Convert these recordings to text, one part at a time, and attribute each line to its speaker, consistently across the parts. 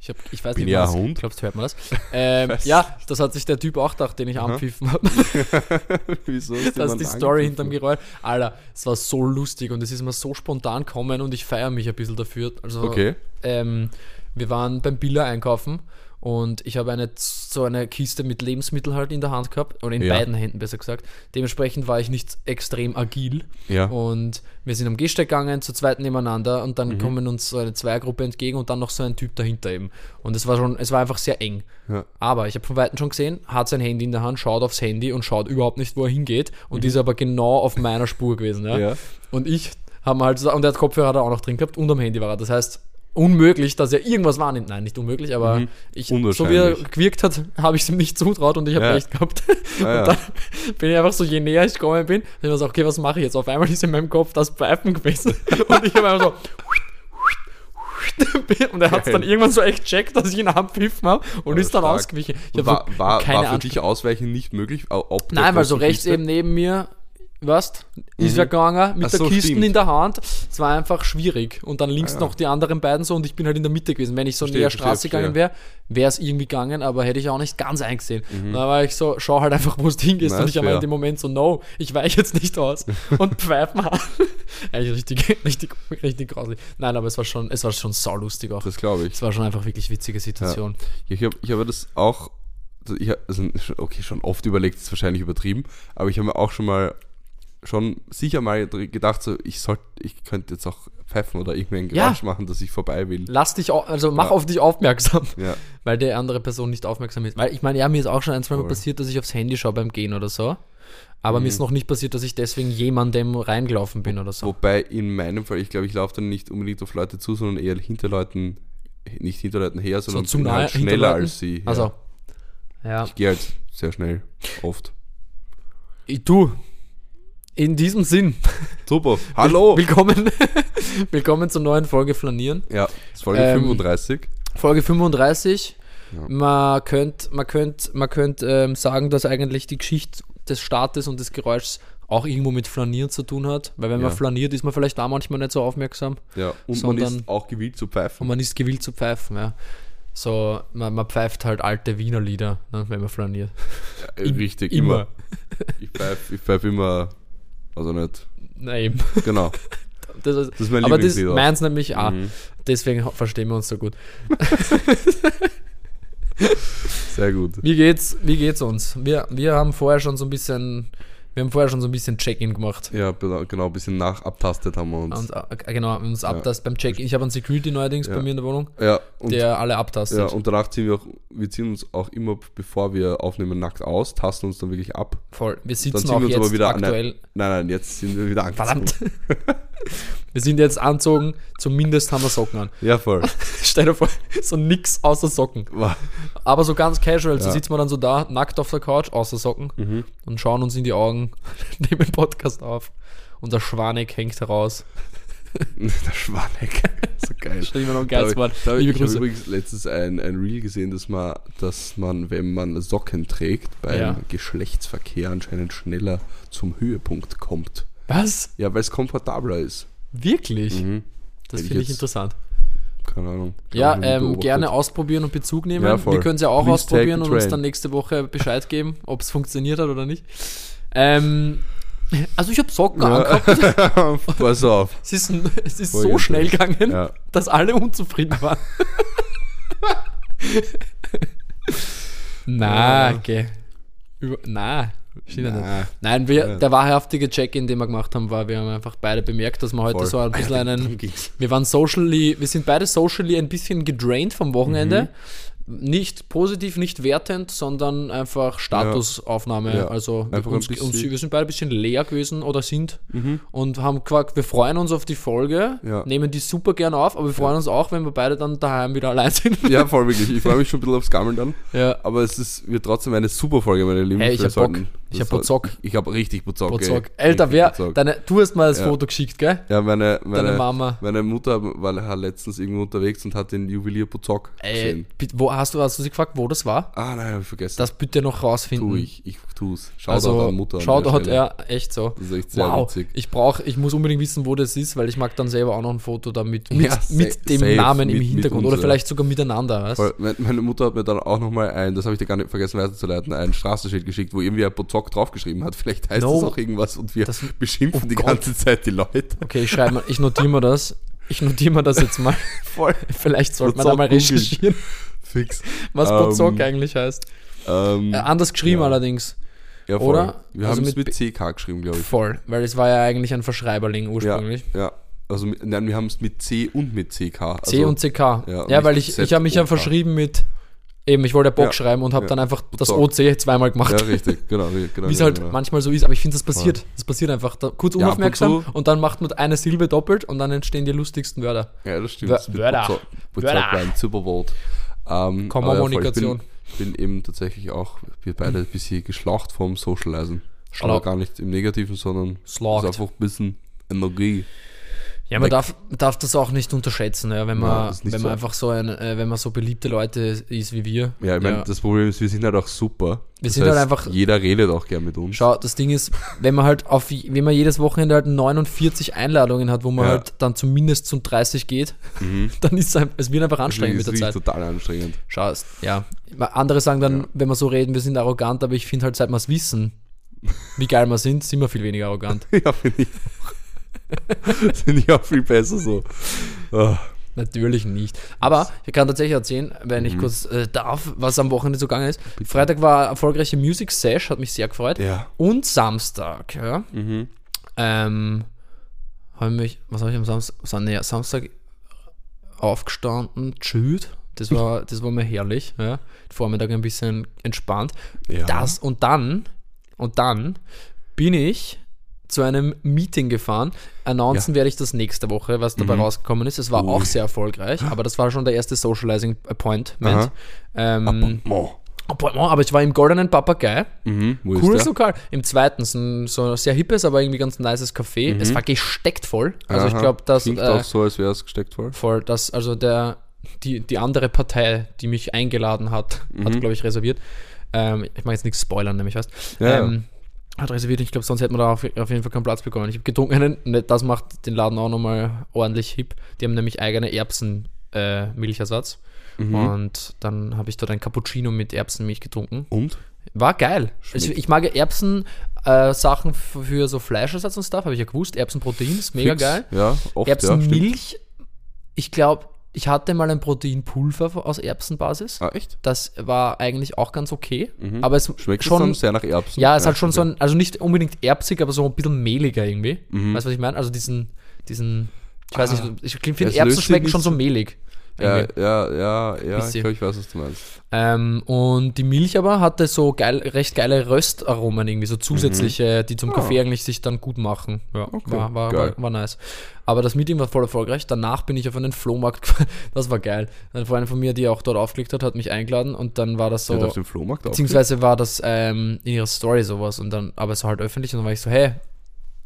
Speaker 1: Ich, hab, ich weiß
Speaker 2: Bin
Speaker 1: nicht, wie man
Speaker 2: ja
Speaker 1: das-
Speaker 2: Hund.
Speaker 1: Ich glaube, das hört man das. Ähm,
Speaker 2: Weiß
Speaker 1: ja, das hat sich der Typ auch gedacht, den ich anpfiffen habe.
Speaker 2: Wieso
Speaker 1: Das ist
Speaker 2: ist jemand
Speaker 1: die Story
Speaker 2: angegriffen?
Speaker 1: hinterm Geräusch. Alter, es war so lustig und es ist immer so spontan gekommen und ich feiere mich ein bisschen dafür. Also,
Speaker 2: Okay.
Speaker 1: ähm, wir waren beim Billa einkaufen und ich habe eine, so eine Kiste mit Lebensmitteln halt in der Hand gehabt oder in
Speaker 2: Ja.
Speaker 1: beiden Händen besser gesagt. Dementsprechend war ich nicht extrem agil
Speaker 2: Ja.
Speaker 1: und wir sind am Gehsteig gegangen, zu zweit nebeneinander und
Speaker 2: Mhm.
Speaker 1: dann kommen uns so eine Zweiergruppe entgegen und dann noch so ein Typ dahinter eben. Und es war schon, es war einfach sehr eng.
Speaker 2: Ja.
Speaker 1: Aber ich habe von Weitem schon gesehen, hat sein Handy in der Hand, schaut aufs Handy und schaut überhaupt nicht, wo er hingeht. Und ist aber genau auf meiner Spur gewesen. Ja?
Speaker 2: Mhm. Ja.
Speaker 1: Und ich haben halt, so- und der Kopfhörer hat er auch noch drin gehabt und am Handy war er. Das heißt, unmöglich, dass er irgendwas wahrnimmt. Nein, nicht unmöglich, aber ich, so wie er
Speaker 2: Mhm. Unwahrscheinlich.
Speaker 1: gewirkt hat, habe ich es ihm nicht zutraut und ich habe
Speaker 2: Ja.
Speaker 1: recht gehabt.
Speaker 2: Ah ja.
Speaker 1: Und dann bin ich einfach so, je näher ich gekommen bin, hab ich mir so, okay, was mache ich jetzt? Auf einmal ist in meinem Kopf das Pfeifen gewesen. Und ich habe einfach so. Und er hat es
Speaker 2: Geil.
Speaker 1: dann irgendwann so echt checkt, dass ich ihn abpfiffen habe und
Speaker 2: Ja,
Speaker 1: ist dann
Speaker 2: stark.
Speaker 1: ausgewichen. Ich
Speaker 2: Und
Speaker 1: hab
Speaker 2: war,
Speaker 1: so
Speaker 2: war,
Speaker 1: keine
Speaker 2: war für
Speaker 1: Ahnung.
Speaker 2: dich Ausweichen nicht möglich? Au- ob der
Speaker 1: Nein, weil so
Speaker 2: großen
Speaker 1: rechts
Speaker 2: Kiste?
Speaker 1: eben neben mir, weißt, ist ja gegangen mit
Speaker 2: Mhm.
Speaker 1: der
Speaker 2: Ach so,
Speaker 1: Kiste
Speaker 2: stimmt. Ah,
Speaker 1: in der Hand. Es war einfach schwierig. Und dann links noch die anderen beiden so und ich bin halt in der Mitte gewesen. Wenn ich so
Speaker 2: Verstehe,
Speaker 1: näher
Speaker 2: verstehe,
Speaker 1: Straße gegangen
Speaker 2: verstehe.
Speaker 1: wäre, wäre es irgendwie gegangen, aber hätte ich auch nicht ganz eingesehen. Da war ich so, schau halt einfach, wo es hingeht.
Speaker 2: Mhm. Na,
Speaker 1: Und
Speaker 2: ist
Speaker 1: ich habe
Speaker 2: fair.
Speaker 1: in dem Moment so, no, ich weiche jetzt nicht aus und pfeif mal. Eigentlich richtig, richtig, richtig grauslich. Nein, aber es war schon, es war schon saulustig auch.
Speaker 2: Das glaube ich.
Speaker 1: Es war schon einfach wirklich witzige Situation.
Speaker 2: Ich habe ich hab das auch, ich hab, also, okay, schon oft überlegt, ist wahrscheinlich übertrieben, aber ich habe mir auch schon mal, schon sicher mal dr- gedacht, so, ich sollte, ich könnte jetzt auch pfeifen oder irgendwie ein
Speaker 1: Ja.
Speaker 2: Geräusch machen, dass ich vorbei will.
Speaker 1: Lass dich, au- also mach
Speaker 2: Ja.
Speaker 1: auf dich aufmerksam.
Speaker 2: Ja,
Speaker 1: Weil die andere Person nicht aufmerksam ist. Weil ich meine, ja, mir ist auch schon ein, zwei Mal
Speaker 2: Voll. Mhm.
Speaker 1: passiert, dass ich aufs Handy schaue beim Gehen oder so. Aber mir ist noch nicht passiert, dass ich deswegen jemandem reingelaufen bin oder so.
Speaker 2: wobei in meinem Fall, ich glaube, ich laufe dann nicht unbedingt auf Leute zu, sondern eher hinter Leuten, nicht hinter Leuten her,
Speaker 1: So
Speaker 2: sondern
Speaker 1: zu
Speaker 2: bin
Speaker 1: nahe
Speaker 2: halt
Speaker 1: hinter
Speaker 2: schneller
Speaker 1: Leuten?
Speaker 2: als sie. Ja.
Speaker 1: Also, ja.
Speaker 2: Ich gehe halt sehr schnell, oft.
Speaker 1: Ich, du, in diesem Sinn,
Speaker 2: Super, hallo!
Speaker 1: willkommen, willkommen zur neuen Folge Flanieren.
Speaker 2: Ja, das ist Folge
Speaker 1: Ähm,
Speaker 2: 35.
Speaker 1: Folge 35.
Speaker 2: Ja.
Speaker 1: Man könnte man könnt, man könnt, ähm, sagen, dass eigentlich die Geschichte des Staates und des Geräuschs auch irgendwo mit Flanieren zu tun hat. Weil wenn man
Speaker 2: Ja.
Speaker 1: flaniert, ist man vielleicht da manchmal nicht so aufmerksam.
Speaker 2: Ja, und man
Speaker 1: sondern-
Speaker 2: ist auch gewillt zu pfeifen.
Speaker 1: Und man ist gewillt zu pfeifen, ja. So, man, man pfeift halt alte Wiener Lieder, ne, wenn man flaniert.
Speaker 2: Äh, Richtig,
Speaker 1: immer.
Speaker 2: immer. Ich pfeife ich pfeif immer, also nicht.
Speaker 1: Nein,
Speaker 2: Genau.
Speaker 1: das ist, Ah.
Speaker 2: Das ist mein
Speaker 1: aber das
Speaker 2: Lieblingslied auch.
Speaker 1: meins nämlich auch.
Speaker 2: Mhm.
Speaker 1: Deswegen ho- verstehen wir uns so gut.
Speaker 2: Sehr gut.
Speaker 1: Wie geht's, wie geht's uns? Wir, wir haben vorher schon so ein bisschen, wir haben vorher schon so ein bisschen Check-in gemacht.
Speaker 2: Ja, bla- genau, ein bisschen nachabtastet haben wir uns.
Speaker 1: Und, äh, genau, wir haben uns abtastet beim Check-in. Ich habe einen Security neuerdings
Speaker 2: Ja.
Speaker 1: bei mir in der Wohnung,
Speaker 2: ja, und,
Speaker 1: der alle
Speaker 2: ja,
Speaker 1: abtastet.
Speaker 2: und danach ziehen wir auch, wir ziehen uns auch immer, bevor wir aufnehmen, nackt aus, tasten uns dann wirklich ab.
Speaker 1: Voll. Wir
Speaker 2: Dann
Speaker 1: sitzen
Speaker 2: ziehen
Speaker 1: auch
Speaker 2: wir uns
Speaker 1: jetzt
Speaker 2: aber wieder an. ne? der-
Speaker 1: aktuell.
Speaker 2: Nein, nein, jetzt sind wir wieder angezogen.
Speaker 1: Verdammt. wir sind jetzt anzogen, zumindest haben wir Socken an.
Speaker 2: Ja, voll.
Speaker 1: Stell dir vor, so nix außer Socken.
Speaker 2: Wa-
Speaker 1: Aber so ganz casual, so
Speaker 2: Ja. Mhm.
Speaker 1: sitzen wir dann so da, nackt auf der Couch, außer Socken und schauen uns in die Augen, nehmen den Podcast auf. Unser Schwaneck hängt heraus.
Speaker 2: der Schwaneck. so geil.
Speaker 1: Stell mir noch ein
Speaker 2: Da
Speaker 1: geiles
Speaker 2: hab
Speaker 1: Wort.
Speaker 2: ich- da hab ich
Speaker 1: Liebe
Speaker 2: ich habe
Speaker 1: Grüße.
Speaker 2: übrigens letztens ein, ein Reel gesehen, dass man, dass man, wenn man Socken trägt, beim
Speaker 1: Ja.
Speaker 2: Geschlechtsverkehr anscheinend schneller zum Höhepunkt kommt.
Speaker 1: Was?
Speaker 2: Ja, weil es komfortabler ist.
Speaker 1: Wirklich?
Speaker 2: Mhm. Hätte
Speaker 1: Das
Speaker 2: ich
Speaker 1: finde ich
Speaker 2: jetzt-
Speaker 1: interessant.
Speaker 2: Keine Ahnung.
Speaker 1: Mhm. Ja, ähm, gerne ausprobieren und Bezug nehmen.
Speaker 2: Ja, voll.
Speaker 1: Wir können es ja auch
Speaker 2: Please
Speaker 1: ausprobieren
Speaker 2: take the
Speaker 1: und uns
Speaker 2: train.
Speaker 1: dann nächste Woche Bescheid geben, ob es funktioniert hat oder nicht. Ähm, also ich habe Socken angehabt.
Speaker 2: angehabt. Pass auf.
Speaker 1: Es ist, ein- es ist
Speaker 2: Voll
Speaker 1: so
Speaker 2: jetzt,
Speaker 1: schnell gegangen,
Speaker 2: Ja.
Speaker 1: dass alle unzufrieden waren. na,
Speaker 2: Ja.
Speaker 1: geh. Über, na, stimmt ja nicht.
Speaker 2: Na.
Speaker 1: Nein, wir,
Speaker 2: Ja.
Speaker 1: der wahrhaftige Check-in, den wir gemacht haben, war, wir haben einfach beide bemerkt, dass wir heute
Speaker 2: Voll.
Speaker 1: so ein bisschen
Speaker 2: Alter,
Speaker 1: einen.
Speaker 2: darum ging's.
Speaker 1: Wir waren socially, wir sind beide socially ein bisschen gedrained vom
Speaker 2: Mhm.
Speaker 1: Wochenende. Nicht positiv, nicht wertend, sondern einfach Statusaufnahme.
Speaker 2: Ja.
Speaker 1: Also wir,
Speaker 2: Einfach ein
Speaker 1: uns,
Speaker 2: bisschen- Mhm.
Speaker 1: uns, wir sind beide ein bisschen leer gewesen oder sind und haben gesagt, wir freuen uns auf die Folge,
Speaker 2: Ja.
Speaker 1: nehmen die super gerne auf, aber wir freuen uns auch, wenn wir beide dann daheim wieder allein sind.
Speaker 2: Ja, voll wirklich. Ich freue mich schon ein bisschen aufs Gammeln dann.
Speaker 1: Ja.
Speaker 2: Aber es ist, wird trotzdem eine super Folge, meine Lieben.
Speaker 1: Hey, ich
Speaker 2: Wir
Speaker 1: hab Bock.
Speaker 2: sollten-
Speaker 1: Ich
Speaker 2: Das
Speaker 1: hab
Speaker 2: war-
Speaker 1: Bozock.
Speaker 2: Ich, ich habe richtig Bozock. ey.
Speaker 1: Bozock. Alter,
Speaker 2: Richtig
Speaker 1: wer,
Speaker 2: Bozock.
Speaker 1: deine, du hast mal das
Speaker 2: Ja.
Speaker 1: Foto geschickt, gell?
Speaker 2: ja, meine, meine,
Speaker 1: Deine Mama.
Speaker 2: meine Mutter war ja letztens irgendwo unterwegs und hat den Juwelier Bozock
Speaker 1: Ey,
Speaker 2: gesehen.
Speaker 1: Äh, bitte, wo, hast, du, hast du sie gefragt, wo das war?
Speaker 2: Ah, nein, habe ich vergessen.
Speaker 1: Das bitte noch rausfinden.
Speaker 2: tu ich. Ich tu's. Schaut
Speaker 1: Also,
Speaker 2: an Mutter. an der
Speaker 1: Shoutout hat
Speaker 2: Stelle.
Speaker 1: er echt so.
Speaker 2: Das ist echt sehr
Speaker 1: Wow,
Speaker 2: witzig.
Speaker 1: ich brauche, ich muss unbedingt wissen, wo das ist, weil ich mag dann selber auch noch ein Foto damit mit,
Speaker 2: Ja, sa-
Speaker 1: mit dem
Speaker 2: safe,
Speaker 1: Namen im
Speaker 2: mit- mit
Speaker 1: Hintergrund oder
Speaker 2: uns, ja.
Speaker 1: vielleicht sogar miteinander, weißt?
Speaker 2: Weil me- Meine Mutter hat mir dann auch nochmal ein, das habe ich dir gar nicht vergessen weiterzuleiten, ein Straßenschild geschickt, wo irgendwie ein Bozock draufgeschrieben hat. Vielleicht heißt
Speaker 1: No.
Speaker 2: das auch irgendwas und wir
Speaker 1: Das-
Speaker 2: beschimpfen
Speaker 1: Oh
Speaker 2: die
Speaker 1: Gott.
Speaker 2: ganze Zeit die Leute.
Speaker 1: Okay, ich schreibe mal, ich notiere mir das. Ich notiere mir das jetzt mal.
Speaker 2: Voll.
Speaker 1: Vielleicht sollte man da
Speaker 2: Bozock
Speaker 1: mal
Speaker 2: googeln.
Speaker 1: recherchieren,
Speaker 2: Fix.
Speaker 1: was
Speaker 2: Ähm,
Speaker 1: Bozock eigentlich heißt.
Speaker 2: Ähm,
Speaker 1: Äh, anders geschrieben
Speaker 2: ja.
Speaker 1: allerdings.
Speaker 2: ja, voll.
Speaker 1: oder?
Speaker 2: Wir
Speaker 1: Also
Speaker 2: haben es
Speaker 1: mit
Speaker 2: mit CK geschrieben, glaube ich.
Speaker 1: Voll, weil es war ja eigentlich ein Verschreiberling
Speaker 2: Ja,
Speaker 1: ursprünglich.
Speaker 2: ja. Also, mit- nein, wir haben es mit C und mit CK.
Speaker 1: C
Speaker 2: also
Speaker 1: und CK. Ja,
Speaker 2: und
Speaker 1: weil
Speaker 2: nicht
Speaker 1: ich,
Speaker 2: Z
Speaker 1: ich habe mich ja
Speaker 2: und K.
Speaker 1: verschrieben mit, eben, ich wollte ja Bock
Speaker 2: Ja,
Speaker 1: schreiben und habe
Speaker 2: ja.
Speaker 1: dann einfach das
Speaker 2: Bock.
Speaker 1: OC zweimal gemacht.
Speaker 2: Ja, richtig, genau. ri- genau
Speaker 1: Wie es
Speaker 2: genau,
Speaker 1: halt
Speaker 2: genau.
Speaker 1: manchmal so ist, aber ich finde, das passiert. Das passiert einfach. Da, kurz
Speaker 2: Ja, ab und
Speaker 1: unaufmerksam und,
Speaker 2: zu.
Speaker 1: dann macht man eine Silbe doppelt und dann entstehen die lustigsten Wörter.
Speaker 2: Ja, das stimmt.
Speaker 1: Wö-
Speaker 2: Das wird
Speaker 1: Wörter.
Speaker 2: bezahlt-
Speaker 1: Wörter.
Speaker 2: bezahlt beim Superboard. Ähm, aber ja, voll,
Speaker 1: Kommunikation.
Speaker 2: Ich bin, ich bin eben tatsächlich auch, wir beide ein bisschen geschlaucht vom Socializen. Aber
Speaker 1: Schlaucht.
Speaker 2: gar nicht im Negativen, sondern es ist
Speaker 1: Schlaucht.
Speaker 2: einfach ein bisschen Energie.
Speaker 1: Ja, man
Speaker 2: Weg.
Speaker 1: darf, darf das auch nicht unterschätzen, ja, wenn
Speaker 2: Ja,
Speaker 1: man,
Speaker 2: das ist
Speaker 1: wenn
Speaker 2: nicht
Speaker 1: man
Speaker 2: so.
Speaker 1: einfach so ein, äh, wenn man so beliebte Leute ist wie wir.
Speaker 2: Ja, ich meine, das Problem ist, wir sind halt auch super.
Speaker 1: Wir
Speaker 2: das
Speaker 1: sind halt einfach-
Speaker 2: Jeder redet auch gern mit uns.
Speaker 1: Schau, das Ding ist, wenn man halt auf, wenn man jedes Wochenende halt 49 Einladungen hat, wo man
Speaker 2: Ja.
Speaker 1: halt dann zumindest zum 30 geht, dann ist es, ein- es wird einfach
Speaker 2: Mhm. Deswegen
Speaker 1: anstrengend
Speaker 2: Also ist
Speaker 1: mit der Zeit.
Speaker 2: es wirklich total anstrengend.
Speaker 1: Schau, es- ja. Andere sagen dann, wenn wir so reden, wir sind arrogant, aber ich finde halt, seit wir es wissen, wie geil wir sind, sind wir viel weniger arrogant.
Speaker 2: ja, finde ich auch. finde ich auch viel besser so. Ah,
Speaker 1: Natürlich nicht. Aber ich kann tatsächlich erzählen, wenn
Speaker 2: Mhm.
Speaker 1: ich kurz äh, darf, was am Wochenende so gegangen ist. Freitag war erfolgreiche Music Sesh, hat mich sehr gefreut.
Speaker 2: ja.
Speaker 1: Und Samstag, ja.
Speaker 2: Mhm.
Speaker 1: Ähm, hab ich mich, was habe ich am Samstag? Sam- nee, Samstag aufgestanden, chillt. Das war, das war mir herrlich. Ja. Vormittag ein bisschen entspannt.
Speaker 2: Ja.
Speaker 1: Das und dann, und dann bin ich zu einem Meeting gefahren. Announcen werde ich das nächste Woche, was
Speaker 2: Mhm.
Speaker 1: dabei rausgekommen ist. Es war auch sehr erfolgreich, aber das war schon der erste Socializing Appointment.
Speaker 2: Aha.
Speaker 1: Ähm,
Speaker 2: Mo.
Speaker 1: Appointment. Aber ich war im Goldenen Papagei.
Speaker 2: Mhm. Wo
Speaker 1: Cooles
Speaker 2: ist der?
Speaker 1: Lokal. Im zweiten, so ein so ein sehr hippes, aber irgendwie ganz nices Café. Es war gesteckt voll. Also ich
Speaker 2: Mhm. Aha.
Speaker 1: glaube, dass
Speaker 2: Klingt
Speaker 1: äh,
Speaker 2: auch so, als wäre es gesteckt voll.
Speaker 1: voll, dass also der die, die andere Partei, die mich eingeladen hat,
Speaker 2: Mhm.
Speaker 1: hat glaube ich reserviert. Ähm, ich mag jetzt nichts spoilern, nämlich was.
Speaker 2: Ja,
Speaker 1: ähm, hat reserviert. Ich glaube, sonst hätten wir da auf, auf jeden Fall keinen Platz bekommen. Ich habe getrunken einen. Ne, Das macht den Laden auch nochmal ordentlich hip. Die haben nämlich eigene Erbsen äh, Milchersatz.
Speaker 2: Mhm.
Speaker 1: Und dann habe ich dort ein Cappuccino mit Erbsenmilch getrunken.
Speaker 2: Und?
Speaker 1: War geil.
Speaker 2: Schmeckt.
Speaker 1: Also ich mag ja Erbsen, äh, Sachen f- für so Fleischersatz und Stuff, habe ich ja gewusst. Erbsenprotein ist mega
Speaker 2: Fix.
Speaker 1: geil.
Speaker 2: Ja, oft, ja, stimmt.
Speaker 1: Erbsenmilch, ich glaube, ich hatte mal ein Proteinpulver von- aus Erbsenbasis.
Speaker 2: Ah, echt?
Speaker 1: Das war eigentlich auch ganz okay. Aber es
Speaker 2: Schmeckt schon
Speaker 1: schon.
Speaker 2: dann sehr nach Erbsen.
Speaker 1: Ja, es hat schon so ein, also nicht unbedingt erbsig, aber so ein bisschen mehliger irgendwie.
Speaker 2: Mhm.
Speaker 1: Weißt du, was ich meine? Also diesen, diesen, ich weiß nicht, ich finde
Speaker 2: Ah. Es
Speaker 1: Erbsen
Speaker 2: löst sich
Speaker 1: schmecken
Speaker 2: nicht
Speaker 1: schon so
Speaker 2: so-
Speaker 1: mehlig.
Speaker 2: Ja,
Speaker 1: irgendwie.
Speaker 2: ja, ja, ja ich
Speaker 1: Bisschen.
Speaker 2: glaube, ich weiß, was du meinst.
Speaker 1: Ähm, und die Milch aber hatte so geil, recht geile Röstaromen irgendwie, so zusätzliche, die zum Kaffee eigentlich sich dann gut machen. Ja, war, war,
Speaker 2: geil.
Speaker 1: war, war nice. Aber das Meeting war voll erfolgreich. Danach bin ich auf einen Flohmarkt gefahren. Das war geil. Eine Freundin von mir, die auch dort aufgelegt hat, hat mich eingeladen und dann war das so.
Speaker 2: Der hat auf dem Flohmarkt auch.
Speaker 1: Beziehungsweise war das ähm, in ihrer Story sowas und dann, aber es war halt öffentlich und dann war ich so, hey,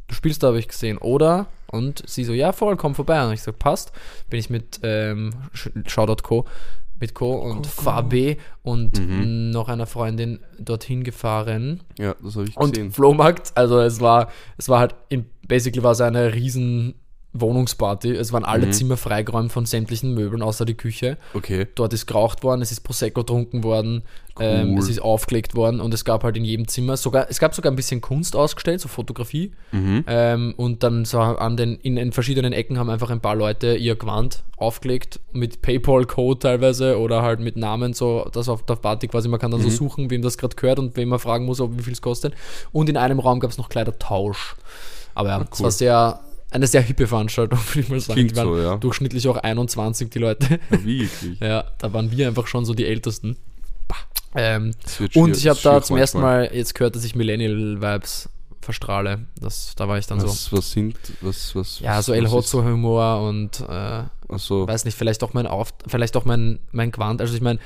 Speaker 1: du spielst da, habe ich gesehen, oder? Und sie so, ja, voll, komm vorbei. Und ich so, passt. Bin ich mit ähm, Sh- Shoutout Co. mit Co. und Fabi und noch einer Freundin dorthin gefahren.
Speaker 2: Ja, das habe ich
Speaker 1: Und
Speaker 2: gesehen.
Speaker 1: Flohmarkt, also es war, es war halt, in, basically war es eine riesen Wohnungsparty. Es waren alle Zimmer freigeräumt von sämtlichen Möbeln, außer die Küche.
Speaker 2: Okay.
Speaker 1: Dort ist geraucht worden, es ist Prosecco getrunken worden, ähm,
Speaker 2: Cool.
Speaker 1: es ist aufgelegt worden und es gab halt in jedem Zimmer sogar, es gab sogar ein bisschen Kunst ausgestellt, so Fotografie.
Speaker 2: Mhm.
Speaker 1: Ähm, und dann so an den, in den verschiedenen Ecken haben einfach ein paar Leute ihr Gewand aufgelegt mit Paypal-Code teilweise oder halt mit Namen, so das auf der Party quasi. Man kann dann so
Speaker 2: Mhm.
Speaker 1: suchen, wem das gerade gehört und wem man fragen muss, ob wie viel es kostet. Und in einem Raum gab es noch Kleidertausch. Aber ja, es war sehr. Eine sehr hippe Veranstaltung, würde ich mal sagen.
Speaker 2: Ah, Klingt
Speaker 1: Die waren
Speaker 2: so, ja.
Speaker 1: Durchschnittlich auch 21, die Leute.
Speaker 2: Wirklich.
Speaker 1: Ja, da waren wir einfach schon so die Ältesten. Ähm,
Speaker 2: Das wird
Speaker 1: und
Speaker 2: schier-
Speaker 1: ich habe
Speaker 2: schier
Speaker 1: da zum ersten
Speaker 2: manchmal.
Speaker 1: Mal jetzt gehört, dass ich Millennial-Vibes verstrahle. Das, da war ich dann so.
Speaker 2: Was, was sind, was, was.
Speaker 1: Ja,
Speaker 2: was,
Speaker 1: so El
Speaker 2: was ist-
Speaker 1: Hotzo-Humor und äh,
Speaker 2: Ach so.
Speaker 1: weiß nicht, vielleicht auch mein Auf vielleicht auch mein, mein Quant. Also ich meine,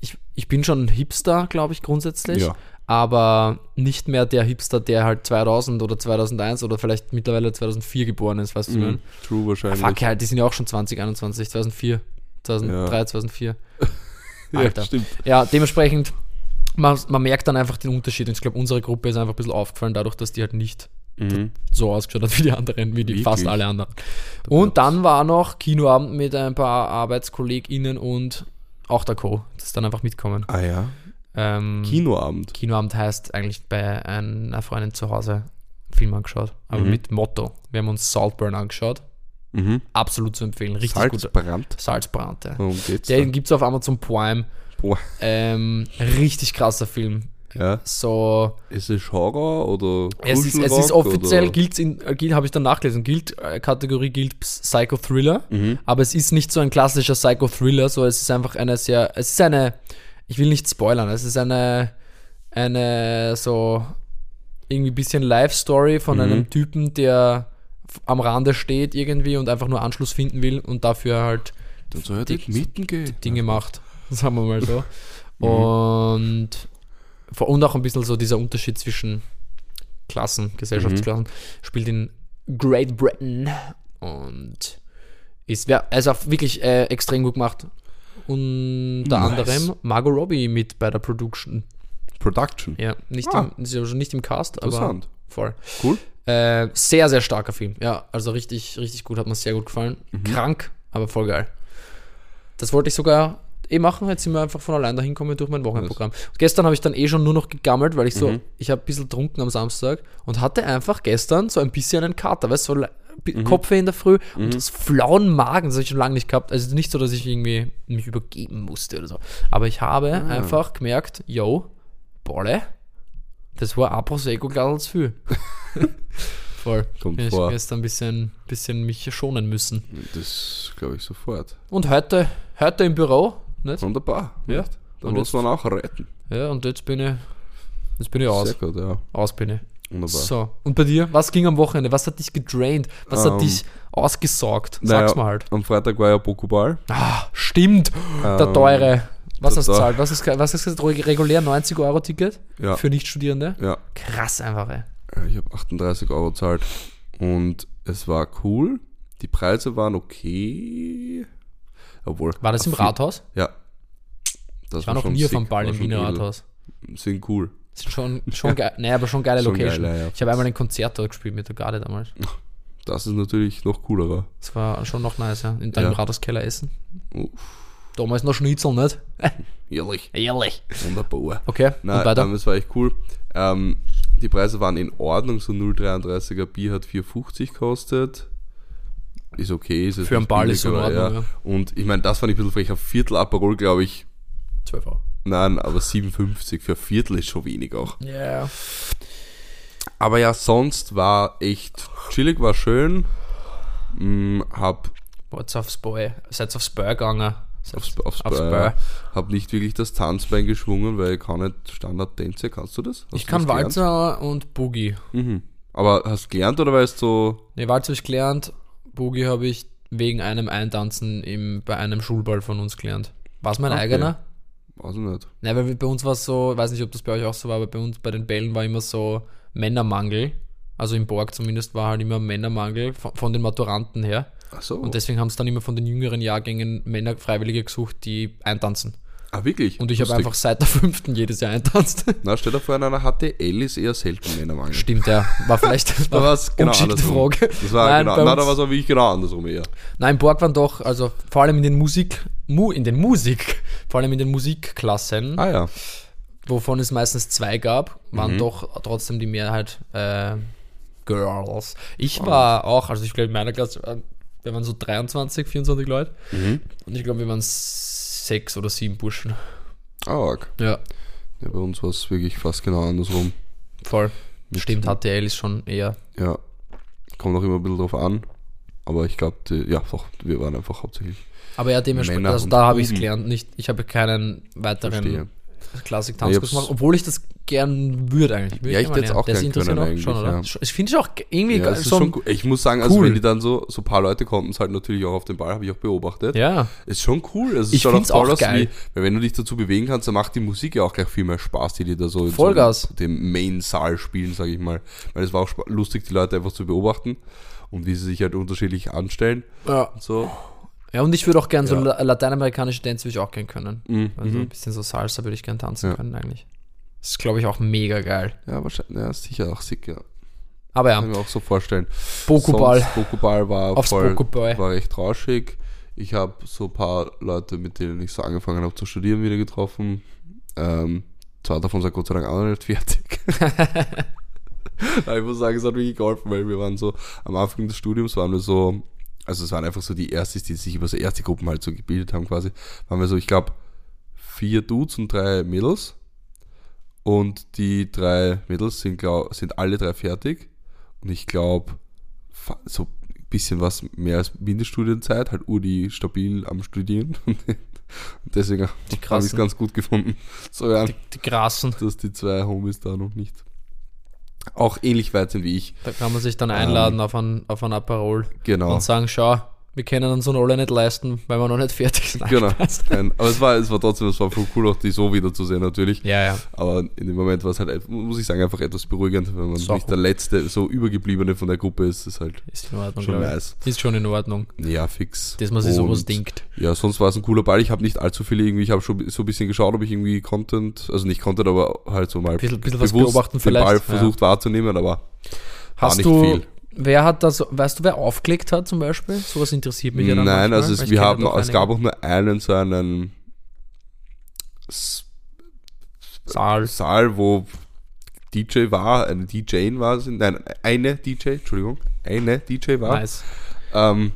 Speaker 1: ich, ich bin schon Hipster, glaube ich, grundsätzlich.
Speaker 2: Ja.
Speaker 1: Aber nicht mehr der Hipster, der halt 2000 oder 2001 oder vielleicht mittlerweile 2004 geboren ist, weißt du, was ich meine?
Speaker 2: Mhm. True wahrscheinlich.
Speaker 1: Fuck, ja, die sind ja auch schon 2021, 2004, 2003,
Speaker 2: Ja.
Speaker 1: 2004.
Speaker 2: Ja,
Speaker 1: Alter.
Speaker 2: stimmt.
Speaker 1: Ja, dementsprechend, man, man merkt dann einfach den Unterschied. Und ich glaube, unsere Gruppe ist einfach ein bisschen aufgefallen, dadurch, dass die halt nicht
Speaker 2: Mhm.
Speaker 1: so ausgeschaut hat wie die anderen, wie die
Speaker 2: Wirklich?
Speaker 1: fast alle anderen. Und dann war noch Kinoabend mit ein paar ArbeitskollegInnen und auch der Co. Das ist dann einfach mitkommen.
Speaker 2: Ah ja.
Speaker 1: Ähm,
Speaker 2: Kinoabend.
Speaker 1: Kinoabend heißt eigentlich bei einer Freundin zu Hause Film angeschaut, aber
Speaker 2: Mhm.
Speaker 1: mit Motto. Wir haben uns Saltburn angeschaut.
Speaker 2: Mhm.
Speaker 1: Absolut zu empfehlen. Richtig guter
Speaker 2: Salzbrand.
Speaker 1: Salzbrand. Ja.
Speaker 2: Worum geht's
Speaker 1: Den gibt es auf Amazon Prime.
Speaker 2: da? Boah.
Speaker 1: Ähm, richtig krasser Film.
Speaker 2: Ja.
Speaker 1: So,
Speaker 2: Ist es Horror oder
Speaker 1: es ist, es ist
Speaker 2: Kuschelrock
Speaker 1: offiziell,
Speaker 2: oder?
Speaker 1: gilt's in, äh, gilt, habe ich dann nachgelesen, gilt, äh, Kategorie gilt Ps- Psycho-Thriller,
Speaker 2: Mhm.
Speaker 1: aber es ist nicht so ein klassischer Psycho-Thriller, so es ist einfach eine sehr, es ist eine, ich will nicht spoilern, es ist eine, eine so irgendwie bisschen Life-Story
Speaker 2: Mhm.
Speaker 1: von einem Typen, der f- am Rande steht irgendwie und einfach nur Anschluss finden will und dafür halt
Speaker 2: Dann soll er nicht mitten gehen.
Speaker 1: Dinge macht, sagen wir mal so.
Speaker 2: Mhm.
Speaker 1: und, vor- und auch ein bisschen so dieser Unterschied zwischen Klassen, Gesellschaftsklassen,
Speaker 2: Mhm.
Speaker 1: spielt in Great Britain und ist wer- also auch wirklich äh, extrem gut gemacht. Unter
Speaker 2: Nice.
Speaker 1: anderem Margot Robbie mit bei der Production.
Speaker 2: Production.
Speaker 1: Ja, nicht,
Speaker 2: Ah.
Speaker 1: im, sie ist also nicht im Cast, aber
Speaker 2: Interessant.
Speaker 1: voll.
Speaker 2: Cool.
Speaker 1: Äh, sehr, sehr starker Film. Ja, also richtig, richtig gut, hat mir sehr gut gefallen. Krank, aber voll geil. Das wollte ich sogar eh machen. Jetzt sind wir einfach von allein dahin gekommen durch mein Wochenendprogramm. Und gestern habe ich dann eh schon nur noch gegammelt, weil ich so, ich habe ein bisschen trunken am Samstag und hatte einfach gestern so ein bisschen einen Kater, weißt du, so le- bi- Kopfweh in der Früh und das flauen Magen, das habe ich schon lange nicht gehabt. Also nicht so, dass ich irgendwie mich übergeben musste oder so. Aber ich habe einfach gemerkt, yo, Bolle, das war ein Prosecco-Glas zu viel. Voll.
Speaker 2: Kommt
Speaker 1: Bin ich
Speaker 2: vor.
Speaker 1: gestern ein bisschen, bisschen mich schonen müssen.
Speaker 2: Das glaube ich sofort.
Speaker 1: Und heute, heute im Büro, nicht?
Speaker 2: Wunderbar.
Speaker 1: Ja.
Speaker 2: Nicht? Dann
Speaker 1: Und
Speaker 2: muss
Speaker 1: jetzt-
Speaker 2: man auch retten.
Speaker 1: Ja, und jetzt bin ich, jetzt bin ich aus.
Speaker 2: Sehr gut, ja.
Speaker 1: Aus bin ich.
Speaker 2: Wunderbar.
Speaker 1: So, und bei dir? Was ging am Wochenende? Was hat dich gedraint? Was
Speaker 2: Ähm,
Speaker 1: hat dich ausgesaugt?
Speaker 2: Naja,
Speaker 1: Sag's mal halt.
Speaker 2: Am Freitag war ja Pokéball.
Speaker 1: Ah, stimmt, der
Speaker 2: Ähm,
Speaker 1: teure. Was
Speaker 2: der
Speaker 1: hast du
Speaker 2: teu-
Speaker 1: gezahlt? Was ist, was ist das regulär 90 Euro Ticket
Speaker 2: Ja.
Speaker 1: für Nichtstudierende?
Speaker 2: Ja.
Speaker 1: Krass einfach, ey.
Speaker 2: Ich habe 38 Euro gezahlt. Und es war cool. Die Preise waren okay. Obwohl.
Speaker 1: War das im
Speaker 2: viel-
Speaker 1: Rathaus?
Speaker 2: Ja. Das
Speaker 1: Ich war noch
Speaker 2: schon
Speaker 1: nie auf
Speaker 2: sick,
Speaker 1: einem Ball
Speaker 2: war
Speaker 1: im
Speaker 2: schon
Speaker 1: Wiener
Speaker 2: edel.
Speaker 1: Rathaus.
Speaker 2: Sind cool.
Speaker 1: Das ist schon, schon geil. Naja, aber schon geile
Speaker 2: Schon
Speaker 1: Location.
Speaker 2: geil, ja, ja.
Speaker 1: Ich habe einmal ein Konzert dort gespielt mit der Garde damals.
Speaker 2: Das ist natürlich noch cooler. wa?
Speaker 1: Das war schon noch nice, ja. In deinem
Speaker 2: Ja.
Speaker 1: Rathauskeller essen.
Speaker 2: Uff,
Speaker 1: Damals noch Schnitzel, nicht?
Speaker 2: ehrlich.
Speaker 1: Ehrlich.
Speaker 2: Wunderbar.
Speaker 1: Okay, und
Speaker 2: Nein,
Speaker 1: weiter.
Speaker 2: ähm, es war echt cool. Ähm, die Preise waren in Ordnung. So 0,33er Bier hat 4,50 gekostet. Ist okay. Ist jetzt
Speaker 1: Für einen
Speaker 2: nicht
Speaker 1: Ball
Speaker 2: billig,
Speaker 1: ist so in
Speaker 2: aber
Speaker 1: Ordnung, ja.
Speaker 2: Und ich meine, das fand ich ein bisschen frech. Ein Viertel Aperol, glaube ich.
Speaker 1: 12 Euro.
Speaker 2: Nein, aber 7,50 für ein Viertel ist schon wenig auch.
Speaker 1: Ja.
Speaker 2: Aber ja, sonst war echt chillig, war schön. Hm, hab
Speaker 1: What's aufs Boy? Seid aufs Boy gegangen? Seid's
Speaker 2: aufs, aufs,
Speaker 1: aufs
Speaker 2: Bein-
Speaker 1: Bein.
Speaker 2: Hab nicht wirklich das Tanzbein geschwungen, weil ich kann nicht Standardtänze. Kannst du das? Hast
Speaker 1: Ich
Speaker 2: du
Speaker 1: kann
Speaker 2: das gelernt?
Speaker 1: Walzer und Boogie.
Speaker 2: Mhm. Aber hast du gelernt oder weißt du?
Speaker 1: Ne, Walzer habe ich gelernt. Boogie habe ich wegen einem Eintanzen im, bei einem Schulball von uns gelernt. War es mein
Speaker 2: Okay.
Speaker 1: eigener?
Speaker 2: Weiß ich nicht.
Speaker 1: Nein, weil bei uns war es so, ich weiß nicht, ob das bei euch auch so war, aber bei uns bei den Bällen war immer so Männermangel. Also im Borg zumindest war halt immer Männermangel von, von den Maturanten her.
Speaker 2: Ach so.
Speaker 1: Und deswegen haben es dann immer von den jüngeren Jahrgängen Männer Freiwillige gesucht, die eintanzen.
Speaker 2: ah, wirklich?
Speaker 1: Und ich habe
Speaker 2: Lustig.
Speaker 1: einfach seit der fünften jedes Jahr eintanzt.
Speaker 2: Na, stell dir vor, in einer HTL ist eher selten Männermangel.
Speaker 1: Stimmt, ja. War vielleicht
Speaker 2: Da
Speaker 1: war
Speaker 2: war's genau
Speaker 1: ungeschickte
Speaker 2: andersrum.
Speaker 1: Frage.
Speaker 2: Das war
Speaker 1: nein,
Speaker 2: genau,
Speaker 1: bei
Speaker 2: nein,
Speaker 1: uns,
Speaker 2: da war es wirklich genau andersrum eher.
Speaker 1: nein, Borg waren doch, also vor allem in den Musik, Mu, in den Musik, vor allem in den Musikklassen,
Speaker 2: Ah ja.
Speaker 1: wovon es meistens zwei gab, waren
Speaker 2: Mhm.
Speaker 1: doch trotzdem die Mehrheit äh, Girls. Ich war auch, also ich glaube in meiner Klasse, waren- wir waren so 23, 24 Leute
Speaker 2: Mhm.
Speaker 1: und ich glaube wir waren sechs oder sieben Burschen.
Speaker 2: Ah, arg.
Speaker 1: Ja,
Speaker 2: Ja, bei uns war es wirklich fast genau andersrum.
Speaker 1: voll. Stimmt, HTL ist schon eher
Speaker 2: Ja. Kommt auch immer ein bisschen drauf an. Aber ich glaube, ja, doch, wir waren einfach hauptsächlich.
Speaker 1: Aber ja, dementsprechend,
Speaker 2: Männer
Speaker 1: also
Speaker 2: und
Speaker 1: da habe ich es
Speaker 2: Buben.
Speaker 1: gelernt. Nicht, ich habe keinen weiteren
Speaker 2: Verstehe.
Speaker 1: Klassik-Tanzkurs
Speaker 2: Ich hab's-
Speaker 1: gemacht, obwohl ich das gern würde eigentlich. Würde
Speaker 2: Ja, ich
Speaker 1: mal
Speaker 2: hätte es
Speaker 1: lernen.
Speaker 2: auch
Speaker 1: Das
Speaker 2: gern
Speaker 1: interessiert
Speaker 2: können
Speaker 1: auch schon, oder?
Speaker 2: eigentlich,
Speaker 1: Ich finde es auch irgendwie
Speaker 2: Ja, es ist
Speaker 1: so
Speaker 2: schon
Speaker 1: ein,
Speaker 2: cool. Ich muss sagen, also
Speaker 1: cool.
Speaker 2: wenn die dann so, so ein paar Leute konnten es halt natürlich auch auf den Ball, habe ich auch beobachtet.
Speaker 1: ja,
Speaker 2: Ist schon cool. Also es
Speaker 1: Ich
Speaker 2: schaut
Speaker 1: find's auch
Speaker 2: toll aus,
Speaker 1: geil.
Speaker 2: Wie, weil wenn du dich dazu bewegen kannst, dann macht die Musik ja auch gleich viel mehr Spaß, die dir da so in
Speaker 1: Vollgas.
Speaker 2: so dem Main-Saal spielen, sage ich mal. Weil es war auch spa- lustig, die Leute einfach zu beobachten und wie sie sich halt unterschiedlich anstellen.
Speaker 1: ja.
Speaker 2: Und so.
Speaker 1: Ja, und ich würde auch gern so
Speaker 2: Ja.
Speaker 1: la- lateinamerikanische Dance würde ich auch gern können.
Speaker 2: Mhm.
Speaker 1: Also ein
Speaker 2: Mhm.
Speaker 1: bisschen so Salsa würde ich gern tanzen
Speaker 2: Ja.
Speaker 1: können eigentlich. Das ist, glaube ich, auch mega geil.
Speaker 2: Ja, wahrscheinlich. Ja, sicher auch sick, ja.
Speaker 1: Aber ja,
Speaker 2: Kann ich mir auch so vorstellen.
Speaker 1: Pokéball.
Speaker 2: Sonst, Pokéball war
Speaker 1: Aufs
Speaker 2: voll,
Speaker 1: Pokéball.
Speaker 2: war recht rauschig. Ich habe so ein paar Leute, mit denen ich so angefangen habe zu studieren, wieder getroffen. Ähm, zwei davon sind Gott sei Dank auch noch nicht fertig. Aber ich muss sagen, es hat wirklich geholfen, weil wir waren so am Anfang des Studiums waren wir so, also es waren einfach so die Erstes, die sich über so erste Gruppen halt so gebildet haben quasi, waren wir so, ich glaube, vier Dudes und drei Mädels. Und die drei Mädels sind, glaub, sind alle drei fertig. Und ich glaube, so ein bisschen was mehr als Mindeststudienzeit, halt Uni stabil am Studieren. Und deswegen habe
Speaker 1: Die
Speaker 2: ich es
Speaker 1: Krassen.
Speaker 2: ganz gut gefunden. So, ja,
Speaker 1: die, die Grassen,
Speaker 2: dass die zwei Homies da noch nicht auch ähnlich weit sind wie ich.
Speaker 1: da kann man sich dann einladen auf, ein, auf ein Aperol
Speaker 2: Genau.
Speaker 1: und sagen, schau, wir können uns so alle nicht leisten, weil wir noch nicht fertig sind. Also,
Speaker 2: Genau.
Speaker 1: Spaß.
Speaker 2: Nein, aber es war, es war trotzdem, es war voll cool, auch die so wiederzusehen natürlich.
Speaker 1: Ja, ja.
Speaker 2: Aber in dem Moment war es halt, einfach- muss ich sagen, einfach etwas beruhigend, wenn man
Speaker 1: Sau
Speaker 2: nicht
Speaker 1: cool.
Speaker 2: der letzte, so übergebliebene von der Gruppe ist, ist halt
Speaker 1: Ist in Ordnung,
Speaker 2: schon
Speaker 1: glaube
Speaker 2: nice.
Speaker 1: ich. Ist schon in Ordnung,
Speaker 2: Ja, fix.
Speaker 1: dass man sich sowas
Speaker 2: Und-
Speaker 1: denkt.
Speaker 2: Ja, sonst war es ein cooler Ball. Ich habe nicht allzu viele irgendwie, ich habe schon so ein bisschen geschaut, ob ich irgendwie Content, also nicht Content, aber halt so mal
Speaker 1: Bisschen- bisschen was beobachten
Speaker 2: den
Speaker 1: vielleicht.
Speaker 2: Ball
Speaker 1: Ja.
Speaker 2: versucht wahrzunehmen, aber war
Speaker 1: Hast
Speaker 2: nicht
Speaker 1: du,
Speaker 2: viel.
Speaker 1: wer hat das, weißt du, wer aufgelegt hat zum Beispiel? Sowas interessiert mich ja dann
Speaker 2: Nein,
Speaker 1: manchmal,
Speaker 2: also
Speaker 1: weil
Speaker 2: es,
Speaker 1: ich
Speaker 2: wir
Speaker 1: kenne
Speaker 2: haben,
Speaker 1: doch
Speaker 2: es
Speaker 1: einige.
Speaker 2: gab auch nur einen so einen S-
Speaker 1: Saal.
Speaker 2: Saal, wo DJ war, eine DJin war, sind- nein, eine DJ, Entschuldigung, eine DJ war.
Speaker 1: Nice.
Speaker 2: Ähm,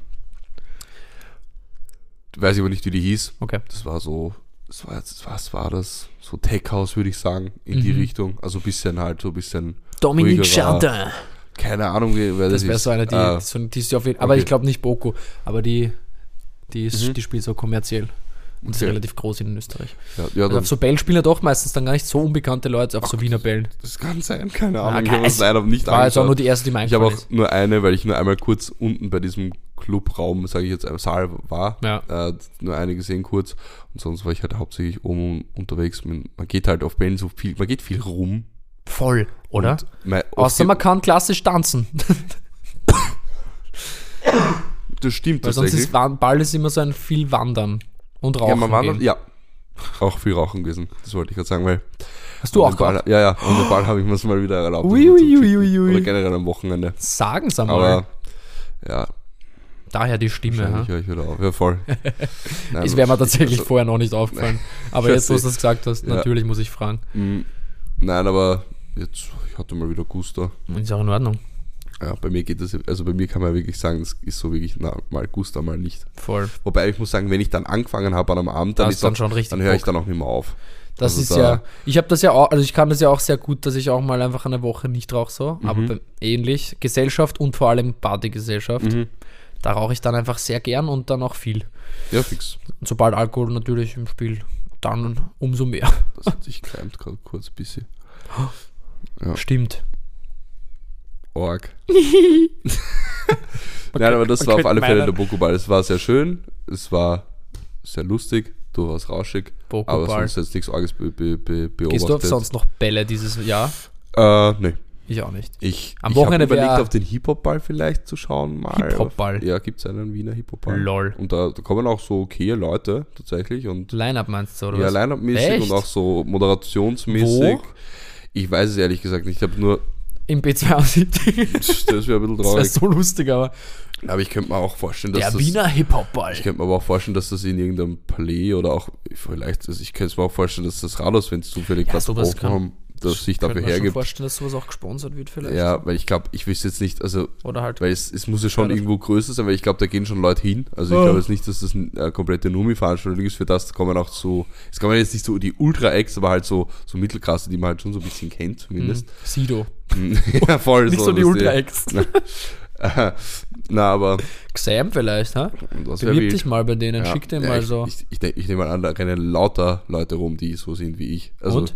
Speaker 2: weiß ich aber nicht, wie die hieß.
Speaker 1: Okay.
Speaker 2: Das war so, das war jetzt, was war das? So Tech House, würde ich sagen, in die
Speaker 1: Mhm.
Speaker 2: Richtung. Also ein bisschen halt, so ein bisschen,
Speaker 1: Dominique
Speaker 2: ruhigerer-
Speaker 1: Chantin.
Speaker 2: keine Ahnung, wer wer das,
Speaker 1: Das wäre
Speaker 2: ist.
Speaker 1: so eine, die,
Speaker 2: Äh,
Speaker 1: so eine- die ist ja auf jeden Aber
Speaker 2: okay.
Speaker 1: ich glaube nicht Boko. Aber die, die, ist,
Speaker 2: Mhm.
Speaker 1: die spielt so kommerziell. Und ist
Speaker 2: Okay.
Speaker 1: relativ groß in Österreich.
Speaker 2: ja, ja,
Speaker 1: Also
Speaker 2: dann,
Speaker 1: auf so Bällen spielen ja doch meistens dann gar nicht so unbekannte Leute auf so Wiener Bällen.
Speaker 2: das kann sein, keine
Speaker 1: Ah,
Speaker 2: Ahnung. ich
Speaker 1: geil.
Speaker 2: habe es leider nicht
Speaker 1: War jetzt auch
Speaker 2: angeschaut.
Speaker 1: nur die erste, die mir
Speaker 2: Ich habe
Speaker 1: eingefallen
Speaker 2: auch
Speaker 1: ist.
Speaker 2: nur eine, weil ich nur einmal kurz unten bei diesem Clubraum, sage ich jetzt, im Saal war.
Speaker 1: Ja.
Speaker 2: Äh, nur eine gesehen kurz. Und sonst war ich halt hauptsächlich oben unterwegs. Man man geht halt auf Bällen so viel, man geht viel rum.
Speaker 1: Voll, oder?
Speaker 2: Und mein,
Speaker 1: Außer man kann klassisch tanzen.
Speaker 2: das stimmt
Speaker 1: Weil sonst
Speaker 2: tatsächlich.
Speaker 1: ist Wan- Ball ist immer so ein viel Wandern und Rauchen.
Speaker 2: ja, man war
Speaker 1: gehen.
Speaker 2: noch, ja. Auch viel rauchen gewesen. Das wollte ich gerade sagen, weil.
Speaker 1: Hast du
Speaker 2: und
Speaker 1: auch
Speaker 2: den Ball,
Speaker 1: gemacht?
Speaker 2: Ja, ja. Und den Ball habe ich mir es mal wieder erlaubt.
Speaker 1: Ui,
Speaker 2: um zu
Speaker 1: ui, ui,
Speaker 2: kicken.
Speaker 1: ui, ui.
Speaker 2: Oder generell am Wochenende.
Speaker 1: Sagen's einmal.
Speaker 2: Aber ja,
Speaker 1: Daher die Stimme.
Speaker 2: wahrscheinlich
Speaker 1: Ja.
Speaker 2: höre ich wieder auf. Ja, voll. Nein,
Speaker 1: Das wäre mir tatsächlich
Speaker 2: also-
Speaker 1: vorher noch nicht aufgefallen. Aber jetzt, wo du das gesagt hast,
Speaker 2: Ja.
Speaker 1: natürlich muss ich fragen.
Speaker 2: Mm, Nein, aber jetzt, ich hatte mal wieder Gusto.
Speaker 1: Ist auch in Ordnung.
Speaker 2: Ja, bei mir geht das, also bei mir kann man wirklich sagen, das ist so wirklich na, mal Gusto, mal nicht.
Speaker 1: Voll.
Speaker 2: Wobei ich muss sagen, wenn ich dann angefangen habe an einem Abend, dann,
Speaker 1: Das
Speaker 2: ist
Speaker 1: dann
Speaker 2: auch-
Speaker 1: schon richtig
Speaker 2: dann höre ich
Speaker 1: Bock.
Speaker 2: dann auch nicht mehr auf.
Speaker 1: Das
Speaker 2: Also
Speaker 1: ist
Speaker 2: da-
Speaker 1: ja, ich habe das ja auch, also ich kann das ja auch sehr gut, dass ich auch mal einfach eine Woche nicht rauche so,
Speaker 2: Mhm.
Speaker 1: aber beim, ähnlich, Gesellschaft und vor allem Partygesellschaft,
Speaker 2: Mhm.
Speaker 1: da rauche ich dann einfach sehr gern und dann auch viel.
Speaker 2: Ja, fix.
Speaker 1: Und sobald Alkohol natürlich im Spiel, dann umso mehr.
Speaker 2: Das hat sich geklemmt gerade kurz ein bisschen. Ja.
Speaker 1: Stimmt.
Speaker 2: Org. Nein, aber das
Speaker 1: man
Speaker 2: war auf
Speaker 1: könnte
Speaker 2: alle Fälle der
Speaker 1: meinen-
Speaker 2: Bokoball. Es war sehr schön, es war sehr lustig, durchaus rauschig, aber
Speaker 1: Bokoball.
Speaker 2: sonst jetzt nichts Arges be be be beobachtet.
Speaker 1: Gehst du auf sonst noch Bälle dieses Jahr?
Speaker 2: Äh, nee.
Speaker 1: Ich auch nicht.
Speaker 2: Ich,
Speaker 1: Am
Speaker 2: ich hab
Speaker 1: Wochenende
Speaker 2: überlegt,
Speaker 1: wär-
Speaker 2: auf den Hip-Hop-Ball vielleicht zu schauen. mal.
Speaker 1: Hip-Hop-Ball?
Speaker 2: Ja, gibt es einen Wiener Hip-Hop-Ball.
Speaker 1: Lol.
Speaker 2: Und da, da kommen auch so okay Leute tatsächlich und
Speaker 1: Line-Up meinst du, oder
Speaker 2: ja,
Speaker 1: was?
Speaker 2: Line-Up-mäßig
Speaker 1: Echt?
Speaker 2: und auch so moderationsmäßig.
Speaker 1: Wo?
Speaker 2: Ich weiß es ehrlich gesagt nicht. Ich habe nur,
Speaker 1: Im B72.
Speaker 2: das wäre ein bisschen
Speaker 1: das wäre
Speaker 2: traurig.
Speaker 1: so lustig, aber
Speaker 2: Aber ich könnte mir auch vorstellen, dass
Speaker 1: der
Speaker 2: das...
Speaker 1: Wiener
Speaker 2: Ich
Speaker 1: Hip-Hop-Ball.
Speaker 2: könnte mir aber auch vorstellen, dass das in irgendeinem Palais oder auch vielleicht, also ich könnte es mir auch vorstellen, dass das Rados, wenn es zufällig was
Speaker 1: sowas
Speaker 2: offen
Speaker 1: kann-
Speaker 2: haben, dass sich dafür
Speaker 1: Könnte man schon
Speaker 2: hergibt.
Speaker 1: vorstellen, dass sowas auch gesponsert wird vielleicht.
Speaker 2: Ja, weil ich glaube, ich wüsste jetzt nicht, also
Speaker 1: Oder halt.
Speaker 2: Weil es, es muss ja schon
Speaker 1: Ja, das-
Speaker 2: irgendwo größer sein, weil ich glaube, da gehen schon Leute hin. Also ich
Speaker 1: Oh.
Speaker 2: glaube jetzt nicht, dass das eine äh, komplette Numi-Veranstaltung ist. Für das kommen auch so, es kommen jetzt nicht so die Ultra-Acts, aber halt so, so Mittelklasse, die man halt schon so ein bisschen kennt zumindest.
Speaker 1: hm, Sido.
Speaker 2: ja, voll
Speaker 1: Mhm. Nicht so, die
Speaker 2: dass
Speaker 1: Ultra-Acts.
Speaker 2: Äh, Na, aber
Speaker 1: Xam vielleicht, ha?
Speaker 2: das wär
Speaker 1: Bewirb
Speaker 2: wild.
Speaker 1: dich mal bei denen,
Speaker 2: Ja,
Speaker 1: schick den
Speaker 2: ja,
Speaker 1: mal
Speaker 2: ich,
Speaker 1: so.
Speaker 2: Ich, ich, denk- ich nehme mal an, da rennen lauter Leute rum, die so sind wie ich. Also,
Speaker 1: Und?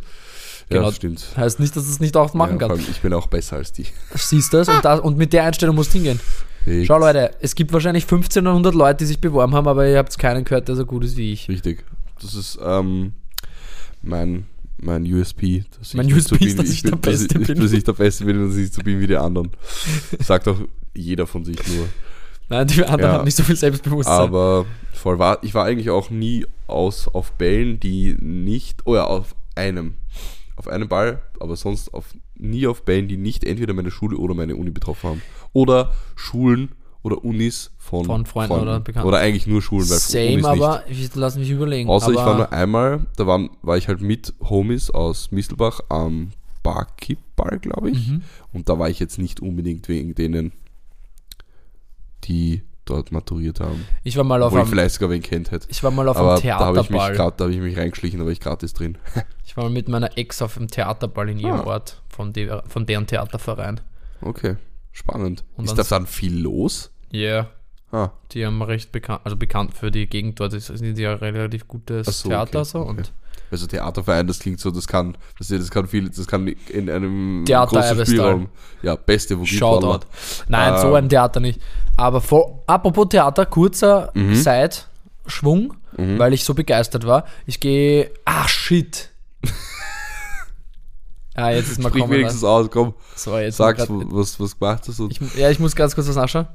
Speaker 2: Ja,
Speaker 1: Genau.
Speaker 2: das stimmt.
Speaker 1: Heißt nicht, dass es nicht auch machen
Speaker 2: ja, vor
Speaker 1: kann.
Speaker 2: allem, ich bin auch besser als die.
Speaker 1: Siehst du das? Und, das, und mit der Einstellung musst du hingehen.
Speaker 2: Nix.
Speaker 1: Schau, Leute, es gibt wahrscheinlich 1500 Leute, die sich beworben haben, aber ihr habt keinen gehört, der so gut ist wie ich.
Speaker 2: Richtig. Das ist ähm, mein, mein USP. Dass
Speaker 1: Mein
Speaker 2: nicht
Speaker 1: USP
Speaker 2: bin,
Speaker 1: ist, dass
Speaker 2: wie
Speaker 1: ich der
Speaker 2: dass
Speaker 1: Beste
Speaker 2: ich,
Speaker 1: bin.
Speaker 2: Dass ich der Beste bin und dass ich so bin wie die anderen. Sagt auch jeder von sich nur.
Speaker 1: Nein, die anderen
Speaker 2: Ja.
Speaker 1: haben nicht so viel Selbstbewusstsein.
Speaker 2: Aber voll war, ich war eigentlich auch nie aus auf Bällen, die nicht, oh ja, auf einem. Auf einem Ball, aber sonst auf, nie auf Bällen, die nicht entweder meine Schule oder meine Uni betroffen haben. Oder Schulen oder Unis von,
Speaker 1: Von Freunden oder Bekannten.
Speaker 2: Oder eigentlich nur Schulen, weil Unis
Speaker 1: Same,
Speaker 2: nicht.
Speaker 1: aber ich, lass mich überlegen.
Speaker 2: Außer
Speaker 1: aber
Speaker 2: ich war nur einmal, da waren, war ich halt mit Homies aus Mistelbach am Barkeeper, glaube ich.
Speaker 1: Mhm.
Speaker 2: Und da war ich jetzt nicht unbedingt wegen denen, die dort maturiert haben.
Speaker 1: ich war mal auf
Speaker 2: wo ich
Speaker 1: einem,
Speaker 2: vielleicht sogar wen kennt hätte.
Speaker 1: ich war mal auf
Speaker 2: Aber
Speaker 1: einem
Speaker 2: da habe ich, mich
Speaker 1: Theaterball. Ich,
Speaker 2: grad- da hab ich mich reingeschlichen, da war ich gratis drin.
Speaker 1: war mal mit meiner Ex auf einem Theaterball in ihrem
Speaker 2: Ah.
Speaker 1: Ort von, de, von deren Theaterverein.
Speaker 2: Okay, spannend.
Speaker 1: Und
Speaker 2: Ist
Speaker 1: dann-
Speaker 2: da dann viel los?
Speaker 1: Ja, yeah,
Speaker 2: Ah,
Speaker 1: die haben recht bekannt, also bekannt für die Gegend dort. Das sind ja relativ gutes
Speaker 2: Ach so,
Speaker 1: Theater
Speaker 2: okay,
Speaker 1: so und
Speaker 2: okay. also Theaterverein, das klingt so, das kann, das, das kann viel, das kann in einem
Speaker 1: Theater
Speaker 2: großen
Speaker 1: Ebbestal.
Speaker 2: Spielraum. Ja, beste Vogie
Speaker 1: Shoutout. Nein, so
Speaker 2: Ähm.
Speaker 1: ein Theater nicht. Aber vor, apropos Theater, kurzer
Speaker 2: Mhm.
Speaker 1: Side-Schwung, weil ich so begeistert war. Ich gehe. Ah, shit. ah, jetzt ist mal
Speaker 2: Sprich
Speaker 1: kommen.
Speaker 2: wenigstens aus, komm.
Speaker 1: So, jetzt
Speaker 2: sagst,
Speaker 1: mal grad,
Speaker 2: wo- was, was gemacht hast. Und
Speaker 1: ich, Ja, ich muss ganz kurz was nachschauen.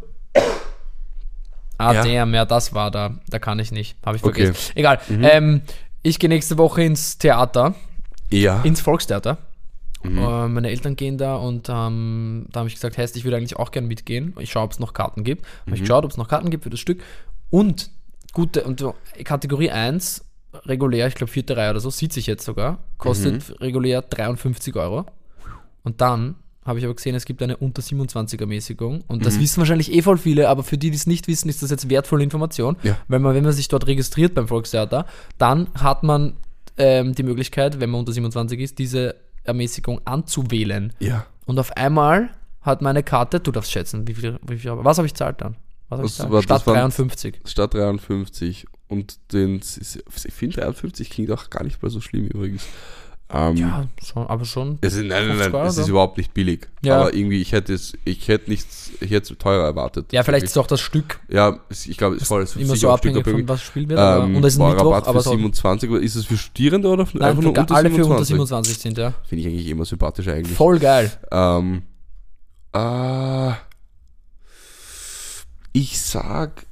Speaker 1: Ah,
Speaker 2: Ja.
Speaker 1: damn, ja, das war da. Da kann ich nicht. Habe ich
Speaker 2: Okay. Mhm.
Speaker 1: vergessen. Egal. Ähm, ich gehe nächste Woche ins Theater.
Speaker 2: ja. Mhm.
Speaker 1: ins Volkstheater. Äh, meine Eltern gehen da und ähm, da habe ich gesagt, heißt, ich würde eigentlich auch gerne mitgehen. Ich schaue, ob es noch Karten gibt. Habe
Speaker 2: Mhm.
Speaker 1: ich geschaut, ob es noch Karten gibt für das Stück. Und gute, und so Kategorie 1, regulär, ich glaube vierte Reihe oder so, sieht sich jetzt sogar, kostet
Speaker 2: Mhm.
Speaker 1: regulär 53 Euro. Und dann habe ich aber gesehen, es gibt eine unter 27er Mäßigung und
Speaker 2: Mhm.
Speaker 1: das wissen wahrscheinlich eh voll viele, aber für die, die es nicht wissen, ist das jetzt wertvolle Information.
Speaker 2: Ja.
Speaker 1: Weil man, wenn man sich dort registriert beim Volkstheater, dann hat man ähm, die Möglichkeit, wenn man unter 27 ist, diese Ermäßigung anzuwählen.
Speaker 2: ja.
Speaker 1: Und auf einmal hat meine Karte, du darfst schätzen, wie viel, wie viel was habe ich zahlt dann? Was habe ich
Speaker 2: Das
Speaker 1: zahlt?
Speaker 2: war- das
Speaker 1: Statt
Speaker 2: waren-
Speaker 1: 53.
Speaker 2: Statt 53 und den, ich finde 53 klingt auch gar nicht mal so schlimm übrigens. Ähm,
Speaker 1: Ja, schon, aber schon.
Speaker 2: Es ist, nein,
Speaker 1: 50
Speaker 2: nein, nein,
Speaker 1: Euro
Speaker 2: es ist
Speaker 1: so.
Speaker 2: überhaupt nicht billig.
Speaker 1: Ja.
Speaker 2: Aber irgendwie, ich hätte es, ich hätte nichts, ich hätte es teurer erwartet.
Speaker 1: Ja, vielleicht ist auch das Stück
Speaker 2: Ja, es- ich glaube, es ist voll, es ist
Speaker 1: immer
Speaker 2: 50
Speaker 1: so
Speaker 2: Euro Stück
Speaker 1: abhängig
Speaker 2: dabei.
Speaker 1: von was gespielt wird. aber- und es ist ein
Speaker 2: war
Speaker 1: Mittwoch,
Speaker 2: Rabatt
Speaker 1: aber
Speaker 2: für
Speaker 1: so.
Speaker 2: 27, aber ist es für Studierende oder für,
Speaker 1: Nein,
Speaker 2: einfach nur
Speaker 1: für,
Speaker 2: unter
Speaker 1: alle für unter
Speaker 2: 27?
Speaker 1: 27 sind, ja.
Speaker 2: Finde ich eigentlich immer sympathisch eigentlich.
Speaker 1: Voll geil.
Speaker 2: Ähm, äh, ich sag,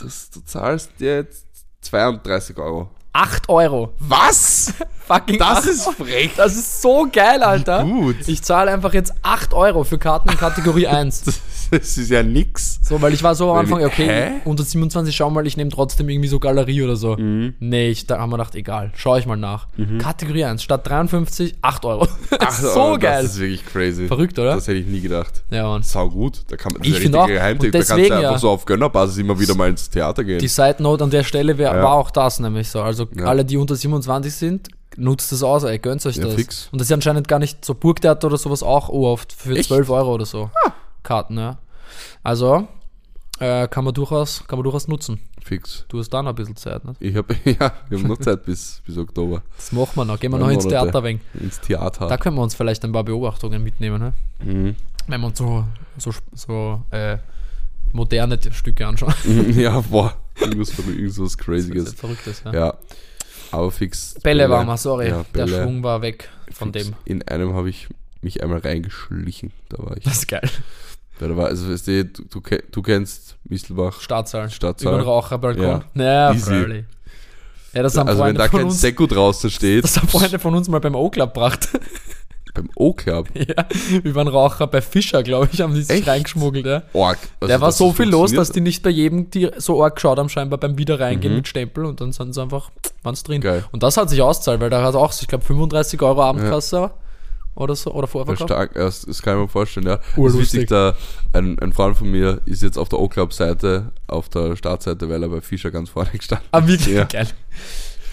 Speaker 2: dass du zahlst jetzt 32 Euro.
Speaker 1: 8 Euro.
Speaker 2: Was?
Speaker 1: Fucking
Speaker 2: Das
Speaker 1: 8
Speaker 2: ist
Speaker 1: Euro.
Speaker 2: frech.
Speaker 1: Das ist so geil, Alter.
Speaker 2: gut.
Speaker 1: Ich zahle einfach jetzt 8 Euro für Karten in Kategorie 1.
Speaker 2: Das ist ja nix.
Speaker 1: So, weil ich war so am Anfang, okay,
Speaker 2: Hä?
Speaker 1: unter 27 schau mal, ich nehme trotzdem irgendwie so Galerie oder so.
Speaker 2: Mhm.
Speaker 1: Nee, ich, da haben wir gedacht, egal, schau ich mal nach. Kategorie 1, statt 53, 8 Euro.
Speaker 2: Ach,
Speaker 1: so
Speaker 2: aber
Speaker 1: geil.
Speaker 2: Mhm. Das ist wirklich crazy.
Speaker 1: Verrückt, oder?
Speaker 2: Das hätte ich nie gedacht.
Speaker 1: ja, Mann.
Speaker 2: Sau gut. Da kann man das
Speaker 1: Ich
Speaker 2: ist ja
Speaker 1: find
Speaker 2: richtige
Speaker 1: auch. Und
Speaker 2: Geheimtipp. Da kannst du
Speaker 1: deswegen
Speaker 2: einfach
Speaker 1: ja.
Speaker 2: so auf Gönnerbasis immer wieder mal ins Theater gehen.
Speaker 1: Die Side Note an der Stelle wär,
Speaker 2: Ja.
Speaker 1: war auch das nämlich so. Also
Speaker 2: Ja.
Speaker 1: alle, die unter 27 sind, nutzt das aus, ey, gönnt euch
Speaker 2: Ja,
Speaker 1: das.
Speaker 2: fix.
Speaker 1: Und das ist ja anscheinend gar nicht so Burgtheater oder sowas auch oft für
Speaker 2: Echt? Ah.
Speaker 1: 12 Euro oder so. Karten, ja. Also äh, kann, man durchaus, kann man durchaus nutzen.
Speaker 2: Fix.
Speaker 1: Du hast dann ein bisschen Zeit, ne?
Speaker 2: Ich habe ja, wir haben noch Zeit bis, bis Oktober.
Speaker 1: Das machen wir noch. Gehen wir
Speaker 2: Drei
Speaker 1: noch ins
Speaker 2: Monate.
Speaker 1: Theater wegen.
Speaker 2: Ins Theater. Mhm.
Speaker 1: Da können wir uns vielleicht ein paar Beobachtungen mitnehmen, ne? Wenn wir uns so, so, so äh, moderne Stücke anschauen.
Speaker 2: ja, boah. Irgendwas, verrückt- irgendwas Crazyes.
Speaker 1: Verrücktes, ja.
Speaker 2: Ja. Aber fix.
Speaker 1: Bälle waren wir, sorry.
Speaker 2: Ja,
Speaker 1: der
Speaker 2: Bälle.
Speaker 1: Schwung war weg von
Speaker 2: Fix.
Speaker 1: dem.
Speaker 2: In einem habe ich mich einmal reingeschlichen. Da war ich.
Speaker 1: Das ist geil.
Speaker 2: Ja, da war, also, weißt du, du, du ke- du kennst Mistelbach.
Speaker 1: Startsaal.
Speaker 2: Startsaal.
Speaker 1: Über den Raucherbalkon.
Speaker 2: Ja.
Speaker 1: Ja,
Speaker 2: Easy.
Speaker 1: freilich. Ja, das haben
Speaker 2: Also, wenn
Speaker 1: Freunde
Speaker 2: da
Speaker 1: von
Speaker 2: kein
Speaker 1: uns.
Speaker 2: Seko draußen steht,
Speaker 1: das haben Freunde von uns mal beim O-Club gebracht.
Speaker 2: beim O-Club.
Speaker 1: ja, über einen Raucher bei Fischer, glaube ich, haben die sich
Speaker 2: Echt?
Speaker 1: reingeschmuggelt. Ja.
Speaker 2: Org. Also,
Speaker 1: Der war
Speaker 2: dass
Speaker 1: so
Speaker 2: das
Speaker 1: viel los,
Speaker 2: funktioniert. Mhm.
Speaker 1: dass die nicht bei jedem die so arg geschaut haben, scheinbar beim Wiederreingehen mit Stempel und dann sind sie einfach, waren's drin.
Speaker 2: Geil.
Speaker 1: Und das hat sich ausgezahlt, weil da hat auch, ich glaube, 35 Euro Abendkasse oder so, oder
Speaker 2: Ja,
Speaker 1: Vorverkauf.
Speaker 2: stark, ja, das, das kann ich mir vorstellen, ja. Das ist
Speaker 1: Urlustig.
Speaker 2: wichtig, da ein, ein Freund von mir ist jetzt auf der O-Club-Seite, auf der Startseite, weil er bei Fischer ganz vorne gestanden
Speaker 1: Ah, wirklich
Speaker 2: Ja.
Speaker 1: geil.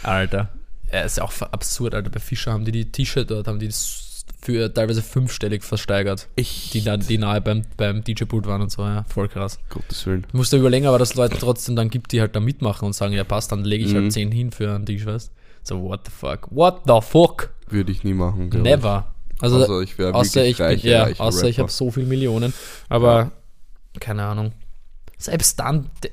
Speaker 1: Alter. Ja, ist ja auch ver- absurd, Alter. Bei Fischer haben die die T-Shirt dort, haben die das für teilweise fünfstellig versteigert.
Speaker 2: Ich.
Speaker 1: Die, na- die nahe beim, beim DJ-Pult waren und so, ja, voll krass.
Speaker 2: Gottes Willen.
Speaker 1: Ich muss
Speaker 2: Mhm.
Speaker 1: da überlegen, aber dass Leute trotzdem dann gibt, die halt da mitmachen und sagen, ja passt, dann lege ich halt 10 hin für einen Tisch, weißt So, what the fuck? What the fuck?
Speaker 2: Würde ich nie machen. glaub ich.
Speaker 1: Never. Also,
Speaker 2: Also ich wäre
Speaker 1: außer
Speaker 2: wirklich
Speaker 1: ich, bin,
Speaker 2: reicher,
Speaker 1: ja,
Speaker 2: reicher
Speaker 1: außer ich
Speaker 2: Rapper.
Speaker 1: habe so viel Millionen. Aber keine Ahnung. Selbst dann, d-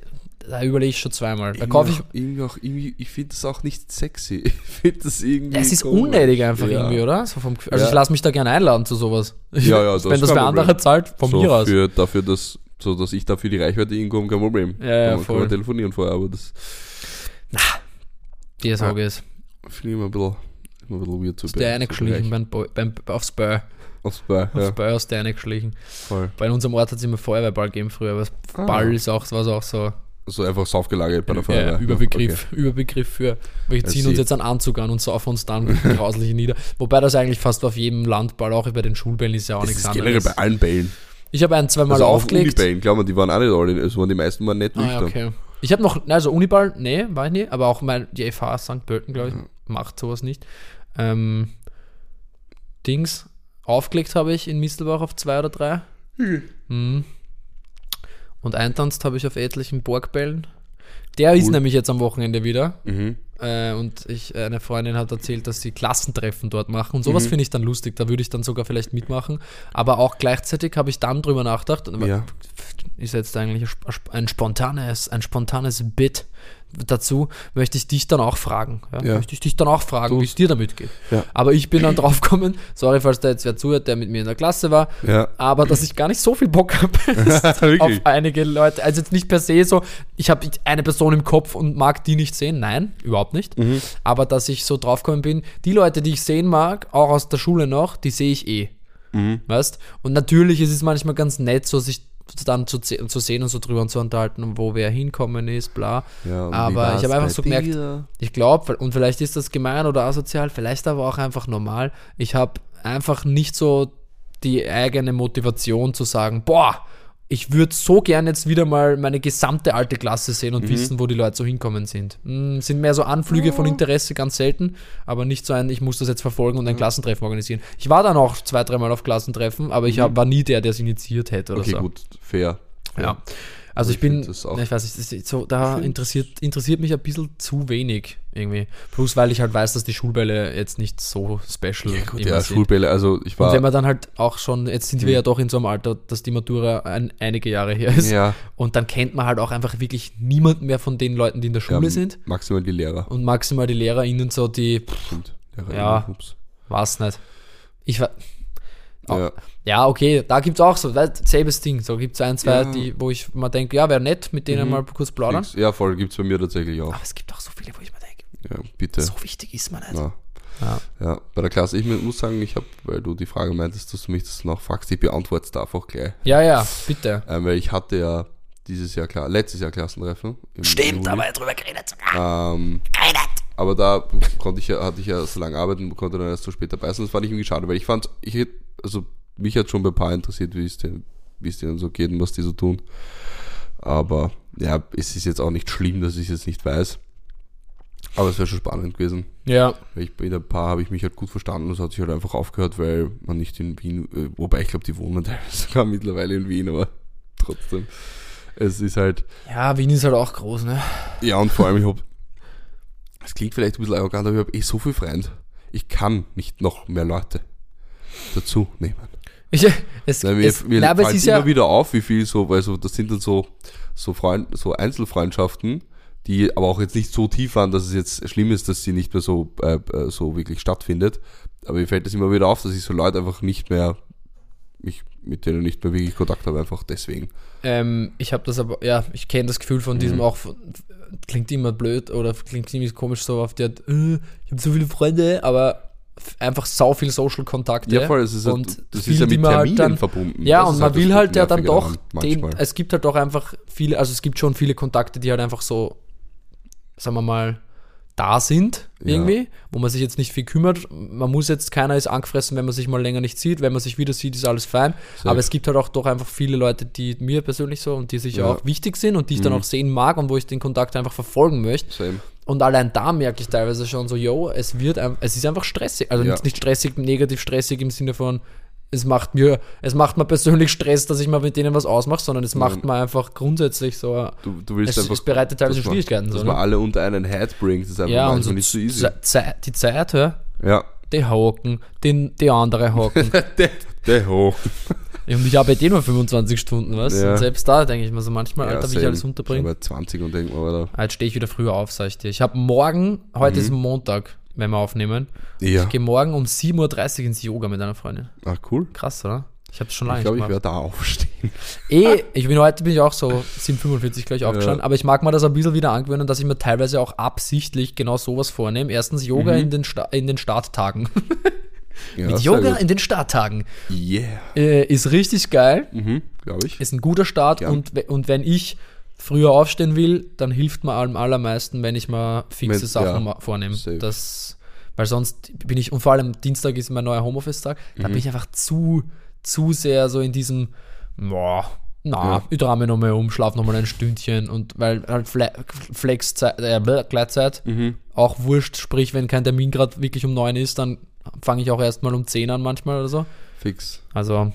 Speaker 1: da überlege ich schon zweimal. Da
Speaker 2: Irgendwie
Speaker 1: kaufe ich.
Speaker 2: auch- Irgendwie auch, irgendwie, ich finde das auch nicht sexy. Ich finde das irgendwie.
Speaker 1: Es ist
Speaker 2: komisch.
Speaker 1: unnötig einfach
Speaker 2: Ja.
Speaker 1: irgendwie, oder? So vom Gefühl. Also
Speaker 2: Ja.
Speaker 1: ich lasse mich da gerne einladen zu sowas.
Speaker 2: Ja, ja, das
Speaker 1: Wenn
Speaker 2: ist
Speaker 1: das
Speaker 2: kein
Speaker 1: wer
Speaker 2: Problem.
Speaker 1: anderer zahlt, von
Speaker 2: so
Speaker 1: mir aus.
Speaker 2: Für, dafür, dass, so dass ich dafür die Reichweite irgendwo habe, kein Problem.
Speaker 1: Ja, ja,
Speaker 2: kann man, kann
Speaker 1: voll.
Speaker 2: man telefonieren vorher, aber das
Speaker 1: Die Sorge ist.
Speaker 2: finde ich immer ein bisschen, immer ein bisschen weird zu
Speaker 1: Ist der eine
Speaker 2: zu
Speaker 1: geschlichen
Speaker 2: bereichern.
Speaker 1: beim, Boy- beim, auf Spur.
Speaker 2: Auf Spy,
Speaker 1: Auf
Speaker 2: ja,
Speaker 1: Spur ist der eine geschlichen.
Speaker 2: voll.
Speaker 1: Bei unserem Ort hat es immer Feuerwehrball gegeben früher, aber das
Speaker 2: Ah.
Speaker 1: Ball ist auch, war auch so
Speaker 2: So einfach saufgelagert bei der Feuerwehr.
Speaker 1: ja, Äh, Überbegriff, Überbegriff für, wir ziehen uns
Speaker 2: see.
Speaker 1: jetzt einen Anzug an und saufen uns dann grauslich nieder. Wobei das eigentlich fast auf jedem Landball, auch bei den Schulbällen, ist ja auch
Speaker 2: Okay. Das
Speaker 1: nichts
Speaker 2: ist generell
Speaker 1: anderes.
Speaker 2: bei allen Bällen.
Speaker 1: Ich habe einen zweimal
Speaker 2: also auch
Speaker 1: aufgelegt.
Speaker 2: Unibällen, klar, die waren auch nicht alle, es waren die meisten waren nicht
Speaker 1: Ah, ja,
Speaker 2: nüchtern.
Speaker 1: okay. Ich habe noch, na, also Uniball, nee, war ich nie, aber auch mein, die FH St. Pölten, glaube ich, macht sowas nicht. Ähm, Dings, aufgelegt habe ich in Mistelbach auf zwei oder drei.
Speaker 2: Hm.
Speaker 1: Mhm. Und eintanzt habe ich auf etlichen Borgbällen. Der ist
Speaker 2: Cool.
Speaker 1: nämlich jetzt am Wochenende wieder.
Speaker 2: Mhm.
Speaker 1: Äh, und ich, eine Freundin hat erzählt, dass sie Klassentreffen dort machen. Und
Speaker 2: Mhm.
Speaker 1: sowas finde ich dann lustig. Da würde ich dann sogar vielleicht mitmachen. Aber auch gleichzeitig habe ich dann drüber nachgedacht. und-
Speaker 2: Ja.
Speaker 1: Ist jetzt eigentlich ein spontanes, ein spontanes Bit dazu. Möchte ich dich dann auch fragen. Ja?
Speaker 2: Ja.
Speaker 1: Möchte ich dich dann auch fragen, wie es dir damit geht.
Speaker 2: Ja.
Speaker 1: Aber ich bin dann draufgekommen. Sorry, falls da jetzt wer zuhört, der mit mir in der Klasse war.
Speaker 2: Ja.
Speaker 1: Aber dass ich gar nicht so viel Bock habe auf
Speaker 2: Wirklich?
Speaker 1: einige Leute. Also jetzt nicht per se so, ich habe eine Person im Kopf und mag die nicht sehen. Nein, überhaupt nicht.
Speaker 2: Mhm.
Speaker 1: Aber dass ich so draufgekommen bin, die Leute, die ich sehen mag, auch aus der Schule noch, die sehe ich eh.
Speaker 2: Mhm.
Speaker 1: Weißt? Und natürlich ist es manchmal ganz nett, so sich dann zu, ze- zu sehen und so drüber und zu unterhalten, wo wer hinkommen ist, bla.
Speaker 2: Ja, und wie
Speaker 1: aber ich
Speaker 2: war's
Speaker 1: habe
Speaker 2: bei
Speaker 1: einfach so gemerkt,
Speaker 2: dir?
Speaker 1: ich glaube, und vielleicht ist das gemein oder asozial, vielleicht aber auch einfach normal. Ich habe einfach nicht so die eigene Motivation zu sagen, boah, ich würde so gern jetzt wieder mal meine gesamte alte Klasse sehen
Speaker 2: Mhm.
Speaker 1: und wissen, wo die Leute so hinkommen sind. Mm, sind mehr so Anflüge von Interesse, ganz selten, aber nicht so ein, ich muss das jetzt verfolgen
Speaker 2: Mhm.
Speaker 1: und ein Klassentreffen organisieren. Ich war dann auch zwei, dreimal auf Klassentreffen, aber ich hab, war nie der, der es initiiert hätte oder
Speaker 2: Mhm. Okay,
Speaker 1: so.
Speaker 2: gut, fair.
Speaker 1: Ja. Also ich,
Speaker 2: ich
Speaker 1: bin,
Speaker 2: find das auch-
Speaker 1: na, ich weiß nicht, das ist so, da interessiert, interessiert mich ein bisschen zu wenig irgendwie. Plus, weil ich halt weiß, dass die Schulbälle jetzt nicht so special
Speaker 2: Ja, gut,
Speaker 1: immer
Speaker 2: ja,
Speaker 1: sind.
Speaker 2: Schulbälle, also ich
Speaker 1: Und
Speaker 2: war.
Speaker 1: wenn man dann halt auch schon, jetzt sind wir ja doch in so einem Alter, dass die Matura ein, einige Jahre her ist.
Speaker 2: ja,
Speaker 1: Und dann kennt man halt auch einfach wirklich niemanden mehr von den Leuten, die in der Schule
Speaker 2: ja,
Speaker 1: sind.
Speaker 2: Maximal die Lehrer.
Speaker 1: Und maximal die LehrerInnen so, die, pff,
Speaker 2: Stimmt. Lehrer
Speaker 1: Ja.
Speaker 2: Ups.
Speaker 1: weiß nicht. Ich war, Oh.
Speaker 2: Ja.
Speaker 1: Ja, okay, da gibt es auch so, weißt, selbes Ding. So gibt es ein, zwei,
Speaker 2: Ja. Mhm.
Speaker 1: die, wo ich mal denke, ja, wäre nett, mit denen mal kurz plaudern.
Speaker 2: Nix. ja, voll, gibt's bei mir tatsächlich auch.
Speaker 1: Aber es gibt auch so viele, wo ich mir denke,
Speaker 2: Ja, bitte.
Speaker 1: so wichtig ist man nicht.
Speaker 2: Ja.
Speaker 1: Ja.
Speaker 2: Ja. bei der Klasse, ich mu- muss sagen, ich habe, weil du die Frage meintest, dass du mich das noch fragst, ich beantworte es einfach gleich.
Speaker 1: Ja, ja, bitte.
Speaker 2: Ähm, weil ich hatte ja dieses Jahr, klar, letztes Jahr Klassentreffen. im Juli.
Speaker 1: ja drüber geredet.
Speaker 2: Ähm, aber da konnte ich ja, hatte ich ja so lange arbeiten und konnte dann erst so spät dabei sein. Das fand ich irgendwie schade, weil ich fand, ich hätt- also mich hat schon bei ein paar interessiert, wie es denen, wie es denen so geht und was die so tun. Aber ja, es ist jetzt auch nicht schlimm, dass ich es jetzt nicht weiß. Aber es wäre schon spannend gewesen.
Speaker 1: Ja,
Speaker 2: Weil ich, bei der Paar habe ich mich halt gut verstanden und es hat sich halt einfach aufgehört, weil man nicht in Wien, äh, wobei ich glaube, die wohnen teilweise sogar mittlerweile in Wien, aber trotzdem. Es ist halt,
Speaker 1: ja, Wien ist halt auch groß, ne?
Speaker 2: ja, und vor allem, ich habe. Es klingt vielleicht ein bisschen arrogant, aber ich habe eh so viel Freunde. Ich kann nicht noch mehr Leute dazu nehmen.
Speaker 1: Ich, es,
Speaker 2: Nein, mir
Speaker 1: es,
Speaker 2: mir
Speaker 1: nein, aber es
Speaker 2: fällt
Speaker 1: ist
Speaker 2: immer
Speaker 1: ja,
Speaker 2: wieder auf, wie viel so, weil so, das sind dann so, so, Freund, so Einzelfreundschaften, die aber auch jetzt nicht so tief waren, dass es jetzt schlimm ist, dass sie nicht mehr so, äh, äh, so wirklich stattfindet. Aber mir fällt das immer wieder auf, dass ich so Leute einfach nicht mehr, ich, mit denen nicht mehr wirklich Kontakt habe, einfach deswegen.
Speaker 1: ähm, ich habe das aber, ja, ich kenne das Gefühl von
Speaker 2: Mhm.
Speaker 1: diesem auch, von, klingt immer blöd oder klingt ziemlich komisch so auf der, äh, ich habe so viele Freunde, aber f- einfach sau viel Social Kontakte.
Speaker 2: Ja, voll, das ist,
Speaker 1: und
Speaker 2: ja, das
Speaker 1: viel,
Speaker 2: ist ja
Speaker 1: die
Speaker 2: mit
Speaker 1: man halt
Speaker 2: Terminen
Speaker 1: dann-
Speaker 2: verbunden.
Speaker 1: Ja,
Speaker 2: Das
Speaker 1: und
Speaker 2: ist
Speaker 1: man
Speaker 2: das
Speaker 1: will halt ja dann
Speaker 2: Nervige
Speaker 1: doch,
Speaker 2: daran
Speaker 1: den,
Speaker 2: manchmal.
Speaker 1: es gibt halt doch einfach viele, also es gibt schon viele Kontakte, die halt einfach so, sagen wir mal, da sind
Speaker 2: Ja.
Speaker 1: irgendwie, wo man sich jetzt nicht viel kümmert. Man muss jetzt, keiner ist angefressen, wenn man sich mal länger nicht sieht. Wenn man sich wieder sieht, ist alles fein.
Speaker 2: Safe.
Speaker 1: Aber es gibt halt auch doch einfach viele Leute, die mir persönlich so und die sich
Speaker 2: Ja. Mhm.
Speaker 1: auch wichtig sind und die ich dann auch sehen mag und wo ich den Kontakt einfach verfolgen möchte.
Speaker 2: Same.
Speaker 1: Und allein da merke ich teilweise schon so, yo, es wird, ein- es ist einfach stressig. Also
Speaker 2: Ja.
Speaker 1: nicht- nicht stressig, negativ stressig im Sinne von, es macht mir, es macht mir persönlich Stress, dass ich mal mit denen was ausmache, sondern es macht mir einfach grundsätzlich so.
Speaker 2: Mhm. Du, du willst
Speaker 1: Es,
Speaker 2: einfach.
Speaker 1: es bereitet teilweise
Speaker 2: dass man-
Speaker 1: Schwierigkeiten.
Speaker 2: Dass
Speaker 1: So,
Speaker 2: man
Speaker 1: ne?
Speaker 2: alle unter einen Head bringt, ist einfach
Speaker 1: Ja, und
Speaker 2: manchmal
Speaker 1: so
Speaker 2: nicht so easy.
Speaker 1: Ze- Ze- die Zeit, hör,
Speaker 2: Ja.
Speaker 1: die hocken, den, die andere hocken.
Speaker 2: Der hoch.
Speaker 1: und ich arbeite eh nur 25 Stunden, was?
Speaker 2: Ja.
Speaker 1: Und selbst da denke ich mir so manchmal,
Speaker 2: Ja,
Speaker 1: Alter, wie ich
Speaker 2: same.
Speaker 1: alles unterbringe.
Speaker 2: Ich hab ja 20 und denk mir, Alter.
Speaker 1: Ah, Jetzt stehe ich wieder früher auf, sag ich dir. Ich habe morgen, heute ist Montag, wenn wir aufnehmen.
Speaker 2: Mhm. Ja.
Speaker 1: Ich gehe morgen um 7.30 Uhr ins Yoga mit einer Freundin.
Speaker 2: Ach, ah, cool.
Speaker 1: Krass, oder? Ich habe es schon lange
Speaker 2: Ich glaube, ich werde da aufstehen.
Speaker 1: Eh, ich bin heute bin ich auch so 7,45 gleich aufgestanden, aber ich mag mir das ein bisschen wieder angewöhnen, dass ich mir teilweise auch absichtlich genau sowas vornehme. Erstens Yoga in, den Sta in den Starttagen.
Speaker 2: Mhm. Ja,
Speaker 1: Mit
Speaker 2: sehr
Speaker 1: Yoga
Speaker 2: gut.
Speaker 1: in den Starttagen.
Speaker 2: Yeah.
Speaker 1: Äh, ist richtig geil,
Speaker 2: Mhm, glaube ich.
Speaker 1: ist ein guter Start und, we- und wenn ich früher aufstehen will, dann hilft mir am allermeisten, wenn ich mal fixe
Speaker 2: Mit- ja,
Speaker 1: Sachen ma- vornehme.
Speaker 2: safe.
Speaker 1: Das, weil sonst bin ich, und vor allem Dienstag ist mein neuer Homeoffice-Tag, da
Speaker 2: Mhm.
Speaker 1: bin ich einfach zu, zu sehr so in diesem, boah, na, ich drehe mich nochmal um, schlaf nochmal ein Stündchen und weil halt Fle Flexzeit, äh, bleh, Gleitzeit,
Speaker 2: Mhm.
Speaker 1: auch wurscht, sprich, wenn kein Termin gerade wirklich um neun ist, dann fange ich auch erstmal um zehn an manchmal oder so.
Speaker 2: Fix.
Speaker 1: Also,
Speaker 2: Ja,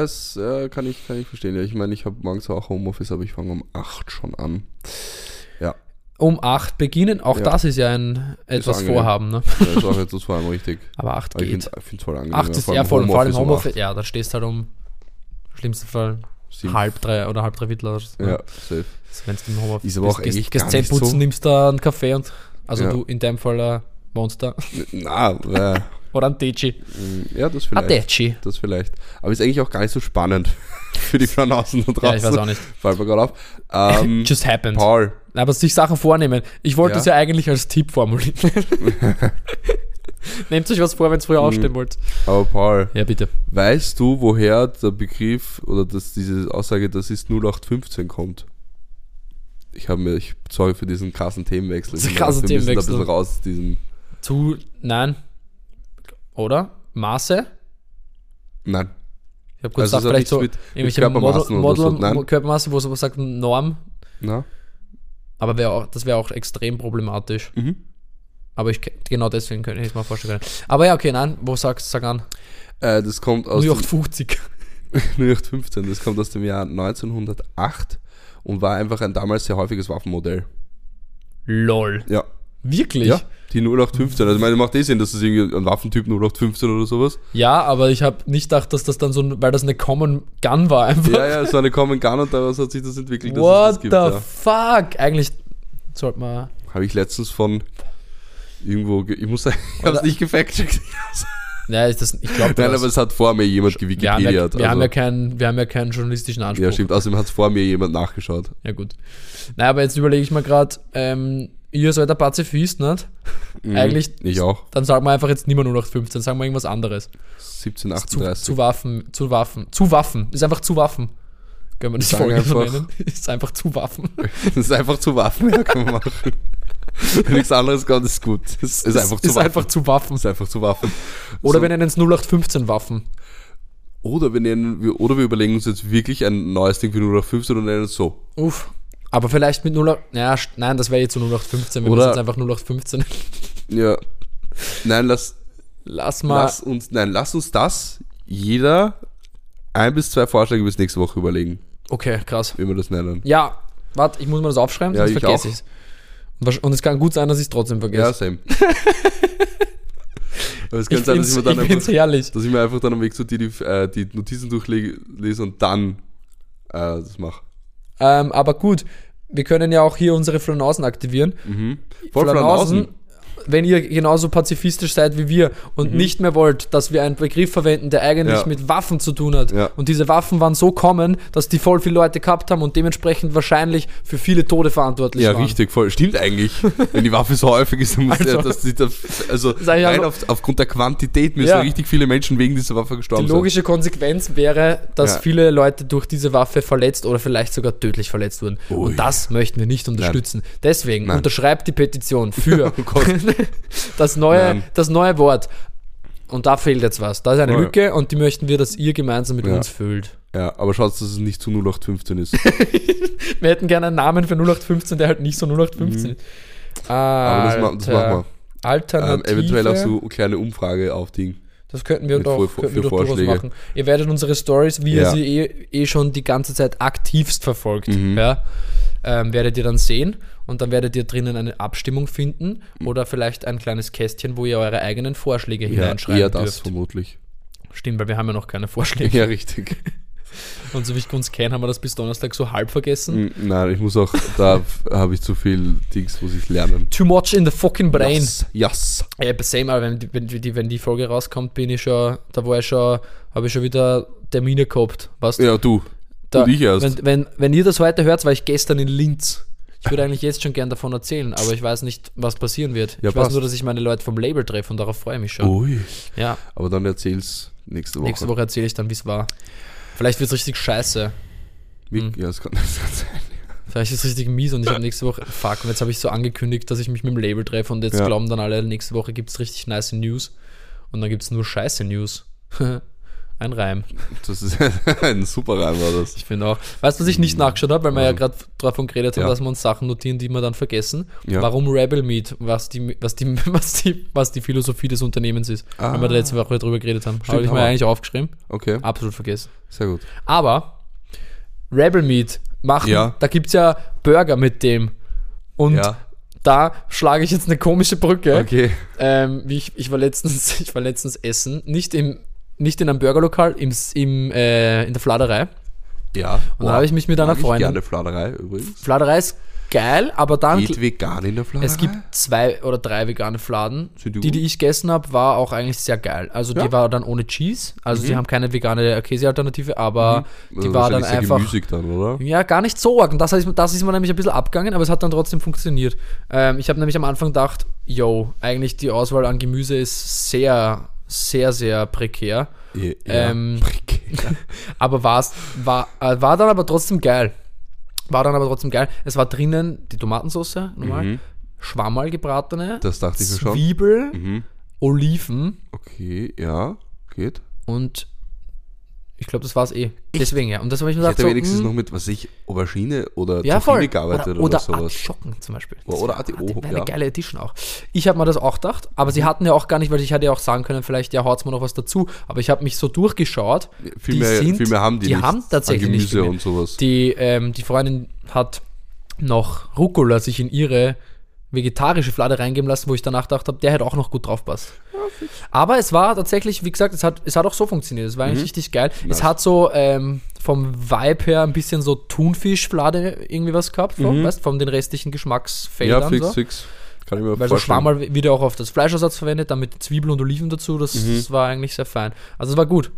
Speaker 2: das äh, kann, ich, kann ich verstehen. Ja, ich meine, ich habe morgens auch Homeoffice, aber ich fange um 8 schon an. Ja,
Speaker 1: um 8 beginnen. Auch
Speaker 2: Ja.
Speaker 1: das ist ja ein etwas
Speaker 2: angenehm.
Speaker 1: Vorhaben, ne?
Speaker 2: das ist auch jetzt so vor allem richtig.
Speaker 1: Aber 8
Speaker 2: Aber ich
Speaker 1: geht.
Speaker 2: finde es voll angenehm.
Speaker 1: 8 ist ja voll,
Speaker 2: im
Speaker 1: vor allem
Speaker 2: um
Speaker 1: Homeoffice. Ja, da stehst halt um im schlimmsten Fall
Speaker 2: Sieben.
Speaker 1: halb drei oder halb drei Viertel oder so.
Speaker 2: 8. Ja, safe.
Speaker 1: Wenn du im Homeoffice
Speaker 2: Ist aber auch
Speaker 1: gehst,
Speaker 2: eigentlich
Speaker 1: gehst
Speaker 2: gar
Speaker 1: Zähne
Speaker 2: nicht so.
Speaker 1: putzen, nimmst da einen Kaffee und also
Speaker 2: Ja.
Speaker 1: du in deinem Fall ein Monster
Speaker 2: Na, äh,
Speaker 1: oder ein Teci.
Speaker 2: ja, das
Speaker 1: Ein
Speaker 2: vielleicht.
Speaker 1: Teci.
Speaker 2: Das vielleicht. Aber ist eigentlich auch gar nicht so spannend für die von außen und
Speaker 1: Ja,
Speaker 2: draußen.
Speaker 1: ich weiß auch nicht.
Speaker 2: Fällt mir gerade auf. Ähm,
Speaker 1: Just happened.
Speaker 2: Paul,
Speaker 1: Aber sich Sachen vornehmen. Ich wollte
Speaker 2: Ja.
Speaker 1: es ja. eigentlich als Tipp formulieren. Nehmt euch was vor, wenn ihr
Speaker 2: Mhm.
Speaker 1: früher aufstehen wollt.
Speaker 2: aber Paul,
Speaker 1: Ja, bitte.
Speaker 2: weißt du, woher der Begriff oder dass diese Aussage, das ist 0815 kommt? Ich habe mir, ich sorry für diesen krassen Themenwechsel.
Speaker 1: Das ist ein
Speaker 2: Ich hab mir
Speaker 1: krasser
Speaker 2: gedacht, wir müssen da
Speaker 1: Themenwechsel.
Speaker 2: ein bisschen raus aus diesem.
Speaker 1: Zu, nein. Oder? Maße?
Speaker 2: Nein.
Speaker 1: Ich habe kurz
Speaker 2: Also es hat
Speaker 1: gedacht, vielleicht
Speaker 2: nichts
Speaker 1: so
Speaker 2: mit-
Speaker 1: irgendwelche
Speaker 2: mit Körpermaßen
Speaker 1: Model,
Speaker 2: oder
Speaker 1: Model
Speaker 2: so, nein?
Speaker 1: Körpermaßen, wo es aber sagt Norm,
Speaker 2: Na?
Speaker 1: aber wär auch, das wäre auch extrem problematisch.
Speaker 2: Mhm.
Speaker 1: Aber ich ke- genau deswegen könnte ich es mir vorstellen können. Aber ja, okay, nein, wo sagst sag an?
Speaker 2: Äh, das kommt aus dem,
Speaker 1: 0850.
Speaker 2: 0815, das kommt aus dem Jahr 1908 und war einfach ein damals sehr häufiges Waffenmodell.
Speaker 1: Lol.
Speaker 2: Ja.
Speaker 1: Wirklich?
Speaker 2: Ja, die 0815. Also, ich meine, macht eh Sinn, dass es irgendwie ein Waffentyp 0815 oder sowas.
Speaker 1: Ja, aber ich habe nicht gedacht, dass das dann so, ein- weil das eine Common Gun war einfach.
Speaker 2: Ja, ja, so eine Common Gun und daraus hat sich das entwickelt, dass es das
Speaker 1: What
Speaker 2: gibt.
Speaker 1: the
Speaker 2: Ja.
Speaker 1: fuck? Eigentlich sollte man.
Speaker 2: Habe ich letztens von irgendwo, ge ich muss sagen, ich habe es
Speaker 1: Oder-
Speaker 2: nicht gefact-checkt.
Speaker 1: Ja, ist das, ich glaube,
Speaker 2: Nein, aber es hat vor mir jemand
Speaker 1: wir, haben ja, wir,
Speaker 2: gewikipediert.
Speaker 1: haben
Speaker 2: also,
Speaker 1: ja keinen, wir haben ja keinen journalistischen Anspruch.
Speaker 2: ja, stimmt. Außerdem hat es vor mir jemand nachgeschaut.
Speaker 1: Ja, gut. Na, aber jetzt überlege ich mir gerade, ähm, ihr seid der Pazifist, nicht? Mhm. Eigentlich,
Speaker 2: Mhm. Ich auch.
Speaker 1: dann sagen wir einfach jetzt nicht mehr 0815, sagen wir irgendwas anderes. Zu,
Speaker 2: 1738.
Speaker 1: zu Waffen, zu Waffen, zu Waffen, ist einfach zu Waffen. Können wir das
Speaker 2: Sagen
Speaker 1: Folge so
Speaker 2: einfach-
Speaker 1: nennen? Ist einfach zu Waffen.
Speaker 2: das ist einfach zu Waffen, ja, kann man machen. Wenn nichts anderes kommt, ist gut. Es ist einfach zu
Speaker 1: ist
Speaker 2: Waffen.
Speaker 1: einfach zu Waffen.
Speaker 2: Ist einfach zu Waffen.
Speaker 1: Oder
Speaker 2: So.
Speaker 1: wir nennen es 0815 Waffen.
Speaker 2: Oder wir, nennen, wir- oder wir überlegen uns jetzt wirklich ein neues Ding für 0815 und nennen es so.
Speaker 1: Uff. Aber vielleicht mit 08, ja, st- nein, das wäre jetzt so 0815, wir
Speaker 2: Oder-
Speaker 1: müssen jetzt einfach 0815.
Speaker 2: Ja. Nein, lass,
Speaker 1: Lass mal,
Speaker 2: lass uns, nein, lass uns das jeder ein bis zwei Vorschläge bis nächste Woche überlegen,
Speaker 1: okay, krass.
Speaker 2: wie wir das nennen.
Speaker 1: Ja, warte, ich muss mir das aufschreiben,
Speaker 2: Ja,
Speaker 1: sonst
Speaker 2: ich
Speaker 1: vergesse
Speaker 2: auch.
Speaker 1: ich es. Und es kann gut sein, dass ich es trotzdem vergesse.
Speaker 2: Ja, same. Aber es
Speaker 1: Ich
Speaker 2: kann sein, dass
Speaker 1: find's,
Speaker 2: ich, mir
Speaker 1: ich
Speaker 2: dann
Speaker 1: find's
Speaker 2: einfach,
Speaker 1: herrlich.
Speaker 2: dass ich mir einfach dann am Weg zu dir die, äh, die Notizen durchlese und dann äh, das mache.
Speaker 1: Ähm, aber gut, wir können ja auch hier unsere Flanausen aktivieren.
Speaker 2: Mhm. Voll von außen.
Speaker 1: wenn ihr genauso pazifistisch seid wie wir und nicht mehr wollt, dass wir einen Begriff verwenden, der eigentlich
Speaker 2: Mhm. Ja.
Speaker 1: mit Waffen zu tun hat.
Speaker 2: Ja.
Speaker 1: Und diese Waffen waren so kommen, dass die voll viele Leute gehabt haben und dementsprechend wahrscheinlich für viele Tode verantwortlich
Speaker 2: Ja,
Speaker 1: waren.
Speaker 2: richtig, voll. Stimmt eigentlich. Wenn die Waffe so häufig ist, dann muss
Speaker 1: Also-
Speaker 2: der, dass die da, also
Speaker 1: Sag ich
Speaker 2: rein
Speaker 1: aber-
Speaker 2: auf, aufgrund der Quantität müssen
Speaker 1: Ja.
Speaker 2: richtig viele Menschen wegen dieser Waffe
Speaker 1: Die
Speaker 2: gestorben
Speaker 1: logische Konsequenz wäre, dass
Speaker 2: Ja.
Speaker 1: viele Leute durch diese Waffe verletzt oder vielleicht sogar tödlich verletzt wurden.
Speaker 2: Ui.
Speaker 1: Und das möchten wir nicht unterstützen. Deswegen
Speaker 2: Nein.
Speaker 1: unterschreibt die Petition für
Speaker 2: Oh Gott.
Speaker 1: das, neue,
Speaker 2: Nein.
Speaker 1: das neue Wort. Und da fehlt jetzt was. Da ist eine
Speaker 2: Oh ja.
Speaker 1: Lücke und die möchten wir, dass ihr gemeinsam mit
Speaker 2: Ja.
Speaker 1: uns füllt.
Speaker 2: sind. Ja, aber schaut, dass es nicht zu 0815 ist. Ähm,
Speaker 1: Wir hätten gerne einen Namen für 0815, der halt nicht so 0815 ist.
Speaker 2: Mhm. Aber das, ma das machen wir. Ähm,
Speaker 1: Alternative.
Speaker 2: eventuell auch so eine kleine Umfrage aufdingen.
Speaker 1: Das könnten wir
Speaker 2: Mit
Speaker 1: doch,
Speaker 2: Vor-
Speaker 1: könnten wir
Speaker 2: für
Speaker 1: doch durchaus
Speaker 2: Vorschläge.
Speaker 1: machen. Ihr werdet unsere Stories, wie ihr
Speaker 2: Ja.
Speaker 1: sie eh, eh schon die ganze Zeit aktivst verfolgt,
Speaker 2: Mhm.
Speaker 1: ja, ähm, werdet ihr dann sehen und dann werdet ihr drinnen eine Abstimmung finden oder vielleicht ein kleines Kästchen, wo ihr eure eigenen Vorschläge hineinschreiben
Speaker 2: eher das
Speaker 1: dürft.
Speaker 2: vermutlich.
Speaker 1: Stimmt, weil wir haben ja noch keine Vorschläge.
Speaker 2: Ja, richtig.
Speaker 1: Und so wie ich uns kenne, haben wir das bis Donnerstag so halb vergessen.
Speaker 2: Mm, Nein, ich muss auch, da f- habe ich zu viel Dings, muss ich lernen.
Speaker 1: Too much in the fucking brain.
Speaker 2: Yes, yes.
Speaker 1: Ja, aber same, aber wenn, die- wenn, die- wenn die Folge rauskommt, bin ich schon, da war ich schon, habe ich schon wieder Termine gehabt, weißt du?
Speaker 2: Ja, du.
Speaker 1: da,
Speaker 2: und ich erst.
Speaker 1: Wenn, wenn, wenn ihr das heute hört, war ich gestern in Linz. Ich würde eigentlich jetzt schon gern davon erzählen, aber ich weiß nicht, was passieren wird.
Speaker 2: Ja,
Speaker 1: ich weiß
Speaker 2: passt. Oh,
Speaker 1: nur, dass ich meine Leute vom Label treffe und darauf freue ich mich schon.
Speaker 2: Ui.
Speaker 1: Ja,
Speaker 2: Aber dann erzähl's nächste Woche.
Speaker 1: nächste Woche erzähle ich dann, wie es war. Vielleicht wird es richtig scheiße.
Speaker 2: Wie,
Speaker 1: Hm.
Speaker 2: Ja, das kann, das kann sein.
Speaker 1: Vielleicht ist es richtig mies und ich habe nächste Woche. Fuck, und jetzt habe ich so angekündigt, dass ich mich mit dem Label treffe und jetzt
Speaker 2: Ja.
Speaker 1: glauben dann alle, nächste Woche gibt es richtig nice News und dann gibt es nur scheiße News. Ein Reim.
Speaker 2: Das ist ein super Reim, war das.
Speaker 1: Ich finde auch. Weißt du, was ich nicht nachgeschaut habe, weil wir ja
Speaker 2: Ähm,
Speaker 1: gerade davon geredet haben,
Speaker 2: ja.
Speaker 1: dass wir uns Sachen notieren, die wir dann vergessen.
Speaker 2: Ja.
Speaker 1: Warum Rebel Meat? Was die, was, die, was, die, was die Philosophie des Unternehmens ist.
Speaker 2: Ah.
Speaker 1: Wenn wir da letzte Woche drüber geredet haben. Habe ich mir
Speaker 2: aber-
Speaker 1: eigentlich aufgeschrieben.
Speaker 2: Okay,
Speaker 1: Absolut vergessen.
Speaker 2: sehr gut.
Speaker 1: Aber Rebel Meat machen,
Speaker 2: Ja.
Speaker 1: da gibt es ja Burger mit dem. Und
Speaker 2: Ja.
Speaker 1: da schlage ich jetzt eine komische Brücke.
Speaker 2: Okay.
Speaker 1: Ähm, wie ich, ich, war letztens, ich war letztens essen, nicht, im, nicht in einem Burgerlokal, im, S- im, äh, in der Fladerei.
Speaker 2: Ja.
Speaker 1: Und da habe ich mich mit einer
Speaker 2: mag Ich
Speaker 1: Freundin
Speaker 2: gerne Fladerei übrigens.
Speaker 1: Fladerei ist geil, aber dann.
Speaker 2: Geht vegan in der Fladerei?
Speaker 1: Es gibt zwei oder drei vegane Fladen.
Speaker 2: Sind die
Speaker 1: Die, die
Speaker 2: gut?
Speaker 1: ich gegessen habe, war auch eigentlich sehr geil. Also die
Speaker 2: Ja. Mhm.
Speaker 1: war dann ohne Cheese. Also die haben keine vegane Käsealternative, aber die
Speaker 2: Also
Speaker 1: war dann
Speaker 2: wahrscheinlich sehr
Speaker 1: einfach.
Speaker 2: gemüsig dann, oder?
Speaker 1: Ja, gar nicht so arg. Und das, heißt, das ist mir nämlich ein bisschen abgegangen, aber es hat dann trotzdem funktioniert. Ähm, ich habe nämlich am Anfang gedacht, yo, eigentlich die Auswahl an Gemüse ist sehr, sehr, sehr prekär.
Speaker 2: Ja.
Speaker 1: Ähm,
Speaker 2: Prekär.
Speaker 1: Aber war's, war, äh, war dann aber trotzdem geil. War dann aber trotzdem geil. Es war drinnen die Tomatensauce, normal, Schwammerl gebratene,
Speaker 2: Mhm. Das dachte ich mir schon. Mhm.
Speaker 1: Zwiebel, Oliven
Speaker 2: Okay, ja, geht.
Speaker 1: und ich glaube, das war's eh. Deswegen, ja. Und das habe ich mir
Speaker 2: Ich
Speaker 1: gedacht,
Speaker 2: hätte wenigstens
Speaker 1: hm,
Speaker 2: noch mit, was weiß ich, Aubergine oder
Speaker 1: ja, voll.
Speaker 2: Zucchini
Speaker 1: Oder,
Speaker 2: gearbeitet oder,
Speaker 1: oder
Speaker 2: sowas.
Speaker 1: Artischocken zum Beispiel.
Speaker 2: Oder- oder Arti- oh,
Speaker 1: Eine
Speaker 2: ja. Mhm.
Speaker 1: geile Edition auch. Ich habe mir das auch gedacht, aber sie hatten ja auch gar nicht, weil ich hätte ja auch sagen können, vielleicht, ja, haut's mir noch was dazu. Aber ich habe mich so durchgeschaut.
Speaker 2: Viel mehr, viel mehr haben die,
Speaker 1: Die
Speaker 2: nicht
Speaker 1: haben
Speaker 2: an
Speaker 1: tatsächlich nicht
Speaker 2: Gemüse
Speaker 1: viel mehr.
Speaker 2: und sowas.
Speaker 1: Die, ähm, die Freundin hat noch Rucola sich in ihre vegetarische Flade reingeben lassen, wo ich danach gedacht habe, der hätte auch noch gut drauf passt. Aber es war tatsächlich, wie gesagt, es hat, es hat auch so funktioniert. Es war
Speaker 2: Mhm.
Speaker 1: eigentlich richtig geil. Es hat so ähm, vom Vibe her ein bisschen so Thunfischflade irgendwie was gehabt, vom, weißt, von den restlichen Geschmacksfeldern.
Speaker 2: Mhm. ja, fix,
Speaker 1: so.
Speaker 2: fix. Kann ich mir
Speaker 1: Weil so
Speaker 2: vorstellen.
Speaker 1: Schwammerl wieder auch auf das Fleischersatz verwendet, dann mit Zwiebeln und Oliven dazu. Das, das war eigentlich sehr fein. Also es war gut.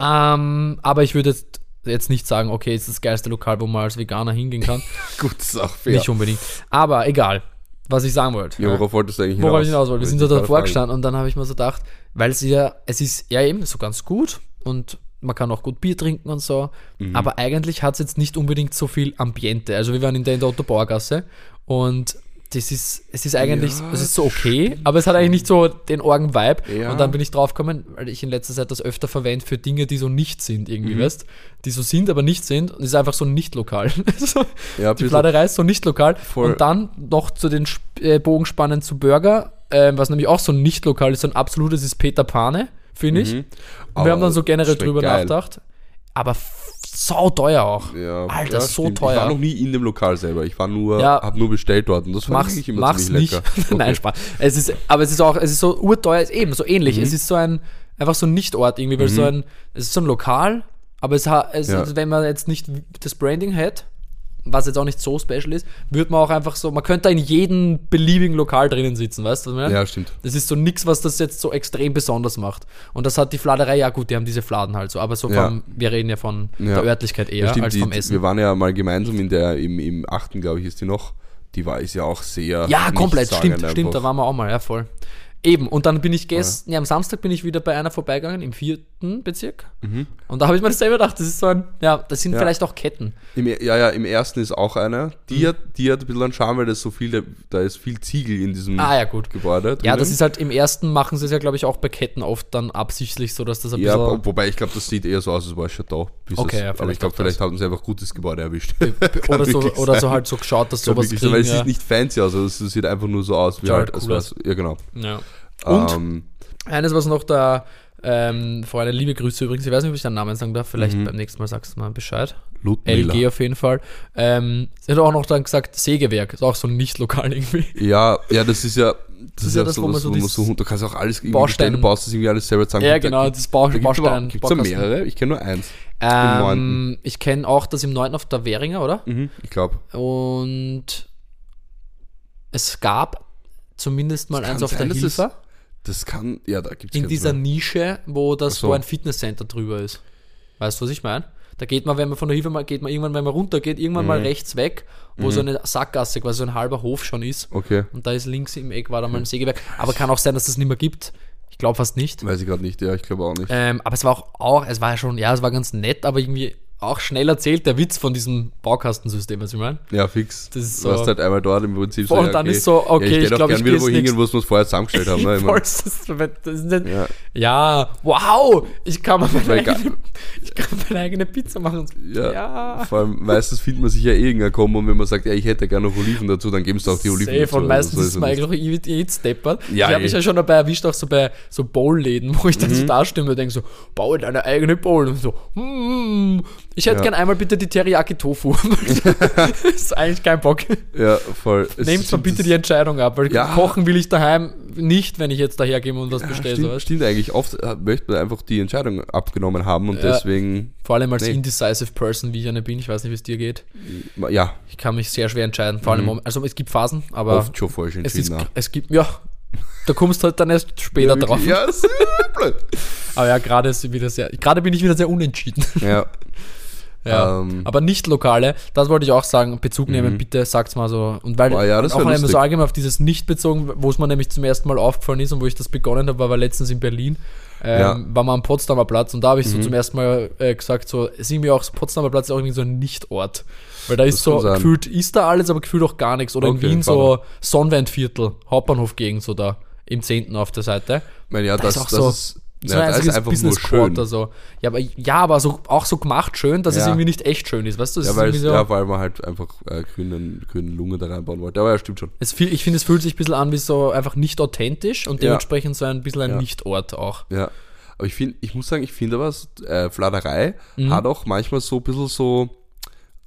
Speaker 1: Ähm, aber ich würde jetzt, jetzt nicht sagen, okay, es ist das geilste Lokal, wo man als Veganer hingehen kann.
Speaker 2: Gut, ist auch fair.
Speaker 1: Nicht unbedingt. Aber egal, was ich sagen wollte.
Speaker 2: ja, worauf wolltest du eigentlich
Speaker 1: Worauf ich hinaus wollte. Wir sind so
Speaker 2: Wollte ich
Speaker 1: davor
Speaker 2: gerade
Speaker 1: gestanden und dann habe ich mir so gedacht, weil es ja, es ist ja eben so ganz gut und man kann auch gut Bier trinken und so,
Speaker 2: Mhm.
Speaker 1: aber eigentlich hat es jetzt nicht unbedingt so viel Ambiente. Also wir waren in der, in der Autobauergasse und das ist, es ist eigentlich,
Speaker 2: Ja,
Speaker 1: es ist so okay, aber es hat eigentlich nicht so den Orgen-Vibe.
Speaker 2: Ja.
Speaker 1: Und dann bin ich draufgekommen, weil ich in letzter Zeit das öfter verwende für Dinge, die so nicht sind, irgendwie,
Speaker 2: Mhm.
Speaker 1: weißt Die so sind, aber nicht sind und es ist einfach so nicht lokal. So,
Speaker 2: Ja,
Speaker 1: die
Speaker 2: bisschen.
Speaker 1: Fladerei ist so nicht lokal.
Speaker 2: Voll.
Speaker 1: Und dann noch zu den Sp äh, Bogenspannen zu Burger, ähm, was nämlich auch so ein nicht lokal ist, so ein absolutes ist Peter Pane, finde ich. Und
Speaker 2: Mhm. Aber
Speaker 1: wir haben dann so generell
Speaker 2: schmeckt
Speaker 1: drüber
Speaker 2: geil.
Speaker 1: nachgedacht. Aber sau teuer auch.
Speaker 2: Ja,
Speaker 1: Alter,
Speaker 2: ja,
Speaker 1: so
Speaker 2: stimmt. Ich war
Speaker 1: teuer.
Speaker 2: noch nie in dem Lokal selber. Ich war nur,
Speaker 1: Ja.
Speaker 2: hab nur bestellt dort. Und das fand
Speaker 1: Mach's,
Speaker 2: ich immer
Speaker 1: mach's
Speaker 2: ziemlich
Speaker 1: nicht.
Speaker 2: lecker.
Speaker 1: Nein, Spaß. Es ist, aber es ist auch, es ist so urteuer, ist eben so ähnlich.
Speaker 2: Mhm.
Speaker 1: Es ist so ein, einfach so ein Nichtort irgendwie, weil so ein, es ist so ein Lokal, aber es hat, es,
Speaker 2: Ja.
Speaker 1: also wenn man jetzt nicht das Branding hätte, was jetzt auch nicht so special ist, würde man auch einfach so, man könnte da in jedem beliebigen Lokal drinnen sitzen, weißt du? Was ich meine?
Speaker 2: Ja, stimmt.
Speaker 1: Das ist so nix, was das jetzt so extrem besonders macht. Und das hat die Fladerei, ja gut, die haben diese Fladen halt so, aber so
Speaker 2: Ja.
Speaker 1: vom, wir reden ja von
Speaker 2: Ja.
Speaker 1: der Örtlichkeit eher
Speaker 2: Ja, stimmt,
Speaker 1: als
Speaker 2: die,
Speaker 1: vom
Speaker 2: die-
Speaker 1: Essen.
Speaker 2: Wir waren ja mal gemeinsam in der, im, im 8. glaube ich, ist die noch. Die war, ist ja auch sehr.
Speaker 1: Ja, komplett,
Speaker 2: nichtssagend
Speaker 1: stimmt, stimmt, da
Speaker 2: einfach.
Speaker 1: waren wir auch mal, ja voll. Eben, und dann bin ich gestern, ja, am Samstag bin ich wieder bei einer vorbeigegangen, im vierten Bezirk. Und da habe ich mir das selber gedacht, das ist so ein, ja, das sind
Speaker 2: Mhm. Ja.
Speaker 1: vielleicht auch Ketten.
Speaker 2: Im, e, ja, ja, im ersten ist auch einer. Die,
Speaker 1: Mhm.
Speaker 2: hat, die hat ein bisschen einen Charme, weil das so viel, da, da ist viel Ziegel in diesem
Speaker 1: Ah, ja, gut.
Speaker 2: Gebäude.
Speaker 1: Ja,
Speaker 2: drinnen.
Speaker 1: das ist halt, im ersten machen sie es ja, glaube ich, auch bei Ketten oft dann absichtlich so, dass das ein
Speaker 2: Ja,
Speaker 1: bisschen...
Speaker 2: wo- wobei ich glaube, das sieht eher so aus, als war ich schon da. bis
Speaker 1: Okay,
Speaker 2: es-
Speaker 1: ja,
Speaker 2: aber ich
Speaker 1: vielleicht
Speaker 2: glaube,
Speaker 1: auch
Speaker 2: vielleicht
Speaker 1: das.
Speaker 2: haben sie einfach gutes Gebäude erwischt.
Speaker 1: oder, so,
Speaker 2: wirklich
Speaker 1: oder so
Speaker 2: sein.
Speaker 1: halt so geschaut, dass
Speaker 2: Kann
Speaker 1: sowas
Speaker 2: wirklich sein,
Speaker 1: kriegen,
Speaker 2: weil es
Speaker 1: ja.
Speaker 2: sieht nicht fancy aus, also es sieht einfach nur so aus, wie
Speaker 1: Schaut
Speaker 2: halt,
Speaker 1: halt
Speaker 2: als
Speaker 1: cool
Speaker 2: wär's- ja genau.
Speaker 1: ja. Und
Speaker 2: Ähm,
Speaker 1: eines, was noch der Ähm, Freunde, liebe Grüße übrigens. Ich weiß nicht, ob ich deinen Namen sagen darf.
Speaker 2: Mhm.
Speaker 1: Vielleicht beim nächsten Mal sagst du mal Bescheid.
Speaker 2: Ludmilla.
Speaker 1: LG auf jeden Fall. Ähm, sie hat auch noch dann gesagt, Sägewerk. Ist auch so nicht lokal irgendwie.
Speaker 2: Ja, ja, das ist ja. Das, ist ja
Speaker 1: das,
Speaker 2: so,
Speaker 1: wo man
Speaker 2: was,
Speaker 1: so
Speaker 2: wo man
Speaker 1: dieses
Speaker 2: so, du kannst auch alles irgendwie
Speaker 1: Baustein-
Speaker 2: bestellen, du baust das irgendwie alles selber zusammen.
Speaker 1: Ja, genau, das Bau- Baustein-
Speaker 2: Gibt es da
Speaker 1: Podcast.
Speaker 2: mehrere? Ich kenne nur eins. Im
Speaker 1: Ähm,
Speaker 2: Neunten.
Speaker 1: ich kenne auch das im 9. auf der Währinger, oder?
Speaker 2: Mhm, ich glaube.
Speaker 1: Und es gab zumindest mal eins auf der Hilfe.
Speaker 2: Das kann, ja, da gibt es
Speaker 1: In dieser Nische, wo das
Speaker 2: Ach so.
Speaker 1: wo ein Fitnesscenter drüber ist. Weißt du, was ich meine? Da geht man, wenn man von der Hilfe mal geht, man irgendwann, wenn man runter geht, irgendwann mal
Speaker 2: Mhm.
Speaker 1: rechts weg, wo so eine Sackgasse, quasi so ein halber Hof schon ist.
Speaker 2: Okay,
Speaker 1: Und da ist links im Eck war da mal ein Sägewerk. Aber kann auch sein, dass das nicht mehr gibt. Ich glaube fast nicht.
Speaker 2: weiß ich gerade nicht, ja, ich glaube auch nicht.
Speaker 1: Ähm, aber es war auch, auch, es war ja schon, ja, es war ganz nett, aber irgendwie auch schnell erzählt, der Witz von diesem Baukastensystem, was ich meine.
Speaker 2: Ja, fix.
Speaker 1: das ist
Speaker 2: du warst
Speaker 1: so-
Speaker 2: halt einmal dort im Prinzip
Speaker 1: Voll, und dann ist so, okay,
Speaker 2: ja,
Speaker 1: ich
Speaker 2: ich glaub,
Speaker 1: glaub,
Speaker 2: gern
Speaker 1: ich
Speaker 2: wieder
Speaker 1: geh
Speaker 2: wo
Speaker 1: jetzt
Speaker 2: hingehen, wo wir es vorher zusammengestellt haben. Ne? Ich
Speaker 1: Voll,
Speaker 2: mein,
Speaker 1: das ist- das ist nicht-
Speaker 2: Ja.
Speaker 1: ja, wow, ich kann mir meine,
Speaker 2: Weil ga-
Speaker 1: eigene, ich kann meine eigene Pizza machen.
Speaker 2: ja. Vor allem meistens findet man sich ja eh irgendein Kombo und wenn man sagt, ja, ich hätte gerne noch Oliven dazu, dann geben sie auch die Oliven
Speaker 1: Safe,
Speaker 2: dazu.
Speaker 1: und
Speaker 2: Also so
Speaker 1: meistens ist
Speaker 2: es
Speaker 1: man
Speaker 2: nicht.
Speaker 1: eigentlich auch eh- eh steppert.
Speaker 2: Ja,
Speaker 1: ich habe mich
Speaker 2: eh. Mhm.
Speaker 1: ja schon dabei erwischt, auch so bei so Bowl-Läden, wo ich dann so dastehe und mir denke so, baue deine eigene Bowl. Und so, mm, ich hätte
Speaker 2: Ja.
Speaker 1: gern einmal bitte die Teriyaki-Tofu. das ist eigentlich kein Bock.
Speaker 2: Ja, voll. Es
Speaker 1: Nehmt mir
Speaker 2: stimmt,
Speaker 1: bitte
Speaker 2: das-
Speaker 1: die Entscheidung ab, weil
Speaker 2: Ja.
Speaker 1: kochen will ich daheim nicht, wenn ich jetzt dahergehe und was
Speaker 2: Ja,
Speaker 1: bestelle. so, weißt
Speaker 2: stimmt,
Speaker 1: du?
Speaker 2: stimmt eigentlich. Oft äh, möchte man einfach die Entscheidung abgenommen haben und
Speaker 1: Ja.
Speaker 2: deswegen,
Speaker 1: Vor allem als
Speaker 2: Nee.
Speaker 1: indecisive Person, wie ich eine bin, ich weiß nicht, wie es dir geht.
Speaker 2: ja,
Speaker 1: Ich kann mich sehr schwer entscheiden. Vor allem, im Moment- also es gibt Phasen, aber
Speaker 2: Mhm. oft schon falsch
Speaker 1: es, ist,
Speaker 2: entschieden. auch.
Speaker 1: es gibt, ja, da kommst halt dann erst später
Speaker 2: wirklich.
Speaker 1: drauf.
Speaker 2: Ja, sehr blöd.
Speaker 1: Aber ja, gerade ist wieder sehr, gerade bin ich wieder sehr unentschieden.
Speaker 2: ja,
Speaker 1: ja.
Speaker 2: Ähm.
Speaker 1: Aber nicht lokale, das wollte ich auch sagen, Bezug nehmen, bitte sagt's mal so. Und weil
Speaker 2: Boah, Ah, ja, das
Speaker 1: auch
Speaker 2: wär
Speaker 1: einmal so
Speaker 2: lustig.
Speaker 1: allgemein auf dieses nicht bezogen, wo es mir nämlich zum ersten Mal aufgefallen ist und wo ich das begonnen habe, war, war letztens in Berlin. Ähm,
Speaker 2: Ja. Mhm.
Speaker 1: war mal am Potsdamer Platz und da habe ich so zum ersten Mal äh, gesagt, so es ist irgendwie auch Potsdamer Platz ist auch irgendwie so ein Nichtort. Weil da ist
Speaker 2: Das
Speaker 1: so,
Speaker 2: kann sein.
Speaker 1: gefühlt ist da alles, aber gefühlt auch gar nichts. Oder in
Speaker 2: Okay,
Speaker 1: Wien so
Speaker 2: Baba.
Speaker 1: Sonnenwendviertel, Hauptbahnhofgegend so da, im 10. auf der Seite.
Speaker 2: ich meine, ja,
Speaker 1: Da
Speaker 2: das,
Speaker 1: ist auch
Speaker 2: das
Speaker 1: so-
Speaker 2: ist,
Speaker 1: So
Speaker 2: ja,
Speaker 1: ein
Speaker 2: das ist
Speaker 1: einziges
Speaker 2: einfach nur
Speaker 1: Business
Speaker 2: schön.
Speaker 1: Quarter so. Ja, aber, ja, aber so, auch so gemacht schön, dass es
Speaker 2: Ja.
Speaker 1: irgendwie nicht echt schön ist. Weißt du, es
Speaker 2: Ja
Speaker 1: ist
Speaker 2: weil,
Speaker 1: irgendwie
Speaker 2: es,
Speaker 1: so,
Speaker 2: ja, weil man halt einfach äh, grünen, grünen Lunge da reinbauen wollte. Aber ja, stimmt schon.
Speaker 1: es fühl, ich finde, es fühlt sich ein bisschen an wie so einfach nicht authentisch und
Speaker 2: Ja.
Speaker 1: dementsprechend so ein bisschen ein
Speaker 2: Ja.
Speaker 1: Nichtort auch.
Speaker 2: Ja. Aber ich finde, ich muss sagen, ich finde aber, so, äh, Fladerei
Speaker 1: Mhm.
Speaker 2: hat auch manchmal so ein bisschen so,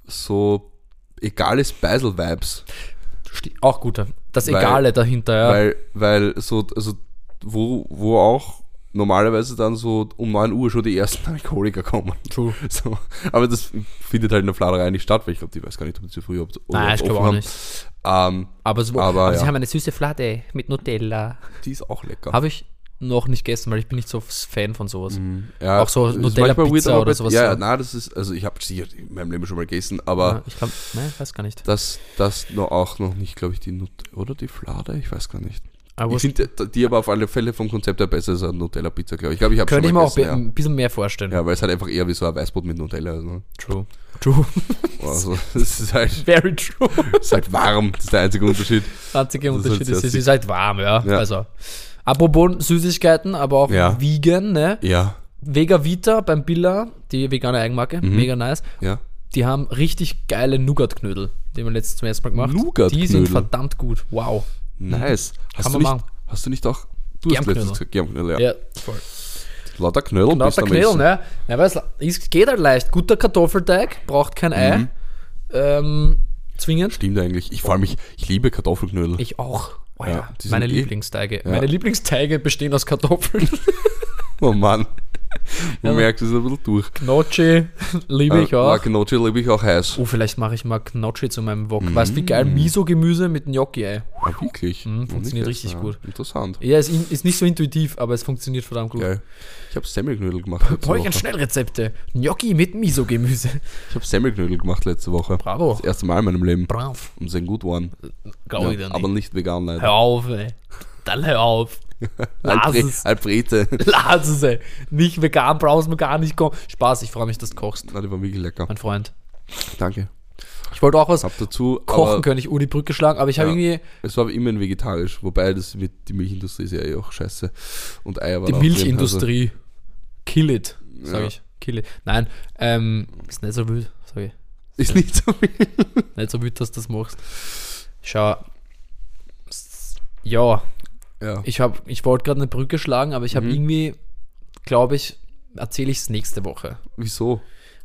Speaker 2: so egales Beisel-Vibes.
Speaker 1: Sti- Auch gut. Das
Speaker 2: Weil-
Speaker 1: Egale dahinter, ja.
Speaker 2: Weil, weil so, also, wo, wo auch normalerweise dann so um 9 Uhr schon die ersten Alkoholiker kommen.
Speaker 1: True.
Speaker 2: So. Aber das findet halt in der Fladerei nicht statt, weil ich glaube, die weiß gar nicht, ob die zu früh ob, oder
Speaker 1: Nein, ich
Speaker 2: ob
Speaker 1: glaube
Speaker 2: offen
Speaker 1: auch
Speaker 2: haben.
Speaker 1: nicht.
Speaker 2: Ähm,
Speaker 1: Aber, so,
Speaker 2: Aber
Speaker 1: sie
Speaker 2: ja.
Speaker 1: haben eine süße Flatte mit Nutella.
Speaker 2: die ist auch lecker.
Speaker 1: Habe ich noch nicht gegessen, weil ich bin nicht so Fan von sowas.
Speaker 2: Ja,
Speaker 1: Auch so
Speaker 2: es ist
Speaker 1: Nutella
Speaker 2: manchmal weird,
Speaker 1: Pizza
Speaker 2: aber
Speaker 1: oder
Speaker 2: bei-
Speaker 1: sowas
Speaker 2: Ja,
Speaker 1: so.
Speaker 2: nein, das ist, also ich habe sicher in meinem Leben schon mal gegessen, aber
Speaker 1: Ja, ich glaub, nein, weiß gar nicht.
Speaker 2: das, das noch auch noch nicht, glaube ich, die Nut oder die Flade, ich weiß gar nicht.
Speaker 1: Aber
Speaker 2: Ich finde die aber auf alle Fälle vom Konzept her besser als eine Nutella Pizza, glaube ich. Ich glaube, ich habe
Speaker 1: könnte ich
Speaker 2: schon
Speaker 1: mir
Speaker 2: mal
Speaker 1: auch be-
Speaker 2: gegessen,
Speaker 1: ein bisschen mehr vorstellen.
Speaker 2: ja. ja, weil es halt einfach eher wie so ein Weißbrot mit Nutella ist. Ne?
Speaker 1: True. True.
Speaker 2: Also, es ist halt,
Speaker 1: Very true.
Speaker 2: es ist halt warm, das ist der einzige Unterschied.
Speaker 1: einzige
Speaker 2: Das ist
Speaker 1: Unterschied
Speaker 2: halt
Speaker 1: ist,
Speaker 2: sehr
Speaker 1: es ist halt warm, ja.
Speaker 2: Ja.
Speaker 1: Also. Apropos Süßigkeiten, aber auch
Speaker 2: Ja.
Speaker 1: vegan, ne?
Speaker 2: Ja,
Speaker 1: Vega Vita beim Billa, die vegane Eigenmarke,
Speaker 2: Mhm.
Speaker 1: mega nice.
Speaker 2: ja.
Speaker 1: Die haben richtig geile Nougat-Knödel, die haben wir letztens zum ersten Mal gemacht. Die sind
Speaker 2: Nougat-Knödel?
Speaker 1: verdammt gut. Wow.
Speaker 2: Nice. Hast,
Speaker 1: man
Speaker 2: du nicht,
Speaker 1: machen.
Speaker 2: hast du nicht auch, du hast
Speaker 1: Germknödel.
Speaker 2: letztens gesagt, Germknödel, ja.
Speaker 1: Ja, voll.
Speaker 2: Lauter Knödel
Speaker 1: Und auf
Speaker 2: bist
Speaker 1: der
Speaker 2: am
Speaker 1: Knödel,
Speaker 2: Essen.
Speaker 1: ne? Ja, weil es es geht halt leicht. Guter Kartoffelteig, braucht kein Ei.
Speaker 2: Mhm.
Speaker 1: Ähm, zwingend.
Speaker 2: Stimmt eigentlich. Ich vor allem, ich, ich liebe Kartoffelknödel.
Speaker 1: Ich auch. Oh ja,
Speaker 2: Ja, die sind
Speaker 1: meine
Speaker 2: eh-
Speaker 1: Lieblingsteige. Meine Lieblingsteige bestehen aus Kartoffeln.
Speaker 2: Oh Mann. Du merkst, es ist ein bisschen durch. Äh,
Speaker 1: Gnocchi liebe ich auch.
Speaker 2: Nocci liebe ich auch heiß.
Speaker 1: Oh, vielleicht mache ich mal Gnocchi zu meinem Wok. Weißt du, wie
Speaker 2: Mhm.
Speaker 1: geil Miso-Gemüse mit Gnocchi, ey.
Speaker 2: Ah, wirklich? Noch
Speaker 1: Mhm, funktioniert
Speaker 2: nicht
Speaker 1: richtig
Speaker 2: gegessen,
Speaker 1: gut.
Speaker 2: ja. Interessant.
Speaker 1: Ja, ist, in- ist nicht so intuitiv, aber es funktioniert verdammt gut.
Speaker 2: Geil. Ich habe Semmelknödel gemacht letzte
Speaker 1: Brauche ich ein
Speaker 2: Woche.
Speaker 1: Schnellrezepte. Gnocchi mit Miso-Gemüse.
Speaker 2: Ich habe Semmelknödel gemacht letzte Woche.
Speaker 1: Bravo.
Speaker 2: Das erste Mal in meinem Leben.
Speaker 1: Brav.
Speaker 2: Und sind gut waren.
Speaker 1: Glaube ich dir
Speaker 2: Ja,
Speaker 1: nicht.
Speaker 2: aber nicht vegan leider.
Speaker 1: hör auf, ey. Dann hör auf. lass es.
Speaker 2: Albrete.
Speaker 1: Lass es, ey. Nicht vegan, brauchst du gar nicht kommen. Spaß, ich freue mich, dass du kochst,
Speaker 2: Na, die waren wirklich lecker.
Speaker 1: mein Freund.
Speaker 2: Danke.
Speaker 1: Ich wollte auch was
Speaker 2: Hab dazu,
Speaker 1: kochen
Speaker 2: aber
Speaker 1: können. Ich Uni Brücke schlagen, aber ich habe
Speaker 2: Ja.
Speaker 1: irgendwie...
Speaker 2: es war immerhin vegetarisch. Wobei, das mit, die Milchindustrie ist ja eh auch scheiße. Und Eier waren
Speaker 1: Die
Speaker 2: auch drin,
Speaker 1: Milchindustrie. Kill it, sag
Speaker 2: Ja.
Speaker 1: ich. Kill it. Nein, ähm, ist nicht so wild, sag ich.
Speaker 2: Also, ist nicht so viel.
Speaker 1: Nicht so wild, dass du das machst. Schau. S- Ja,
Speaker 2: Ja. Mhm.
Speaker 1: ich hab, ich wollte gerade eine Brücke schlagen, aber ich habe irgendwie glaube ich, erzähle ich es nächste Woche.
Speaker 2: Wieso?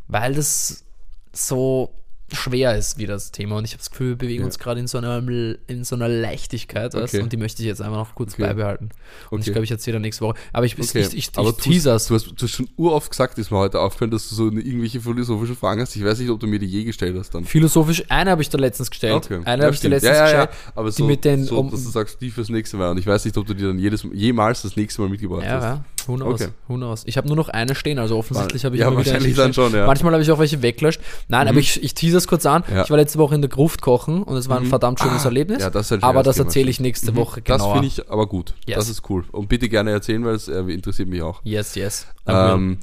Speaker 1: Weil das so schwer ist wie das Thema und ich habe das Gefühl, wir bewegen
Speaker 2: Ja.
Speaker 1: uns gerade in, so einer- in so einer Leichtigkeit weißt, du,
Speaker 2: Okay.
Speaker 1: und die möchte ich jetzt einfach noch kurz
Speaker 2: Okay.
Speaker 1: beibehalten. Und ich
Speaker 2: Okay.
Speaker 1: glaube, ich erzähle dann nächste Woche. Aber ich, ich, ich, ich,
Speaker 2: aber
Speaker 1: ich
Speaker 2: du-
Speaker 1: teaser's.
Speaker 2: Du hast, du hast schon uroft gesagt, ist mir heute aufgefallen, dass du so eine, irgendwelche philosophischen Fragen hast. Ich weiß nicht, ob du mir die je gestellt hast dann.
Speaker 1: Philosophisch, eine habe ich da letztens gestellt. Eine habe ich dir
Speaker 2: stimmt.
Speaker 1: letztens
Speaker 2: ja, ja,
Speaker 1: gestellt.
Speaker 2: Ja, aber
Speaker 1: die
Speaker 2: so,
Speaker 1: mit den-
Speaker 2: so
Speaker 1: um-
Speaker 2: dass du sagst, die fürs nächste Mal. Und ich weiß nicht, ob du die dann jedes, jemals das nächste Mal mitgebracht
Speaker 1: Ja,
Speaker 2: hast.
Speaker 1: ja. Who knows?
Speaker 2: Okay.
Speaker 1: Who knows? Ich habe nur noch eine stehen, also offensichtlich habe ich
Speaker 2: Ja,
Speaker 1: immer wieder
Speaker 2: wahrscheinlich
Speaker 1: eine
Speaker 2: dann
Speaker 1: stehen.
Speaker 2: schon, ja. Mhm.
Speaker 1: Manchmal habe ich auch welche weggelöscht. Nein, aber ich, ich tease es kurz an.
Speaker 2: Ja. Mhm. Ah,
Speaker 1: Ich war letzte Woche in der Gruft kochen und es war ein verdammt schönes Erlebnis.
Speaker 2: Ja, das ist ein
Speaker 1: aber
Speaker 2: schweres
Speaker 1: das
Speaker 2: Thema,
Speaker 1: erzähle ich nächste Woche
Speaker 2: Mhm. Das
Speaker 1: genauer.
Speaker 2: finde ich aber gut.
Speaker 1: Yes.
Speaker 2: Das ist cool. Und bitte gerne erzählen, weil es äh, interessiert mich auch.
Speaker 1: Yes, yes.
Speaker 2: Ähm,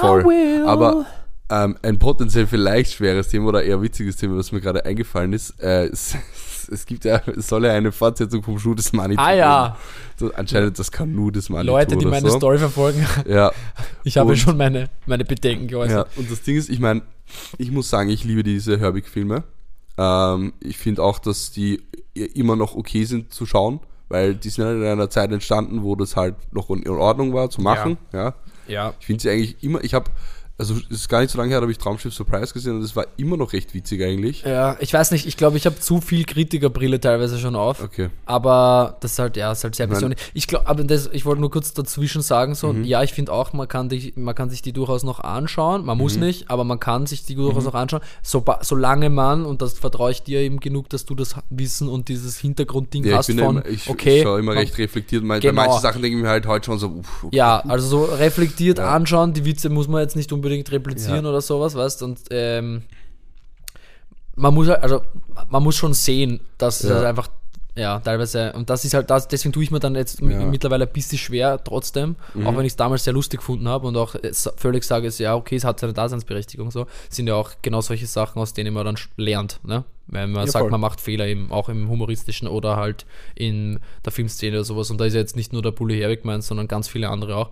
Speaker 2: voll. Aber ähm, ein potenziell vielleicht schweres Thema oder eher witziges Thema, was mir gerade eingefallen ist, äh, es, es gibt ja, es soll ja eine Fortsetzung vom Schuh des Manitou
Speaker 1: Ah, ja.
Speaker 2: geben. So, anscheinend das Kanu des Manitou
Speaker 1: Leute, die
Speaker 2: oder
Speaker 1: meine
Speaker 2: so.
Speaker 1: Story verfolgen,
Speaker 2: Ja,
Speaker 1: ich habe
Speaker 2: Und-
Speaker 1: schon meine, meine Bedenken
Speaker 2: ja.
Speaker 1: geäußert.
Speaker 2: Und das Ding ist, ich meine, ich muss sagen, ich liebe diese Herbig-Filme. Ähm, ich finde auch, dass die immer noch okay sind zu schauen, weil die sind halt in einer Zeit entstanden, wo das halt noch in in Ordnung war zu machen. ja.
Speaker 1: Ja.
Speaker 2: Ich finde sie eigentlich immer, ich habe, also es ist gar nicht so lange her, da habe ich Traumschiff Surprise gesehen und es war immer noch recht witzig eigentlich.
Speaker 1: ja. ich weiß nicht, ich glaube, ich habe zu viel Kritikerbrille teilweise schon auf.
Speaker 2: Okay.
Speaker 1: Aber das ist halt, ja, ist halt sehr
Speaker 2: Ich Mhm. mein-
Speaker 1: persönlich. Ich glaube, aber das, ich wollte nur kurz dazwischen sagen, so, ja, ich finde auch, man kann, dich, man kann sich die durchaus noch anschauen. Man muss
Speaker 2: Mhm.
Speaker 1: nicht, aber man kann sich die durchaus noch anschauen. So, solange man, und das vertraue ich dir eben genug, dass du das Wissen und dieses Hintergrundding
Speaker 2: Ja, ich
Speaker 1: hast
Speaker 2: bin
Speaker 1: von,
Speaker 2: ja immer, ich,
Speaker 1: okay,
Speaker 2: ich schaue immer
Speaker 1: man-
Speaker 2: recht reflektiert. Mein,
Speaker 1: Genau.
Speaker 2: Bei manchen Sachen denke ich mir halt heute schon so, uff, okay.
Speaker 1: Ja, also so reflektiert
Speaker 2: Ja.
Speaker 1: anschauen, die Witze muss man jetzt nicht unbedingt replizieren
Speaker 2: Ja.
Speaker 1: oder sowas, weißt und ähm, man muss halt, also man muss schon sehen, dass
Speaker 2: Ja.
Speaker 1: das einfach ja, teilweise, und das ist halt das, deswegen tue ich mir dann jetzt mi-
Speaker 2: Ja. Mhm.
Speaker 1: mittlerweile ein bisschen schwer trotzdem, auch wenn ich es damals sehr lustig gefunden habe und auch äh, s- völlig sage, es, ja, okay, es hat seine Daseinsberechtigung, so, sind ja auch genau solche Sachen, aus denen man dann sch- lernt, ne? Wenn man
Speaker 2: Ja,
Speaker 1: sagt,
Speaker 2: voll.
Speaker 1: man macht Fehler eben auch im humoristischen oder halt in der Filmszene oder sowas. Und da ist ja jetzt nicht nur der Bulli Herwig gemeint, sondern ganz viele andere auch.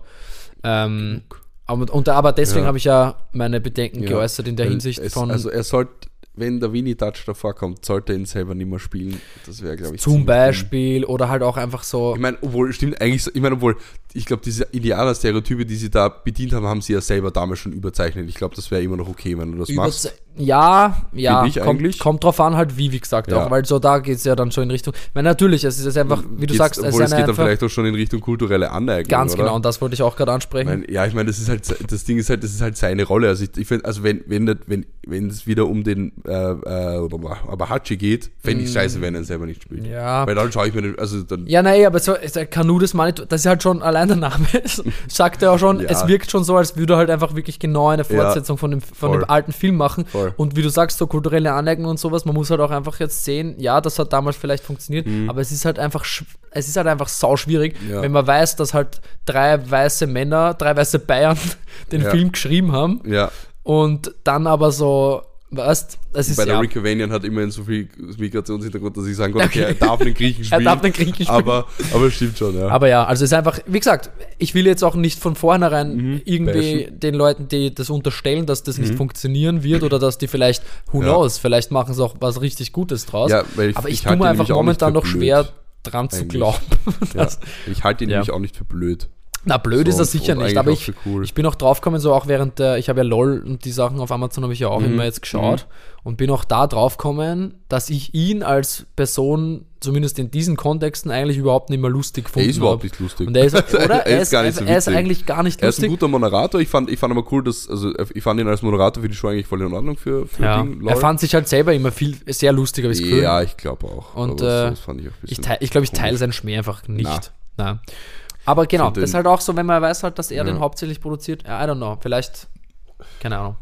Speaker 1: Ähm, aber, und, aber deswegen
Speaker 2: Ja.
Speaker 1: habe ich ja meine Bedenken geäußert in der
Speaker 2: Weil
Speaker 1: Hinsicht
Speaker 2: es,
Speaker 1: von
Speaker 2: Also er sollte, wenn der Winnie Touch davor kommt, sollte er ihn selber nicht mehr spielen. Das wäre, glaube ich,
Speaker 1: zum
Speaker 2: ziemlich
Speaker 1: Beispiel oder halt auch einfach so.
Speaker 2: Ich meine, obwohl, stimmt eigentlich, so- ich meine, obwohl, ich glaube, diese Indianer-Stereotype, die sie da bedient haben, haben sie ja selber damals schon überzeichnet. Ich glaube, das wäre immer noch okay, wenn du das machst.
Speaker 1: überze- Ja, ja,
Speaker 2: Finde ich
Speaker 1: kommt,
Speaker 2: eigentlich.
Speaker 1: kommt drauf an, halt wie, wie gesagt,
Speaker 2: Ja.
Speaker 1: auch, weil so da geht es ja dann schon in Richtung. Weil natürlich, es ist jetzt einfach, wie du
Speaker 2: Geht's-
Speaker 1: sagst, es ist
Speaker 2: obwohl, es
Speaker 1: eine
Speaker 2: geht dann
Speaker 1: einfach,
Speaker 2: vielleicht auch schon in Richtung kulturelle Aneignung.
Speaker 1: ganz
Speaker 2: oder?
Speaker 1: genau, und das wollte ich auch gerade ansprechen.
Speaker 2: Ich mein, ja, ich meine, das ist halt, se- das Ding ist halt, das ist halt seine Rolle. Also ich, ich finde, also wenn, wenn, das- wenn, wenn es wieder um den äh, äh, Abahachi geht, fände ich scheiße, wenn er ihn selber nicht spielt.
Speaker 1: Mm. Ja.
Speaker 2: Weil dann schaue ich mir, den- also dann,
Speaker 1: Ja, nein, aber so, ist ein Kanu des Manitou, das ist halt schon allein der Name. Sagt er auch schon,
Speaker 2: Ja.
Speaker 1: es wirkt schon so, als würde er halt einfach wirklich genau eine
Speaker 2: Ja,
Speaker 1: Fortsetzung von, dem, von dem
Speaker 2: voll.
Speaker 1: alten Film machen.
Speaker 2: Voll.
Speaker 1: Und wie du sagst, so kulturelle Aneignung und sowas, man muss halt auch einfach jetzt sehen, ja, das hat damals vielleicht funktioniert, aber es ist halt einfach, sch- es ist halt einfach sauschwierig,
Speaker 2: Mhm. Ja.
Speaker 1: wenn man weiß, dass halt drei weiße Männer, drei weiße Bayern den
Speaker 2: Ja.
Speaker 1: Film geschrieben haben
Speaker 2: ja.
Speaker 1: und dann aber so, weißt, es ist
Speaker 2: Bei der
Speaker 1: ja,
Speaker 2: Rick Avanian hat immerhin so viel Migrationshintergrund, dass ich sagen konnte, okay,
Speaker 1: Okay.
Speaker 2: er darf den Griechen
Speaker 1: er
Speaker 2: spielen.
Speaker 1: darf den Krieg nicht
Speaker 2: aber, aber stimmt schon, ja.
Speaker 1: Aber ja, also es ist einfach, wie gesagt, ich will jetzt auch nicht von vornherein
Speaker 2: Mhm.
Speaker 1: irgendwie den Leuten, die das unterstellen, dass das nicht funktionieren wird oder dass die vielleicht, who
Speaker 2: Ja.
Speaker 1: knows, vielleicht machen sie auch was richtig Gutes draus.
Speaker 2: Ja, weil ich-
Speaker 1: aber ich,
Speaker 2: ich
Speaker 1: tue
Speaker 2: halte
Speaker 1: mir
Speaker 2: ihn
Speaker 1: einfach
Speaker 2: nämlich auch nicht
Speaker 1: momentan noch
Speaker 2: für blöd,
Speaker 1: schwer dran zu
Speaker 2: eigentlich.
Speaker 1: glauben.
Speaker 2: ja.
Speaker 1: dass-
Speaker 2: Ich halte ihn
Speaker 1: Ja.
Speaker 2: nämlich auch nicht für blöd.
Speaker 1: Na, blöd
Speaker 2: So,
Speaker 1: ist das
Speaker 2: und-
Speaker 1: sicher
Speaker 2: und
Speaker 1: nicht,
Speaker 2: eigentlich
Speaker 1: aber
Speaker 2: auch
Speaker 1: ich,
Speaker 2: für cool.
Speaker 1: ich bin auch draufgekommen, so auch während der, ich habe ja LOL und die Sachen auf Amazon habe ich ja auch
Speaker 2: Mhm.
Speaker 1: immer jetzt geschaut und bin auch da draufgekommen, dass ich ihn als Person, zumindest in diesen Kontexten, eigentlich überhaupt nicht mehr lustig gefunden
Speaker 2: Er ist überhaupt
Speaker 1: hab.
Speaker 2: nicht lustig.
Speaker 1: Und er ist, oder?
Speaker 2: Er ist gar nicht so
Speaker 1: er ist
Speaker 2: witzig.
Speaker 1: eigentlich gar nicht
Speaker 2: Er ist ein
Speaker 1: lustig.
Speaker 2: guter Moderator. Ich fand, ich fand aber cool, dass, also ich fand ihn als Moderator für die Show eigentlich voll in Ordnung für, für
Speaker 1: ja.
Speaker 2: Ding,
Speaker 1: Er
Speaker 2: lol.
Speaker 1: fand sich halt selber immer viel sehr lustig, habe ich das Gefühl.
Speaker 2: Ja, ich glaube auch.
Speaker 1: Und,
Speaker 2: Aber
Speaker 1: äh,
Speaker 2: das fand ich auch ein
Speaker 1: ich
Speaker 2: bisschen.
Speaker 1: glaube, ich, glaub, ich
Speaker 2: komisch.
Speaker 1: teile seinen Schmäh einfach nicht. Nein. Aber genau,
Speaker 2: find
Speaker 1: das ist
Speaker 2: den-
Speaker 1: halt auch so, wenn man weiß halt, dass er
Speaker 2: Ja.
Speaker 1: den hauptsächlich produziert. Ja, I don't know. Vielleicht, keine Ahnung.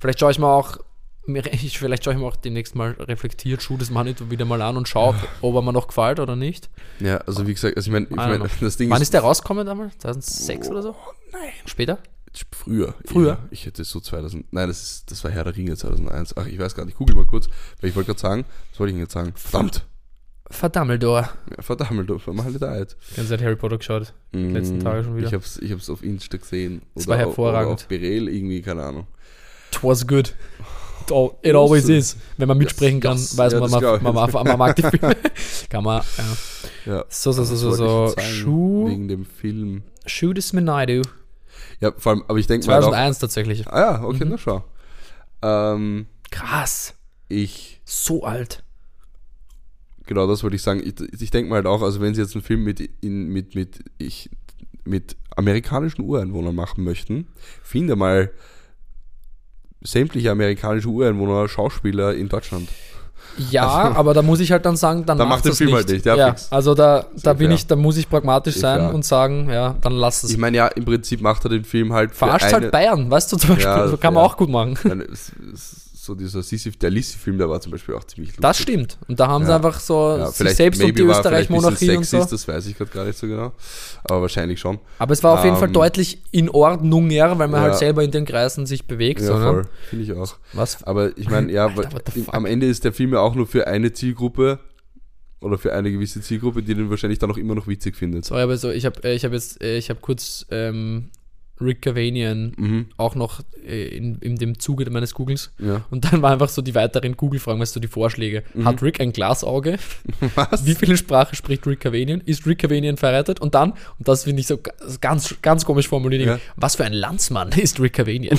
Speaker 1: Vielleicht schaue ich mir auch, mir- ich, vielleicht schaue ich mir auch demnächst mal reflektiert Schuh des Manito wieder mal an und schaue, ob, ob er mir noch gefällt oder nicht.
Speaker 2: ja, also wie gesagt, also ich meine, ich
Speaker 1: I don't
Speaker 2: mein, das Ding
Speaker 1: Ah, Wann
Speaker 2: ist Oh,
Speaker 1: ist der rausgekommen damals? 2006 oder so? Nein. Später?
Speaker 2: früher.
Speaker 1: Früher?
Speaker 2: eher. Ich hätte so 2000. Nein, das, ist, das war Herr der Ringe 2001. Ach, ich weiß gar nicht. Google mal kurz. Weil ich wollte gerade sagen, was wollte ich denn jetzt sagen? Verdammt.
Speaker 1: Verdammeldor.
Speaker 2: Ja, verdammt, du vermalte da jetzt.
Speaker 1: Ganz seit Harry Potter geschaut.
Speaker 2: Mm,
Speaker 1: letzten Tage schon wieder.
Speaker 2: Ich hab's, ich hab's auf Insta gesehen.
Speaker 1: Das war
Speaker 2: Oder au-
Speaker 1: hervorragend.
Speaker 2: Oder auf Birel irgendwie, keine Ahnung.
Speaker 1: It was good. It al- It always is. Wenn man mitsprechen
Speaker 2: Yes,
Speaker 1: kann,
Speaker 2: yes.
Speaker 1: weiß
Speaker 2: Ja,
Speaker 1: man,
Speaker 2: das
Speaker 1: man,
Speaker 2: glaub ich.
Speaker 1: man, man, man mag die Filme. kann man, ja.
Speaker 2: Ja.
Speaker 1: So, so, so,
Speaker 2: Das
Speaker 1: so,
Speaker 2: wollte
Speaker 1: Also
Speaker 2: ich
Speaker 1: so.
Speaker 2: jetzt sagen,
Speaker 1: Schuh,
Speaker 2: Wegen dem Film.
Speaker 1: Schuh des Menaidu.
Speaker 2: Ja, vor allem, aber ich denke mal. Auch,
Speaker 1: 2001 tatsächlich.
Speaker 2: ah ja,
Speaker 1: Mhm.
Speaker 2: okay, na schau. Ähm,
Speaker 1: Krass.
Speaker 2: ich,
Speaker 1: So alt.
Speaker 2: genau das wollte ich sagen. Ich, ich denke mal halt auch, also wenn sie jetzt einen Film mit, in, mit, mit, ich, mit amerikanischen Ureinwohnern machen möchten, finde mal sämtliche amerikanische Ureinwohner, Schauspieler in Deutschland.
Speaker 1: Ja, aber da muss ich halt dann sagen, dann,
Speaker 2: Dann
Speaker 1: macht
Speaker 2: Also macht den
Speaker 1: das
Speaker 2: Film
Speaker 1: nicht.
Speaker 2: halt nicht, ja, fix.
Speaker 1: also da, da bin
Speaker 2: fair.
Speaker 1: ich, da muss ich pragmatisch sein
Speaker 2: fair.
Speaker 1: und sagen, ja, dann lass es.
Speaker 2: Ich meine, ja, im Prinzip macht er den Film halt. für
Speaker 1: Verarscht
Speaker 2: eine-
Speaker 1: halt Bayern, weißt du zum Beispiel,
Speaker 2: Ja,
Speaker 1: so kann man
Speaker 2: fair.
Speaker 1: auch gut machen.
Speaker 2: Dann ist- ist so dieser Sisif, der Lissi-Film, der war zum Beispiel auch ziemlich lustig.
Speaker 1: Das stimmt. Und da haben sie
Speaker 2: Ja.
Speaker 1: einfach so
Speaker 2: Ja,
Speaker 1: sich
Speaker 2: vielleicht
Speaker 1: selbst und
Speaker 2: maybe
Speaker 1: die
Speaker 2: war er vielleicht ein bisschen
Speaker 1: Österreich-Monarchie und so.
Speaker 2: Sexist, das weiß ich gerade gar nicht so genau. Aber wahrscheinlich schon.
Speaker 1: Aber es war auf jeden Fall
Speaker 2: Ähm,
Speaker 1: deutlich in Ordnung, ja, weil man
Speaker 2: ja.
Speaker 1: halt selber in den Kreisen sich bewegt.
Speaker 2: Ja,
Speaker 1: so, ne?
Speaker 2: voll. Finde ich auch.
Speaker 1: Was?
Speaker 2: Aber ich meine, ja,
Speaker 1: Alter,
Speaker 2: weil
Speaker 1: what the
Speaker 2: im-
Speaker 1: fuck?
Speaker 2: am Ende ist der Film ja auch nur für eine Zielgruppe oder für eine gewisse Zielgruppe, die den wahrscheinlich dann auch immer noch witzig findet.
Speaker 1: Sorry, aber so, ich habe äh, ich hab jetzt, äh, ich habe kurz ähm, Rick Cavanian
Speaker 2: Mhm.
Speaker 1: auch noch äh, in, in dem Zuge meines Googles.
Speaker 2: Ja. Mhm.
Speaker 1: Und dann war einfach so die weiteren Google-Fragen, weißt du, die Vorschläge. Hat Rick ein Glasauge?
Speaker 2: Was?
Speaker 1: Wie viele Sprachen spricht Rick Cavanian? Ist Rick Cavanian verheiratet? Und dann, und das finde ich so ga- ganz, ganz komisch formuliert,
Speaker 2: Ja.
Speaker 1: was für ein Landsmann ist Rick Cavanian?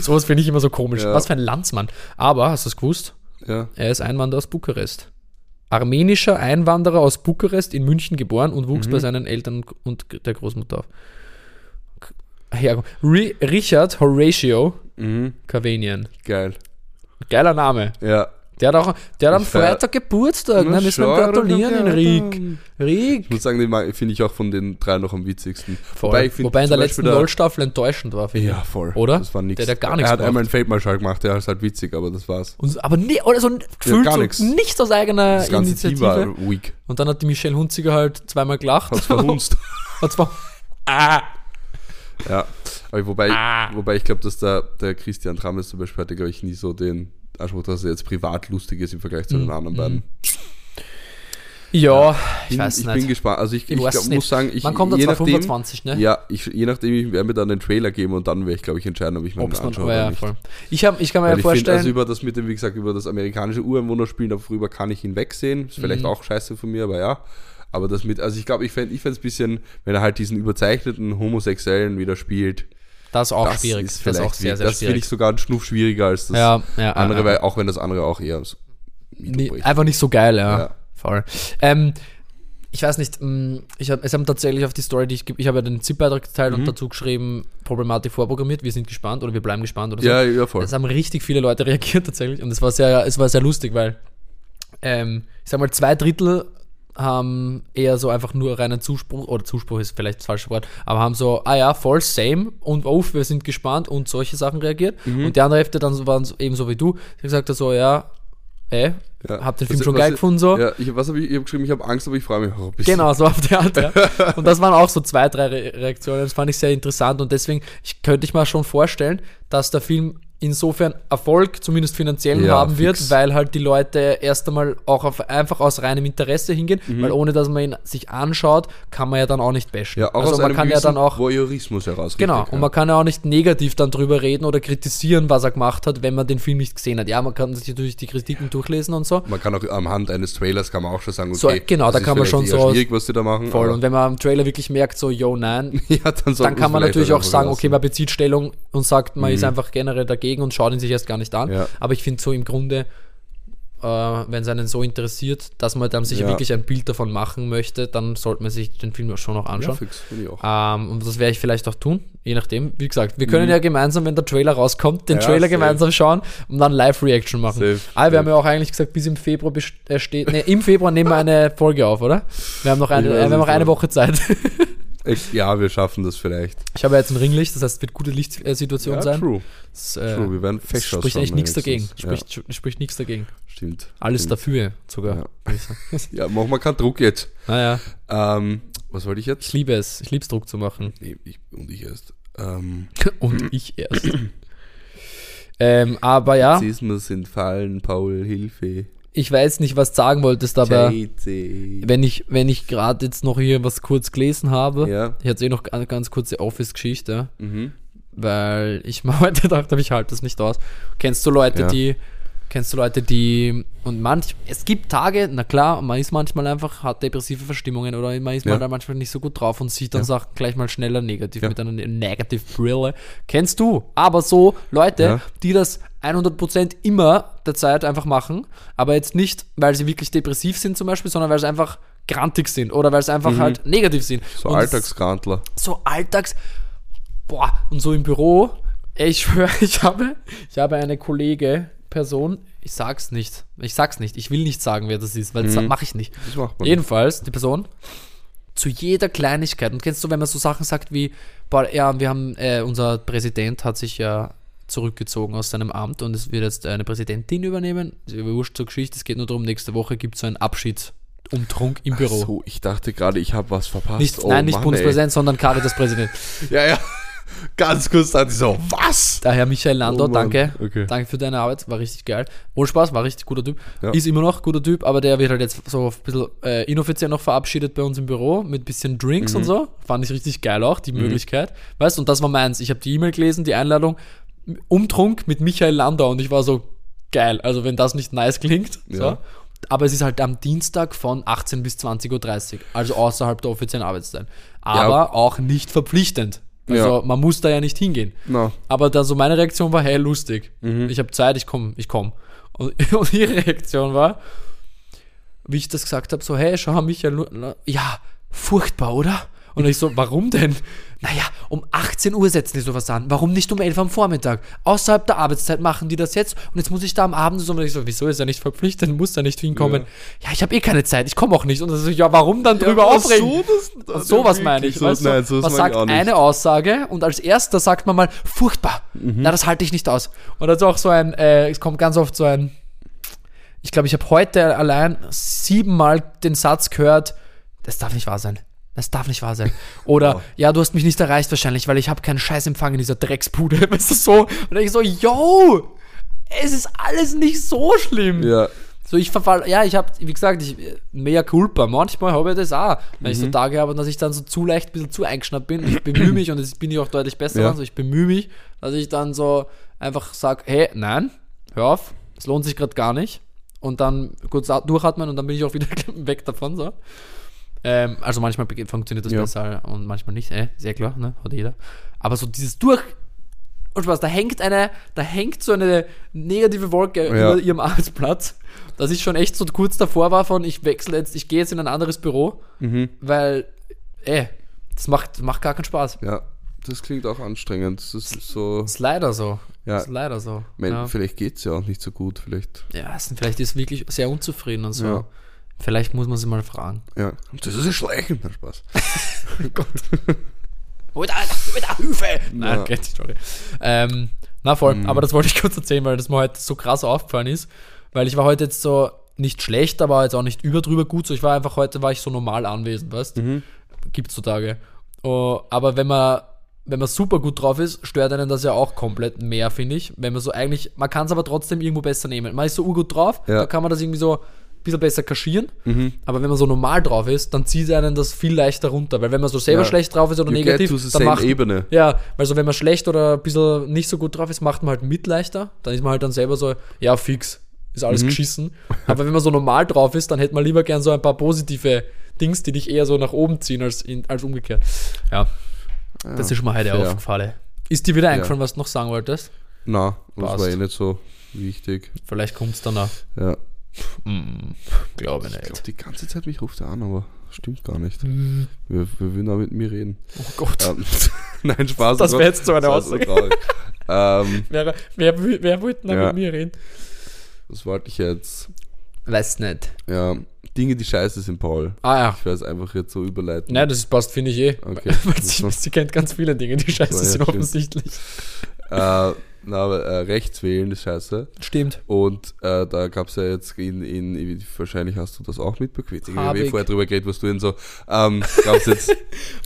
Speaker 1: Sowas finde ich immer so komisch.
Speaker 2: Ja.
Speaker 1: Was für ein Landsmann. Aber, hast du es gewusst?
Speaker 2: Ja.
Speaker 1: Er ist Einwanderer aus Bukarest. Armenischer Einwanderer aus Bukarest in München geboren und
Speaker 2: Mhm.
Speaker 1: wuchs bei seinen Eltern und der Großmutter auf. Ja, Ri- Richard Horatio
Speaker 2: Mhm.
Speaker 1: Cavanian.
Speaker 2: Geil.
Speaker 1: Geiler Name.
Speaker 2: Ja.
Speaker 1: Der hat auch, der hat am
Speaker 2: Ich feier-
Speaker 1: Freitag Geburtstag.
Speaker 2: Na,
Speaker 1: Dann müssen wir ihm
Speaker 2: schau,
Speaker 1: gratulieren,
Speaker 2: Roger,
Speaker 1: Enrique.
Speaker 2: dann.
Speaker 1: Rick.
Speaker 2: Ich muss sagen, den mag- finde ich auch von den drei noch am witzigsten.
Speaker 1: Voll.
Speaker 2: Wobei,
Speaker 1: Wobei,
Speaker 2: ich find
Speaker 1: in der
Speaker 2: zum
Speaker 1: letzten
Speaker 2: Beispiel der-
Speaker 1: LOL-Staffel enttäuschend war. finde ich.
Speaker 2: Ja, voll.
Speaker 1: Oder?
Speaker 2: Das war nix.
Speaker 1: Der hat ja gar nichts
Speaker 2: Er hat
Speaker 1: gemacht.
Speaker 2: einmal einen Feldmarschall gemacht, der ist halt witzig, aber das war's.
Speaker 1: Und, aber nee, also oder so gefühlt
Speaker 2: gar
Speaker 1: so
Speaker 2: nix.
Speaker 1: nichts aus eigener
Speaker 2: Das ganze
Speaker 1: Initiative.
Speaker 2: Team war weak.
Speaker 1: Und dann hat die Michelle Hunziger halt zweimal gelacht.
Speaker 2: Hat's verhunzt.
Speaker 1: Und zwar, ah,
Speaker 2: Ja, aber wobei,
Speaker 1: Ah.
Speaker 2: wobei ich glaube, dass der, der Christian Trames zum Beispiel hatte, glaube ich, nie so den Anspruch, dass er jetzt privat lustig ist im Vergleich
Speaker 1: Mhm.
Speaker 2: zu den anderen beiden.
Speaker 1: ja, ich
Speaker 2: Bin-
Speaker 1: weiß
Speaker 2: ich
Speaker 1: nicht.
Speaker 2: bin gespannt. Also ich, ich,
Speaker 1: Ich weiß
Speaker 2: glaub,
Speaker 1: nicht.
Speaker 2: muss sagen, ich
Speaker 1: Man kommt da
Speaker 2: je
Speaker 1: zwar
Speaker 2: nachdem,
Speaker 1: 25, ne?
Speaker 2: Ja, ich, je nachdem, ich werde mir dann einen Trailer geben und dann werde ich, glaube ich, entscheiden, ob ich mir
Speaker 1: Ob's
Speaker 2: den
Speaker 1: man,
Speaker 2: anschaue
Speaker 1: aber
Speaker 2: oder
Speaker 1: ja,
Speaker 2: nicht.
Speaker 1: voll. Ich, hab, ich kann mir
Speaker 2: genau,
Speaker 1: ja
Speaker 2: Weil ich finde,
Speaker 1: vorstellen,
Speaker 2: also über das mit dem, wie gesagt, über das amerikanische Ureinwohnerspielen, darüber kann ich hinwegsehen. Ist
Speaker 1: Mhm.
Speaker 2: vielleicht auch scheiße von mir, aber ja. Aber das mit, also ich glaube, ich fände es ein bisschen, wenn er halt diesen überzeichneten Homosexuellen wieder spielt.
Speaker 1: das ist auch
Speaker 2: das
Speaker 1: schwierig.
Speaker 2: ist
Speaker 1: das
Speaker 2: vielleicht
Speaker 1: ist auch sehr,
Speaker 2: wie-
Speaker 1: sehr
Speaker 2: Das finde
Speaker 1: schwierig.
Speaker 2: ich sogar einen Schnuff schwieriger als das
Speaker 1: ja, ja,
Speaker 2: andere,
Speaker 1: ja,
Speaker 2: weil, auch wenn das andere auch eher so
Speaker 1: Nee,
Speaker 2: mitbricht.
Speaker 1: einfach nicht so geil, ja.
Speaker 2: Ja.
Speaker 1: Voll. Ähm, ich weiß nicht, mm, ich hab, es haben tatsächlich auf die Story, die ich, ge- ich habe ja den ZIP-Beitrag geteilt
Speaker 2: Mhm.
Speaker 1: und dazu geschrieben, Problematik vorprogrammiert, wir sind gespannt oder wir bleiben gespannt oder so.
Speaker 2: Ja, ja, voll.
Speaker 1: Es haben richtig viele Leute reagiert tatsächlich und es war sehr, es war sehr lustig, weil ähm, ich sag mal, zwei Drittel haben eher so einfach nur reinen Zuspruch, oder Zuspruch ist vielleicht das falsche Wort, aber haben so, ah ja, voll same und auf, wir sind gespannt und solche Sachen reagiert.
Speaker 2: Mhm.
Speaker 1: Und die andere Hälfte dann so, waren so, eben so wie du, die gesagt hat so, ja, ey,
Speaker 2: Ja.
Speaker 1: hab den
Speaker 2: Was-
Speaker 1: Film schon
Speaker 2: was-
Speaker 1: geil gefunden so.
Speaker 2: Ja, ich, was habe ich, ich habe geschrieben, ich habe Angst, aber ich freue mich auch ein bisschen.
Speaker 1: Genau, so auf der Art. Ja. Und das waren auch so zwei, drei Re Reaktionen. Das fand ich sehr interessant und deswegen ich, könnte ich mir schon vorstellen, dass der Film insofern Erfolg, zumindest finanziell,
Speaker 2: Ja,
Speaker 1: haben wird,
Speaker 2: fix.
Speaker 1: weil halt die Leute erst einmal auch auf, einfach aus reinem Interesse hingehen,
Speaker 2: Mhm.
Speaker 1: weil ohne dass man ihn sich anschaut, kann man ja dann auch nicht bashen.
Speaker 2: Ja, auch
Speaker 1: also
Speaker 2: aus
Speaker 1: man
Speaker 2: einem
Speaker 1: kann ja
Speaker 2: gewissen
Speaker 1: dann auch.
Speaker 2: Voyeurismus heraus.
Speaker 1: Genau,
Speaker 2: richtig,
Speaker 1: und
Speaker 2: ja.
Speaker 1: man kann ja auch nicht negativ dann drüber reden oder kritisieren, was er gemacht hat, wenn man den Film nicht gesehen hat. Ja, man kann sich natürlich die Kritiken durchlesen und so,
Speaker 2: Man kann auch am Hand eines Trailers kann man auch schon sagen,
Speaker 1: So,
Speaker 2: okay,
Speaker 1: genau, da
Speaker 2: das ist
Speaker 1: kann man
Speaker 2: vielleicht
Speaker 1: schon
Speaker 2: eher
Speaker 1: so aus-
Speaker 2: schwierig, was die da machen.
Speaker 1: voll.
Speaker 2: aber-
Speaker 1: Und wenn man am Trailer wirklich merkt, so, yo, nein,
Speaker 2: ja, dann, sollte
Speaker 1: dann kann man
Speaker 2: vielleicht
Speaker 1: natürlich
Speaker 2: halt
Speaker 1: auch
Speaker 2: einfach
Speaker 1: sagen,
Speaker 2: lassen.
Speaker 1: okay, man bezieht Stellung und sagt, man ist einfach generell dagegen und schaut ihn sich erst gar nicht an.
Speaker 2: Ja.
Speaker 1: Aber ich finde so im Grunde, äh, wenn es einen so interessiert, dass man dann sich
Speaker 2: Ja.
Speaker 1: wirklich ein Bild davon machen möchte, dann sollte man sich den Film auch schon noch
Speaker 2: Ja,
Speaker 1: anschauen.
Speaker 2: fix, finde ich auch.
Speaker 1: ähm, und das werde ich vielleicht auch tun, je nachdem. Wie gesagt, wir können ja gemeinsam, wenn der Trailer rauskommt, den
Speaker 2: Mhm. Ja,
Speaker 1: Trailer
Speaker 2: safe.
Speaker 1: gemeinsam schauen und dann Live-Reaction machen.
Speaker 2: Safe,
Speaker 1: ah, wir
Speaker 2: safe.
Speaker 1: haben ja auch eigentlich gesagt, bis im Februar best- äh, steht. Nee, im Februar nehmen wir eine Folge auf, oder? Wir haben noch eine, äh,
Speaker 2: Ich weiß
Speaker 1: wir haben noch
Speaker 2: nicht,
Speaker 1: eine
Speaker 2: ja.
Speaker 1: Woche Zeit.
Speaker 2: Ich, ja, wir schaffen das vielleicht.
Speaker 1: Ich habe ja jetzt ein Ringlicht, das heißt, es wird gute Lichtsituation sein.
Speaker 2: true.
Speaker 1: Das, äh,
Speaker 2: true. Wir werden
Speaker 1: das
Speaker 2: Fächer
Speaker 1: spricht eigentlich nichts dagegen.
Speaker 2: Spricht.
Speaker 1: Spricht, spricht nichts dagegen.
Speaker 2: Ja, stimmt.
Speaker 1: Alles
Speaker 2: stimmt.
Speaker 1: dafür sogar.
Speaker 2: Hm. Ja.
Speaker 1: würde ich sagen.
Speaker 2: Ja, machen wir keinen Druck jetzt.
Speaker 1: Naja,
Speaker 2: Ähm, was wollte ich jetzt?
Speaker 1: ich liebe es. Ich liebe es, Druck zu machen.
Speaker 2: Nee, ich, und ich erst. Ähm,
Speaker 1: Und ich erst. ähm, aber ja,
Speaker 2: Sismus entfallen, Paul, Hilfe.
Speaker 1: ich weiß nicht, was du sagen wolltest, aber
Speaker 2: JC.
Speaker 1: wenn ich, wenn ich gerade jetzt noch hier was kurz gelesen habe,
Speaker 2: Ja.
Speaker 1: ich hatte eh noch eine ganz kurze Office-Geschichte,
Speaker 2: Mhm.
Speaker 1: weil ich mir heute gedacht habe, ich halte das nicht aus. Kennst du Leute,
Speaker 2: Ja.
Speaker 1: die Kennst du Leute, die und manch es gibt Tage, na klar, man ist manchmal einfach hat depressive Verstimmungen oder man ist
Speaker 2: Ja.
Speaker 1: mal da manchmal nicht so gut drauf und sieht dann Sachen gleich mal schneller negativ
Speaker 2: Ja.
Speaker 1: mit einer negative Brille. Kennst du? Aber so Leute,
Speaker 2: Ja.
Speaker 1: die das 100% immer der Zeit einfach machen, aber jetzt nicht, weil sie wirklich depressiv sind zum Beispiel, sondern weil sie einfach grantig sind oder weil sie einfach halt negativ sind.
Speaker 2: Mhm. So
Speaker 1: Und es-
Speaker 2: Alltagsgrantler.
Speaker 1: so alltags. Boah, und so im Büro. Ey, ich schwöre, ich habe, ich habe eine Kollege, Person, ich sag's nicht. Ich sag's nicht. Ich will nicht sagen, wer das ist, weil
Speaker 2: Mhm.
Speaker 1: das mache ich nicht.
Speaker 2: Das macht man.
Speaker 1: Jedenfalls, die Person zu jeder Kleinigkeit. Und kennst du, wenn man so Sachen sagt wie, boah, ja, wir haben, äh, unser Präsident hat sich ja zurückgezogen aus seinem Amt und es wird jetzt eine Präsidentin übernehmen. Ist ja Wurscht zur Geschichte, es geht nur darum, nächste Woche gibt es so einen Abschiedsumtrunk im Büro.
Speaker 2: So, ich dachte gerade, ich habe was verpasst.
Speaker 1: Nicht,
Speaker 2: Oh
Speaker 1: nein, nicht
Speaker 2: Mann,
Speaker 1: Bundespräsident, sondern Caritas-Präsident.
Speaker 2: ey. Ja, ja. Ganz kurz dachte ich so, was?
Speaker 1: Daher Michael Landau,
Speaker 2: Oh Mann,
Speaker 1: danke.
Speaker 2: okay.
Speaker 1: Danke für deine Arbeit, war richtig geil. Ohne Spaß, war richtig guter Typ.
Speaker 2: Ja.
Speaker 1: Ist immer noch guter Typ, aber der wird halt jetzt so ein bisschen äh, inoffiziell noch verabschiedet bei uns im Büro mit bisschen Drinks
Speaker 2: Mhm.
Speaker 1: und so. Fand ich richtig geil auch, die Möglichkeit. Weißt du, und das war meins. Ich habe die E-Mail gelesen, die Einladung, Umtrunk mit Michael Landau und ich war so geil. Also, wenn das nicht nice klingt. So.
Speaker 2: Ja.
Speaker 1: Aber es ist halt am Dienstag von 18 bis 20.30 Uhr, also außerhalb der offiziellen Arbeitszeit. Aber auch nicht verpflichtend. Also
Speaker 2: Ja.
Speaker 1: man muss da ja nicht hingehen.
Speaker 2: Na.
Speaker 1: Aber dann so meine Reaktion war, hey, lustig. Ich habe Zeit, ich komme, ich komme. Und, und ihre Reaktion war, wie ich das gesagt habe, so, hey, schau, Michael, Lu- La- ja, furchtbar, oder? Und ich so, warum denn? Naja, um 18 Uhr setzen die sowas an. Warum nicht um 11 Uhr am Vormittag? Außerhalb der Arbeitszeit machen die das jetzt und jetzt muss ich da am Abend so. Und ich so, wieso ist er nicht verpflichtet? Muss er nicht hinkommen? Ja, ich habe eh keine Zeit, ich komme auch nicht. Und dann so, ja, warum dann drüber
Speaker 2: aber
Speaker 1: aufregen?
Speaker 2: so das-
Speaker 1: Und sowas meine ich.
Speaker 2: So,
Speaker 1: weißt du?
Speaker 2: nein, sowas
Speaker 1: man
Speaker 2: mag ich
Speaker 1: sagt
Speaker 2: auch nicht.
Speaker 1: eine Aussage und als erster sagt man mal, furchtbar.
Speaker 2: Mhm.
Speaker 1: Na, das halte ich nicht aus. Und das ist auch so ein, äh, es kommt ganz oft so ein, ich glaube, ich habe heute allein siebenmal den Satz gehört, das darf nicht wahr sein. Das darf nicht wahr sein. Oder, ja, du hast mich nicht erreicht wahrscheinlich, weil ich habe keinen Scheißempfang in dieser Drecksbude. Weißt du, so. Und ich so, yo, es ist alles nicht so schlimm.
Speaker 2: Ja.
Speaker 1: So, ich verfall, ja, ich habe, wie gesagt, ich, mehr Culpa. Manchmal habe ich das auch, wenn
Speaker 2: Mhm.
Speaker 1: ich so Tage habe, dass ich dann so zu leicht, ein bisschen zu eingeschnappt bin. Ich bemühe mich und jetzt bin ich auch deutlich besser.
Speaker 2: Ja.
Speaker 1: Also ich bemühe mich, dass ich dann so einfach sage, hey, nein, hör auf, es lohnt sich gerade gar nicht. Und dann kurz a- durchatmen und dann bin ich auch wieder weg davon. So. Ähm, also manchmal bege- funktioniert das
Speaker 2: Ja.
Speaker 1: besser und manchmal nicht, äh, sehr klar, ne? hat jeder. Aber so dieses durch und Spaß, da hängt eine, da hängt so eine negative Wolke
Speaker 2: Ja.
Speaker 1: über ihrem Arbeitsplatz, dass ich schon echt so kurz davor war von, ich wechsle jetzt, ich gehe jetzt in ein anderes Büro,
Speaker 2: Mhm.
Speaker 1: weil, ey, das macht, macht gar keinen Spaß.
Speaker 2: Ja, das klingt auch anstrengend. Das ist so.
Speaker 1: Ist leider so.
Speaker 2: Ja.
Speaker 1: Ist leider so.
Speaker 2: Man,
Speaker 1: ja.
Speaker 2: Vielleicht geht es ja auch nicht so gut. Vielleicht.
Speaker 1: ja, es sind- vielleicht ist wirklich sehr unzufrieden und so.
Speaker 2: Ja.
Speaker 1: Vielleicht muss man sie mal fragen.
Speaker 2: Ja. Das ist ein Schleichen. Na, Spaß.
Speaker 1: Hol da, hol da Hilfe! Nein,
Speaker 2: Ja. Mhm.
Speaker 1: okay, sorry. Ähm, na voll, aber das wollte ich kurz erzählen, weil das mir heute so krass aufgefallen ist. Weil ich war heute jetzt so nicht schlecht, aber jetzt auch nicht überdrüber gut. So, ich war einfach heute, war ich so normal anwesend, weißt
Speaker 2: Mhm.
Speaker 1: du? Gibt's so Tage. Oh, aber wenn man, wenn man super gut drauf ist, stört einen das ja auch komplett mehr, finde ich. Wenn man so eigentlich, man kann es aber trotzdem irgendwo besser nehmen. Man ist so urgut drauf,
Speaker 2: Ja. Mhm.
Speaker 1: da kann man das irgendwie so ein bisschen besser kaschieren. Aber wenn man so normal drauf ist, dann zieht einen das viel leichter runter. Weil wenn man so selber
Speaker 2: Ja.
Speaker 1: schlecht drauf ist oder
Speaker 2: You
Speaker 1: negativ,
Speaker 2: get to the
Speaker 1: dann
Speaker 2: same
Speaker 1: macht,
Speaker 2: Ebene.
Speaker 1: Ja, weil so wenn man schlecht oder ein bisschen nicht so gut drauf ist, macht man halt mit leichter. Dann ist man halt dann selber so, ja, fix, ist alles geschissen. Aber wenn man so normal drauf ist, dann hätte man lieber gern so ein paar positive Dings, die dich eher so nach oben ziehen als, in, als umgekehrt. Ja, das ist mir heute
Speaker 2: fair.
Speaker 1: aufgefallen. Ist dir wieder eingefallen, was du noch sagen wolltest?
Speaker 2: Na, das
Speaker 1: Passt.
Speaker 2: war eh nicht so wichtig.
Speaker 1: Vielleicht kommt es danach.
Speaker 2: Ja.
Speaker 1: Glaube nicht.
Speaker 2: Ich glaube, die ganze Zeit mich ruft er an, aber stimmt gar nicht.
Speaker 1: Mhm.
Speaker 2: Wir, wir würden auch mit mir reden.
Speaker 1: oh Gott.
Speaker 2: Ähm, Nein, Spaß.
Speaker 1: Das
Speaker 2: oh
Speaker 1: wär
Speaker 2: Gott.
Speaker 1: jetzt so eine
Speaker 2: Das war so traurig. ähm,
Speaker 1: Wer, wer, will- wer wollte denn
Speaker 2: Ja.
Speaker 1: mit mir reden?
Speaker 2: was wollte ich jetzt?
Speaker 1: Weiß nicht.
Speaker 2: Ja, Dinge, die scheiße sind, Paul.
Speaker 1: Ah ja.
Speaker 2: Ich werde es einfach jetzt so überleiten.
Speaker 1: Nein, das passt, finde ich eh.
Speaker 2: Okay.
Speaker 1: Weil sie, sie kennt ganz viele Dinge, die scheiße
Speaker 2: So, ja,
Speaker 1: sind
Speaker 2: stimmt.
Speaker 1: offensichtlich.
Speaker 2: äh, na, aber, äh, rechts wählen ist scheiße.
Speaker 1: Stimmt.
Speaker 2: Und äh, da gab es ja jetzt in, in, wahrscheinlich hast du das auch mitbekommen. Ich
Speaker 1: Hab
Speaker 2: habe eh
Speaker 1: ich.
Speaker 2: vorher drüber geredet, was du denn so, ähm, gab es jetzt,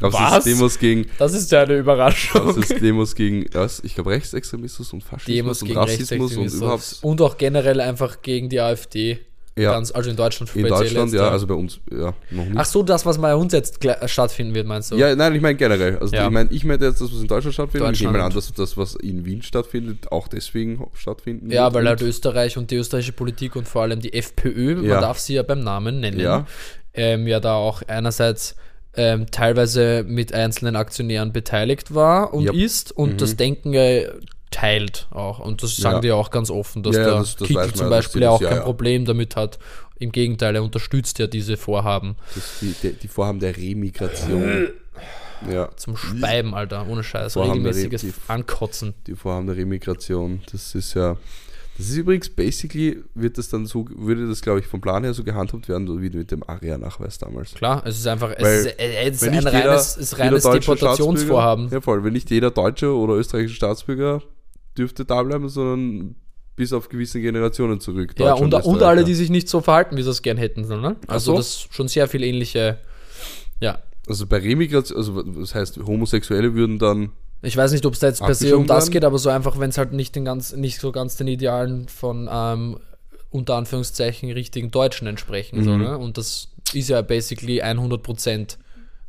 Speaker 2: gab's
Speaker 1: Was?
Speaker 2: jetzt Demos gegen,
Speaker 1: Das ist ja eine
Speaker 2: gab's
Speaker 1: Überraschung.
Speaker 2: jetzt Demos gegen, was, ich glaube Rechtsextremismus und Faschismus
Speaker 1: Demos
Speaker 2: und
Speaker 1: gegen
Speaker 2: Rassismus und
Speaker 1: Rechtsextremismus
Speaker 2: überhaupt,
Speaker 1: und auch generell einfach gegen die AfD.
Speaker 2: Ja.
Speaker 1: Ganz, also in Deutschland
Speaker 2: In
Speaker 1: speziell
Speaker 2: Deutschland,
Speaker 1: jetzt,
Speaker 2: ja, also bei uns, ja, noch nicht.
Speaker 1: Ach so, das, was bei uns jetzt gle- stattfinden wird, meinst du?
Speaker 2: Ja, nein, ich meine generell. Also
Speaker 1: Ja.
Speaker 2: ich meine, ich meine jetzt das, was in Deutschland stattfindet. und Ich nehme an,
Speaker 1: Deutschland.
Speaker 2: dass das, was in Wien stattfindet, auch deswegen stattfinden
Speaker 1: Ja,
Speaker 2: wird.
Speaker 1: weil
Speaker 2: Und-
Speaker 1: halt Österreich und die österreichische Politik und vor allem die FPÖ,
Speaker 2: Ja.
Speaker 1: man darf sie ja beim Namen nennen,
Speaker 2: Ja.
Speaker 1: ja, ähm, ja da auch einerseits ähm, teilweise mit einzelnen Aktionären beteiligt war und
Speaker 2: Yep. Mhm.
Speaker 1: ist und das Denken äh, teilt auch. Und das sagen
Speaker 2: Ja.
Speaker 1: die ja auch ganz offen, dass
Speaker 2: Ja, ja,
Speaker 1: der
Speaker 2: das- das weiß
Speaker 1: Kickel
Speaker 2: man
Speaker 1: zum
Speaker 2: ja, dass die
Speaker 1: Beispiel ja
Speaker 2: das-
Speaker 1: auch
Speaker 2: ja,
Speaker 1: kein
Speaker 2: ja.
Speaker 1: Problem damit hat. Im Gegenteil, er unterstützt ja diese Vorhaben
Speaker 2: Das, die, die, die Vorhaben der Remigration. ja,
Speaker 1: zum Speiben, Alter, ohne Scheiß, Vorhaben der regelmäßiges
Speaker 2: Re- die-
Speaker 1: Ankotzen.
Speaker 2: die Vorhaben der Remigration. Das ist ja. Das ist übrigens basically, wird das dann so, würde das, glaube ich, vom Plan her so gehandhabt werden, so wie mit dem ARIA-Nachweis damals.
Speaker 1: Klar, es ist einfach, es
Speaker 2: Weil-
Speaker 1: ist, äh, es ist
Speaker 2: Wenn
Speaker 1: ein
Speaker 2: nicht
Speaker 1: reines, es ist
Speaker 2: jeder
Speaker 1: reines
Speaker 2: deutsche
Speaker 1: Deportationsvorhaben.
Speaker 2: Staatsbürger- Ja, voll. Wenn nicht jeder deutsche oder österreichische Staatsbürger dürfte da bleiben, sondern bis auf gewisse Generationen zurück.
Speaker 1: Ja,
Speaker 2: Deutsche
Speaker 1: und, und
Speaker 2: Österreicher.
Speaker 1: alle, die sich nicht so verhalten, wie sie es gern hätten, sondern. Also,
Speaker 2: so.
Speaker 1: das schon sehr viel ähnliche. Ja.
Speaker 2: Also bei Remigration, also das heißt, Homosexuelle würden dann.
Speaker 1: Ich weiß nicht, ob es da jetzt per se
Speaker 2: Abgeschoben
Speaker 1: um das
Speaker 2: werden?
Speaker 1: geht, aber so einfach, wenn es halt nicht, den ganz, nicht so ganz den Idealen von ähm, unter Anführungszeichen richtigen Deutschen entsprechen.
Speaker 2: Mhm.
Speaker 1: So, ne? Und das ist ja basically 100 Prozent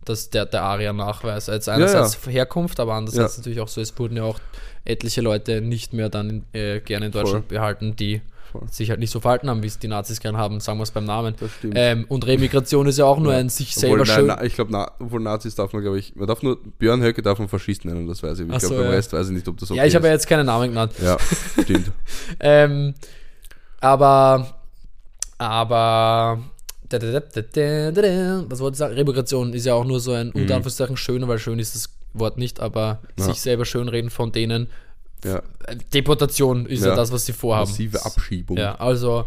Speaker 1: das, der, der Aria-Nachweis. Als einerseits Herkunft, aber andererseits
Speaker 2: Ja.
Speaker 1: natürlich auch so, es wurden ja auch etliche Leute nicht mehr dann äh, gerne in Deutschland behalten, die
Speaker 2: Voll.
Speaker 1: sich halt nicht so verhalten haben, wie es die Nazis gern haben, sagen wir es beim Namen.
Speaker 2: Das stimmt.
Speaker 1: Ähm, und Remigration ist ja auch nur ein sich selber
Speaker 2: Obwohl, nein,
Speaker 1: schön.
Speaker 2: na, ich glaube, na, obwohl Nazis darf man, glaube ich, man darf nur Björn Höcke darf man Faschisten nennen, das weiß ich. aber Ich
Speaker 1: Ach
Speaker 2: glaube,
Speaker 1: so,
Speaker 2: beim
Speaker 1: ja.
Speaker 2: Rest weiß ich nicht, ob das okay
Speaker 1: ja, ich habe ja
Speaker 2: ist.
Speaker 1: jetzt keine Namen genannt.
Speaker 2: Ja, stimmt.
Speaker 1: Ähm, aber, aber, da, da, da, da, da, da, da, was wollte ich sagen? Remigration ist ja auch nur so ein unter Anführungszeichen schöner, weil schön ist das Wort nicht, aber
Speaker 2: Mhm. Ja.
Speaker 1: sich selber schönreden von denen.
Speaker 2: Ja.
Speaker 1: Äh, Deportation ist ja,
Speaker 2: Ja.
Speaker 1: das, was sie vorhaben.
Speaker 2: Massive Abschiebung.
Speaker 1: Ja, also,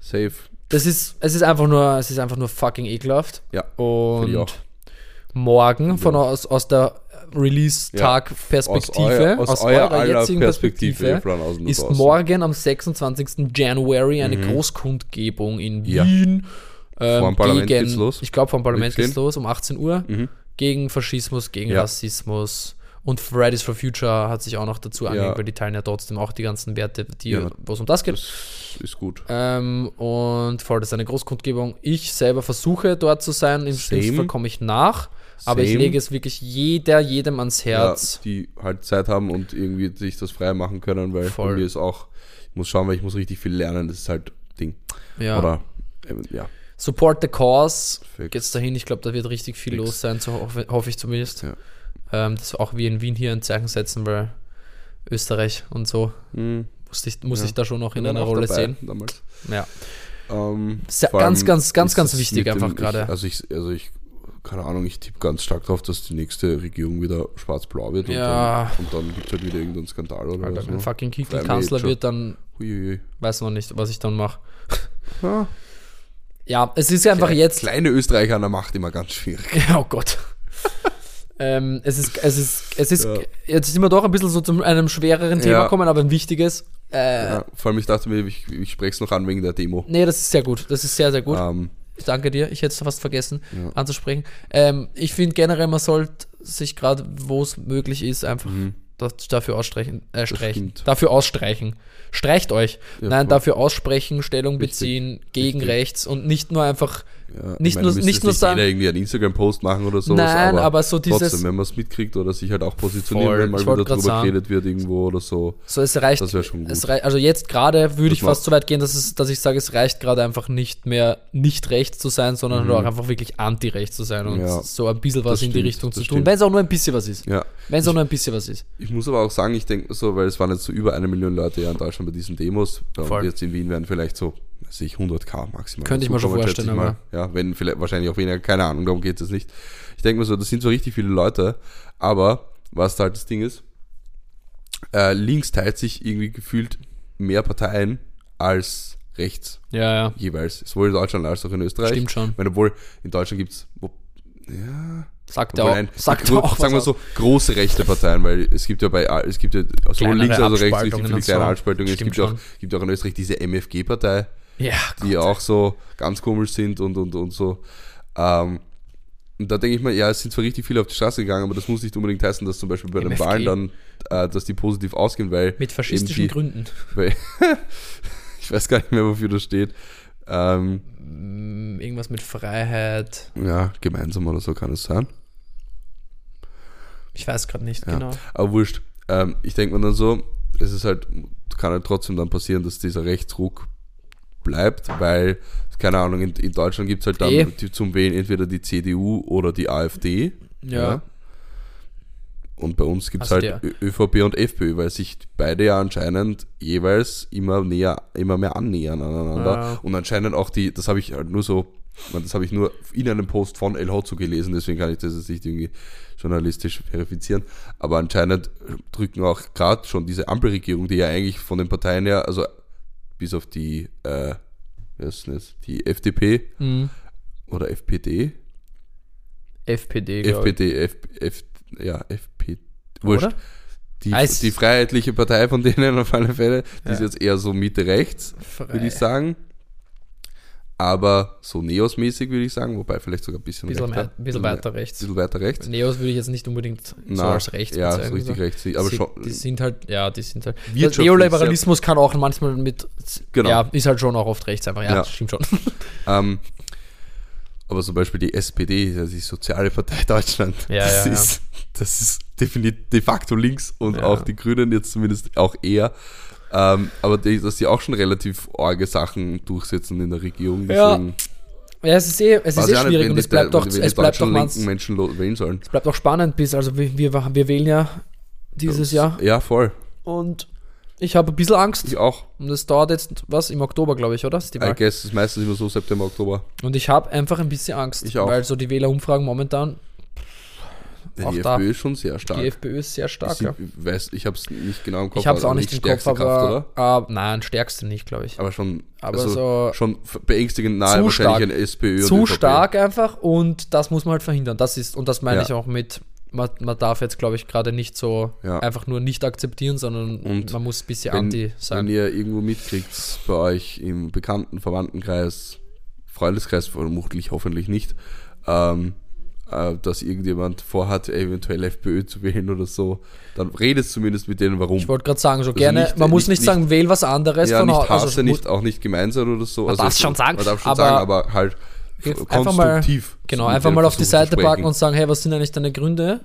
Speaker 2: Safe.
Speaker 1: das ist, es ist einfach nur, es ist einfach nur fucking ekelhaft.
Speaker 2: Ja. ich auch.
Speaker 1: Und morgen von aus, aus der Release-Tag-Perspektive,
Speaker 2: aus, euer, aus, euer
Speaker 1: eurer
Speaker 2: aller
Speaker 1: jetzigen
Speaker 2: Perspektive, ihr
Speaker 1: Perspektive,
Speaker 2: Plan außen und
Speaker 1: ist
Speaker 2: draußen.
Speaker 1: morgen am 26. January eine Großkundgebung in
Speaker 2: Mhm. Ja.
Speaker 1: Wien. Ähm,
Speaker 2: Vor dem Parlament geht's los.
Speaker 1: Ich glaube, vom Parlament
Speaker 2: Mitgehen.
Speaker 1: geht's los um 18 Uhr. Gegen Faschismus, gegen
Speaker 2: Ja.
Speaker 1: Rassismus. Und Fridays for Future hat sich auch noch dazu angehört, weil die teilen ja trotzdem auch die ganzen Werte, die,
Speaker 2: Ja.
Speaker 1: wo es um das geht.
Speaker 2: Das ist gut.
Speaker 1: Ähm, und voll, das ist eine Großkundgebung. Ich selber versuche dort zu sein. Im
Speaker 2: Same.
Speaker 1: Schlimmsten Fall komme ich nach. Aber ich
Speaker 2: Same.
Speaker 1: lege es wirklich jeder, jedem ans
Speaker 2: Ja,
Speaker 1: Herz.
Speaker 2: die halt Zeit haben und irgendwie sich das frei machen können, weil
Speaker 1: Voll.
Speaker 2: bei mir ist auch, ich muss schauen, weil ich muss richtig viel lernen, das ist halt Ding.
Speaker 1: Ja.
Speaker 2: Oder, ähm, ja.
Speaker 1: Support the cause.
Speaker 2: Fix.
Speaker 1: Geht's dahin. Ich glaube, da wird richtig viel
Speaker 2: Fix.
Speaker 1: los sein, so hoffe, hoffe ich zumindest.
Speaker 2: Ja.
Speaker 1: Ähm, dass auch wir in Wien hier ein Zeichen setzen, weil Österreich und so
Speaker 2: Hm,
Speaker 1: musste ich, muss
Speaker 2: Ja.
Speaker 1: ich da schon noch in
Speaker 2: wir waren
Speaker 1: einer
Speaker 2: auch
Speaker 1: Rolle
Speaker 2: dabei
Speaker 1: sehen.
Speaker 2: Damals.
Speaker 1: Ja.
Speaker 2: Ähm,
Speaker 1: Sehr-
Speaker 2: vor
Speaker 1: ganz,
Speaker 2: allem
Speaker 1: ganz, ganz,
Speaker 2: ist
Speaker 1: ganz
Speaker 2: das
Speaker 1: wichtig
Speaker 2: mit
Speaker 1: einfach
Speaker 2: ich-
Speaker 1: gerade.
Speaker 2: Also ich, also ich, keine Ahnung, ich tippe ganz stark drauf, dass die nächste Regierung wieder schwarz-blau wird und
Speaker 1: Ja.
Speaker 2: dann, und dann gibt es halt wieder irgendeinen Skandal oder ne?
Speaker 1: Alter, wenn
Speaker 2: so.
Speaker 1: fucking
Speaker 2: Freuen wir
Speaker 1: Kickel
Speaker 2: jetzt
Speaker 1: Kanzler
Speaker 2: schon.
Speaker 1: wird, dann
Speaker 2: Huiuiui.
Speaker 1: weiß noch nicht, was ich dann mache.
Speaker 2: Ah,
Speaker 1: Ja, es ist einfach jetzt
Speaker 2: kleine Österreicher an der Macht immer ganz schwierig.
Speaker 1: Oh Gott. ähm, es ist, es ist, es ist,
Speaker 2: Ja.
Speaker 1: jetzt sind wir doch ein bisschen so zu einem schwereren Thema
Speaker 2: Ja.
Speaker 1: gekommen, aber ein wichtiges. Äh,
Speaker 2: Ja, ne? vor allem, ich dachte mir, ich, ich spreche es noch an wegen der Demo.
Speaker 1: Nee, das ist sehr gut. Das ist sehr, sehr gut.
Speaker 2: Ähm,
Speaker 1: Ich danke dir. Ich hätte es fast vergessen
Speaker 2: Ja.
Speaker 1: anzusprechen. Ähm, ich finde generell, man sollte sich gerade, wo es möglich ist, einfach das, dafür ausstreichen. Äh, streichen.
Speaker 2: Mhm. stimmt.
Speaker 1: Dafür ausstreichen. Streicht euch.
Speaker 2: Ja,
Speaker 1: Nein,
Speaker 2: voll.
Speaker 1: dafür aussprechen, Stellung
Speaker 2: Richtig.
Speaker 1: beziehen, gegen
Speaker 2: Richtig.
Speaker 1: rechts und nicht nur einfach.
Speaker 2: ja,
Speaker 1: Nicht nur-
Speaker 2: müsste
Speaker 1: nicht
Speaker 2: jetzt
Speaker 1: nur sagen-
Speaker 2: jeder irgendwie einen Instagram-Post machen oder sowas.
Speaker 1: Nein, aber so dieses-
Speaker 2: Trotzdem, wenn man es mitkriegt oder sich halt auch positioniert,
Speaker 1: Voll,
Speaker 2: wenn mal
Speaker 1: ich
Speaker 2: wieder
Speaker 1: wollte grad
Speaker 2: drüber
Speaker 1: sagen.
Speaker 2: geredet wird irgendwo oder so.
Speaker 1: So, es reicht.
Speaker 2: Das wäre schon gut.
Speaker 1: Es rei also jetzt gerade würde
Speaker 2: Das
Speaker 1: ich fast
Speaker 2: macht-
Speaker 1: so weit gehen, dass, es, dass ich sage, es reicht gerade einfach nicht mehr nicht rechts zu sein, sondern auch einfach wirklich anti-rechts zu sein und
Speaker 2: Mhm. Ja.
Speaker 1: so ein bisschen was
Speaker 2: Das
Speaker 1: in die
Speaker 2: stimmt,
Speaker 1: Richtung
Speaker 2: das
Speaker 1: zu tun.
Speaker 2: stimmt.
Speaker 1: Wenn es auch nur ein bisschen was ist.
Speaker 2: Ja.
Speaker 1: Wenn es auch nur ein bisschen was ist.
Speaker 2: Ich muss aber auch sagen, ich denke so, weil es waren jetzt so über eine Million Leute ja in Deutschland bei diesen Demos. Bei uns
Speaker 1: Voll.
Speaker 2: jetzt in Wien wären vielleicht so, weiß ich, 100k maximal.
Speaker 1: Könnte ich mir
Speaker 2: So
Speaker 1: schon
Speaker 2: kann man, schätze ich
Speaker 1: vorstellen,
Speaker 2: Mal, ja, wenn vielleicht, wahrscheinlich auch weniger, keine Ahnung, darum geht es nicht. Ich denke mir so, das sind so richtig viele Leute, aber was da halt das Ding ist, äh, links teilt sich irgendwie gefühlt mehr Parteien als rechts
Speaker 1: Ja, ja.
Speaker 2: jeweils. Sowohl in Deutschland als auch in Österreich.
Speaker 1: Stimmt schon.
Speaker 2: Weil obwohl in Deutschland gibt es, ja,
Speaker 1: Sagt er
Speaker 2: Obwohl,
Speaker 1: auch.
Speaker 2: nein,
Speaker 1: Sagt
Speaker 2: gro-
Speaker 1: er auch.
Speaker 2: sagen wir
Speaker 1: was
Speaker 2: so, große rechte Parteien, weil es gibt ja bei, es gibt ja sowohl
Speaker 1: Kleinere
Speaker 2: links als auch rechts richtig
Speaker 1: Abspaltungen
Speaker 2: viele
Speaker 1: und so.
Speaker 2: kleine Abspaltungen. Es
Speaker 1: Stimmt
Speaker 2: gibt ja auch,
Speaker 1: schon.
Speaker 2: gibt ja auch in Österreich diese MFG-Partei,
Speaker 1: aus. Ja,
Speaker 2: die ja auch so ganz komisch sind und, und, und so. Ähm, und da denke ich mal, ja, es sind zwar richtig viele auf die Straße gegangen, aber das muss nicht unbedingt heißen, dass zum Beispiel bei den
Speaker 1: MFG?
Speaker 2: Wahlen dann, äh, dass die positiv ausgehen, weil
Speaker 1: mit
Speaker 2: eben
Speaker 1: faschistischen
Speaker 2: die-
Speaker 1: Gründen.
Speaker 2: weil ich weiß gar nicht mehr, wofür das steht. Ähm,
Speaker 1: Mm, Irgendwas mit Freiheit.
Speaker 2: ja, gemeinsam oder so kann es sein.
Speaker 1: Ich weiß gerade nicht
Speaker 2: Ja.
Speaker 1: genau.
Speaker 2: Aber wurscht. Ähm, ich denke mir dann so, es ist halt, kann halt trotzdem dann passieren, dass dieser Rechtsruck bleibt, weil, keine Ahnung, in, in Deutschland gibt es halt dann
Speaker 1: Eh.
Speaker 2: die- zum Wählen entweder die CDU oder die AfD.
Speaker 1: Ja.
Speaker 2: Und bei uns gibt es
Speaker 1: Also
Speaker 2: halt
Speaker 1: der-
Speaker 2: Ö- ÖVP und FPÖ, weil sich beide ja anscheinend jeweils immer näher, immer mehr annähern aneinander.
Speaker 1: Ja.
Speaker 2: Und anscheinend auch die, das habe ich halt nur so, ich meine, das habe ich nur in einem Post von El Hotzo gelesen, deswegen kann ich das jetzt nicht irgendwie journalistisch verifizieren. Aber anscheinend drücken auch gerade schon diese Ampelregierung, die ja eigentlich von den Parteien her, also bis auf die, äh, wer ist denn das, die FDP
Speaker 1: Mm.
Speaker 2: oder FPD,
Speaker 1: FPD, glaub ich.
Speaker 2: FPD, F, F, ja, FP, wurscht.
Speaker 1: Oder?
Speaker 2: Die,
Speaker 1: Ah, es-
Speaker 2: die freiheitliche Partei von denen auf alle Fälle, die ist
Speaker 1: Ja.
Speaker 2: jetzt eher so Mitte rechts, würde
Speaker 1: Frei.
Speaker 2: ich sagen. Aber so Neos-mäßig würde ich sagen, wobei vielleicht sogar ein bisschen,
Speaker 1: Bisschen,
Speaker 2: rechter.
Speaker 1: mehr, bisschen
Speaker 2: mehr-
Speaker 1: weiter rechts.
Speaker 2: bisschen weiter rechts.
Speaker 1: Neos würde ich jetzt nicht unbedingt so
Speaker 2: Na,
Speaker 1: als rechts
Speaker 2: ja, so
Speaker 1: bezeichnen.
Speaker 2: richtig
Speaker 1: so.
Speaker 2: rechts. nicht, Aber
Speaker 1: sie,
Speaker 2: schon,
Speaker 1: die sind halt, ja, die sind halt.
Speaker 2: Wirtschaftlich
Speaker 1: Der Neoliberalismus kann auch manchmal mit,
Speaker 2: Genau.
Speaker 1: ja, ist halt schon auch oft rechts einfach, ja,
Speaker 2: Ja.
Speaker 1: stimmt schon.
Speaker 2: ähm, aber zum Beispiel die SPD, das ist die Soziale Partei Deutschland.
Speaker 1: Ja,
Speaker 2: das,
Speaker 1: ja,
Speaker 2: ist, das ist definitiv de facto links und
Speaker 1: Ja.
Speaker 2: auch die Grünen jetzt zumindest auch eher. Ähm, aber die, dass die auch schon relativ arge Sachen durchsetzen in der Regierung.
Speaker 1: Ja.
Speaker 2: deswegen-
Speaker 1: Ja, es ist eh, es ist
Speaker 2: Weiß
Speaker 1: eh
Speaker 2: ich auch nicht,
Speaker 1: schwierig
Speaker 2: wenn
Speaker 1: und
Speaker 2: die-
Speaker 1: es bleibt
Speaker 2: wenn
Speaker 1: doch,
Speaker 2: die- wenn
Speaker 1: es
Speaker 2: die
Speaker 1: bleibt doch
Speaker 2: deutschen
Speaker 1: manz,
Speaker 2: linken Menschen lo- wählen sollen.
Speaker 1: es bleibt auch spannend bis, also wir, wir, wir wählen ja dieses Jahr
Speaker 2: Ja, voll.
Speaker 1: und ich habe ein bisschen Angst
Speaker 2: Ich auch.
Speaker 1: und das dauert jetzt, was, im Oktober, glaube ich, oder? Ist die
Speaker 2: I
Speaker 1: Wahl.
Speaker 2: guess es ist meistens immer so September, Oktober.
Speaker 1: Und ich habe einfach ein bisschen Angst,
Speaker 2: Ich auch.
Speaker 1: weil so die Wählerumfragen momentan,
Speaker 2: Ja,
Speaker 1: Auch
Speaker 2: die
Speaker 1: da.
Speaker 2: FPÖ ist schon sehr stark.
Speaker 1: die FPÖ ist sehr stark,
Speaker 2: Sie-
Speaker 1: ja.
Speaker 2: Ich weiß, ich habe es nicht genau im Kopf.
Speaker 1: Ich habe es auch
Speaker 2: aber
Speaker 1: nicht im Kopf,
Speaker 2: stärkste Kraft,
Speaker 1: aber,
Speaker 2: oder?
Speaker 1: ah, nein, stärkste nicht, glaube ich.
Speaker 2: Aber schon,
Speaker 1: Aber
Speaker 2: also
Speaker 1: so-
Speaker 2: schon f- beängstigend nahe
Speaker 1: Zu
Speaker 2: wahrscheinlich
Speaker 1: stark.
Speaker 2: ein SPÖ
Speaker 1: zu
Speaker 2: und ÖVP.
Speaker 1: stark einfach und das muss man halt verhindern. Das ist, und das meine
Speaker 2: Ja.
Speaker 1: ich auch mit, man, man darf jetzt, glaube ich, gerade nicht so
Speaker 2: Ja.
Speaker 1: einfach nur nicht akzeptieren, sondern
Speaker 2: Und
Speaker 1: man muss ein bisschen
Speaker 2: Wenn,
Speaker 1: anti
Speaker 2: wenn
Speaker 1: sein.
Speaker 2: ihr irgendwo mitkriegt bei euch im bekannten Verwandtenkreis, Freundeskreis vermutlich hoffentlich nicht, ähm, äh, dass irgendjemand vorhat, eventuell FPÖ zu wählen oder so, dann redet zumindest mit denen, warum.
Speaker 1: Ich wollte gerade sagen, so gerne,
Speaker 2: Also nicht- äh,
Speaker 1: man muss
Speaker 2: nicht-
Speaker 1: nicht,
Speaker 2: nicht-
Speaker 1: sagen, wähl was anderes
Speaker 2: ja,
Speaker 1: von also
Speaker 2: nicht
Speaker 1: Hau-
Speaker 2: hasse,
Speaker 1: es
Speaker 2: nicht,
Speaker 1: mu-
Speaker 2: auch nicht gemeinsam oder so.
Speaker 1: Man darf's schon sagen,
Speaker 2: man darf schon
Speaker 1: aber-
Speaker 2: sagen, aber halt
Speaker 1: Jetzt einfach mal-
Speaker 2: konstruktiv.
Speaker 1: Genau,
Speaker 2: mit
Speaker 1: einfach
Speaker 2: denen
Speaker 1: mal auf die
Speaker 2: versuchen zu
Speaker 1: Seite packen und
Speaker 2: sprechen. Mhm.
Speaker 1: sagen, hey, was sind eigentlich deine Gründe?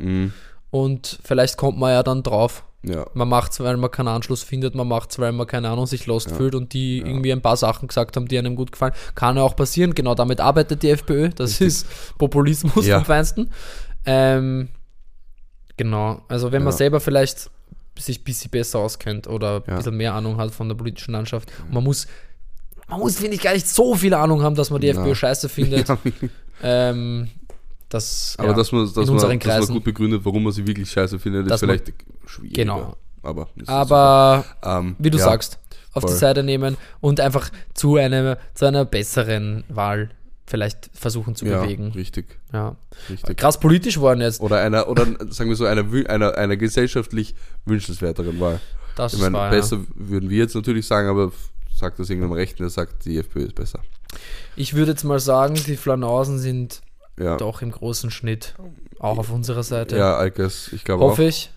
Speaker 1: Und vielleicht kommt man ja dann drauf.
Speaker 2: ja.
Speaker 1: Man macht's, weil man keinen Anschluss findet, man macht's, weil man keine Ahnung sich lost fühlt und die irgendwie ein paar Sachen gesagt haben, die einem gut gefallen. Kann ja auch passieren, genau damit arbeitet die FPÖ. Das ist Populismus
Speaker 2: Ja.
Speaker 1: vom Feinsten. Ähm, genau, also wenn man
Speaker 2: Ja.
Speaker 1: selber vielleicht sich ein bisschen besser auskennt oder ein
Speaker 2: Ja.
Speaker 1: bisschen mehr Ahnung hat von der politischen Landschaft. Und man muss, man muss, finde ich, gar nicht so viel Ahnung haben, dass man die
Speaker 2: Na.
Speaker 1: FPÖ scheiße findet.
Speaker 2: Ja,
Speaker 1: Ähm, das,
Speaker 2: aber
Speaker 1: ja,
Speaker 2: dass man, dass, man,
Speaker 1: unseren
Speaker 2: dass man
Speaker 1: Kreisen.
Speaker 2: gut begründet, warum man sie wirklich scheiße findet,
Speaker 1: Dass
Speaker 2: ist
Speaker 1: man-
Speaker 2: vielleicht schwierig.
Speaker 1: Genau.
Speaker 2: Aber, das ist
Speaker 1: aber
Speaker 2: super. Ähm,
Speaker 1: wie du
Speaker 2: ja,
Speaker 1: sagst, auf die
Speaker 2: voll.
Speaker 1: Seite nehmen und einfach zu einer, zu einer besseren Wahl vielleicht versuchen zu
Speaker 2: ja,
Speaker 1: bewegen.
Speaker 2: Richtig,
Speaker 1: Ja.
Speaker 2: richtig.
Speaker 1: Krass politisch worden jetzt.
Speaker 2: Oder einer, oder sagen wir so, einer, wü- einer, einer gesellschaftlich wünschenswerteren Wahl.
Speaker 1: Das
Speaker 2: Ich meine,
Speaker 1: war ja.
Speaker 2: besser würden wir jetzt natürlich sagen, aber f- sagt das irgendeinem Rechten, der sagt, die FPÖ ist besser.
Speaker 1: Ich würde jetzt mal sagen, die Flanausen sind
Speaker 2: Ja,
Speaker 1: doch im großen Schnitt auch auf unserer Seite.
Speaker 2: ja I guess, ich glaube auch.
Speaker 1: Hoffe ich.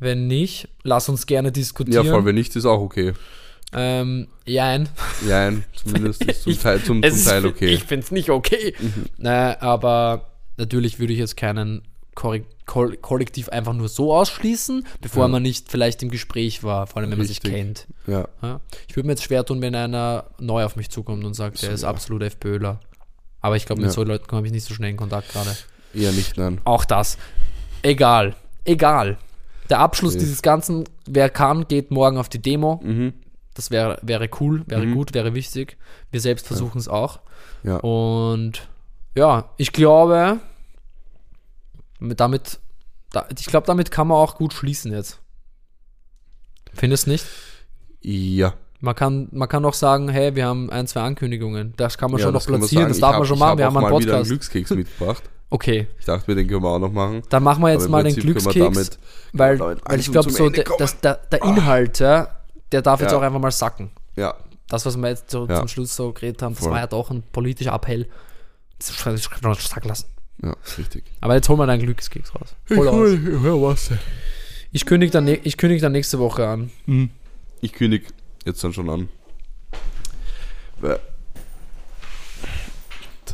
Speaker 1: Wenn nicht, lass uns gerne
Speaker 2: Ja,
Speaker 1: diskutieren.
Speaker 2: voll, wenn nicht, ist auch okay.
Speaker 1: ähm, jein.
Speaker 2: Nein, zumindest ist zum
Speaker 1: Ich-
Speaker 2: Teil, zum,
Speaker 1: Es
Speaker 2: zum
Speaker 1: ist-
Speaker 2: Teil okay. Mhm.
Speaker 1: Ich finde es nicht okay. Naja, aber natürlich würde ich jetzt keinen Korre- Koll Kollektiv einfach nur so ausschließen, bevor
Speaker 2: Ja.
Speaker 1: man nicht vielleicht im Gespräch war, vor allem wenn man
Speaker 2: Richtig.
Speaker 1: sich kennt.
Speaker 2: Ja,
Speaker 1: Ja? Ich würde mir jetzt schwer tun, wenn einer neu auf mich zukommt und sagt, er ist absolut FPÖler. Aber ich glaube, mit
Speaker 2: Ja.
Speaker 1: so Leuten komme ich nicht so schnell in Kontakt gerade.
Speaker 2: eher nicht, nein.
Speaker 1: Auch das. Egal. Egal. Der Abschluss
Speaker 2: Nee.
Speaker 1: dieses Ganzen, wer kann, geht morgen auf die Demo.
Speaker 2: Mhm.
Speaker 1: Das wäre wäre cool, wäre gut, wäre wichtig. Wir selbst versuchen es auch.
Speaker 2: Ja.
Speaker 1: Oh. Und ja, ich glaube, mit- damit, da, ich glaube, damit kann man auch gut schließen jetzt. Findest nicht?
Speaker 2: Ja.
Speaker 1: Man kann, man kann auch sagen, hey, wir haben ein, zwei Ankündigungen. Das kann man
Speaker 2: ja,
Speaker 1: schon noch
Speaker 2: das kann man
Speaker 1: platzieren,
Speaker 2: sagen.
Speaker 1: das
Speaker 2: Ich
Speaker 1: darf
Speaker 2: hab-
Speaker 1: man schon
Speaker 2: ich
Speaker 1: machen.
Speaker 2: hab
Speaker 1: Wir haben
Speaker 2: auch
Speaker 1: einen
Speaker 2: mal wieder einen
Speaker 1: Podcast.
Speaker 2: Glückskeks mitgebracht.
Speaker 1: okay,
Speaker 2: Ich dachte mir, den können wir auch noch machen.
Speaker 1: dann machen wir jetzt
Speaker 2: Aber im
Speaker 1: mal den
Speaker 2: Prinzip können wir
Speaker 1: Glückskeks,
Speaker 2: damit-
Speaker 1: weil,
Speaker 2: können wir damit
Speaker 1: weil ich
Speaker 2: langsam
Speaker 1: glaube,
Speaker 2: zum
Speaker 1: so
Speaker 2: Ende
Speaker 1: der,
Speaker 2: kommen. Ah.
Speaker 1: das, der, der Inhalt, ja, der darf jetzt
Speaker 2: Ja.
Speaker 1: auch einfach mal sacken.
Speaker 2: Ja,
Speaker 1: Das, was wir jetzt so
Speaker 2: Ja.
Speaker 1: zum Schluss so geredet haben, das
Speaker 2: Voll.
Speaker 1: war ja doch ein politischer Appell. Das kann man sacken lassen.
Speaker 2: ja, richtig.
Speaker 1: Aber jetzt holen wir deinen Glückskeks raus. Hol raus.
Speaker 2: was.
Speaker 1: Ich kündige dann, nä- ich kündig dann nächste Woche an.
Speaker 2: Ich kündige jetzt dann schon an. Weil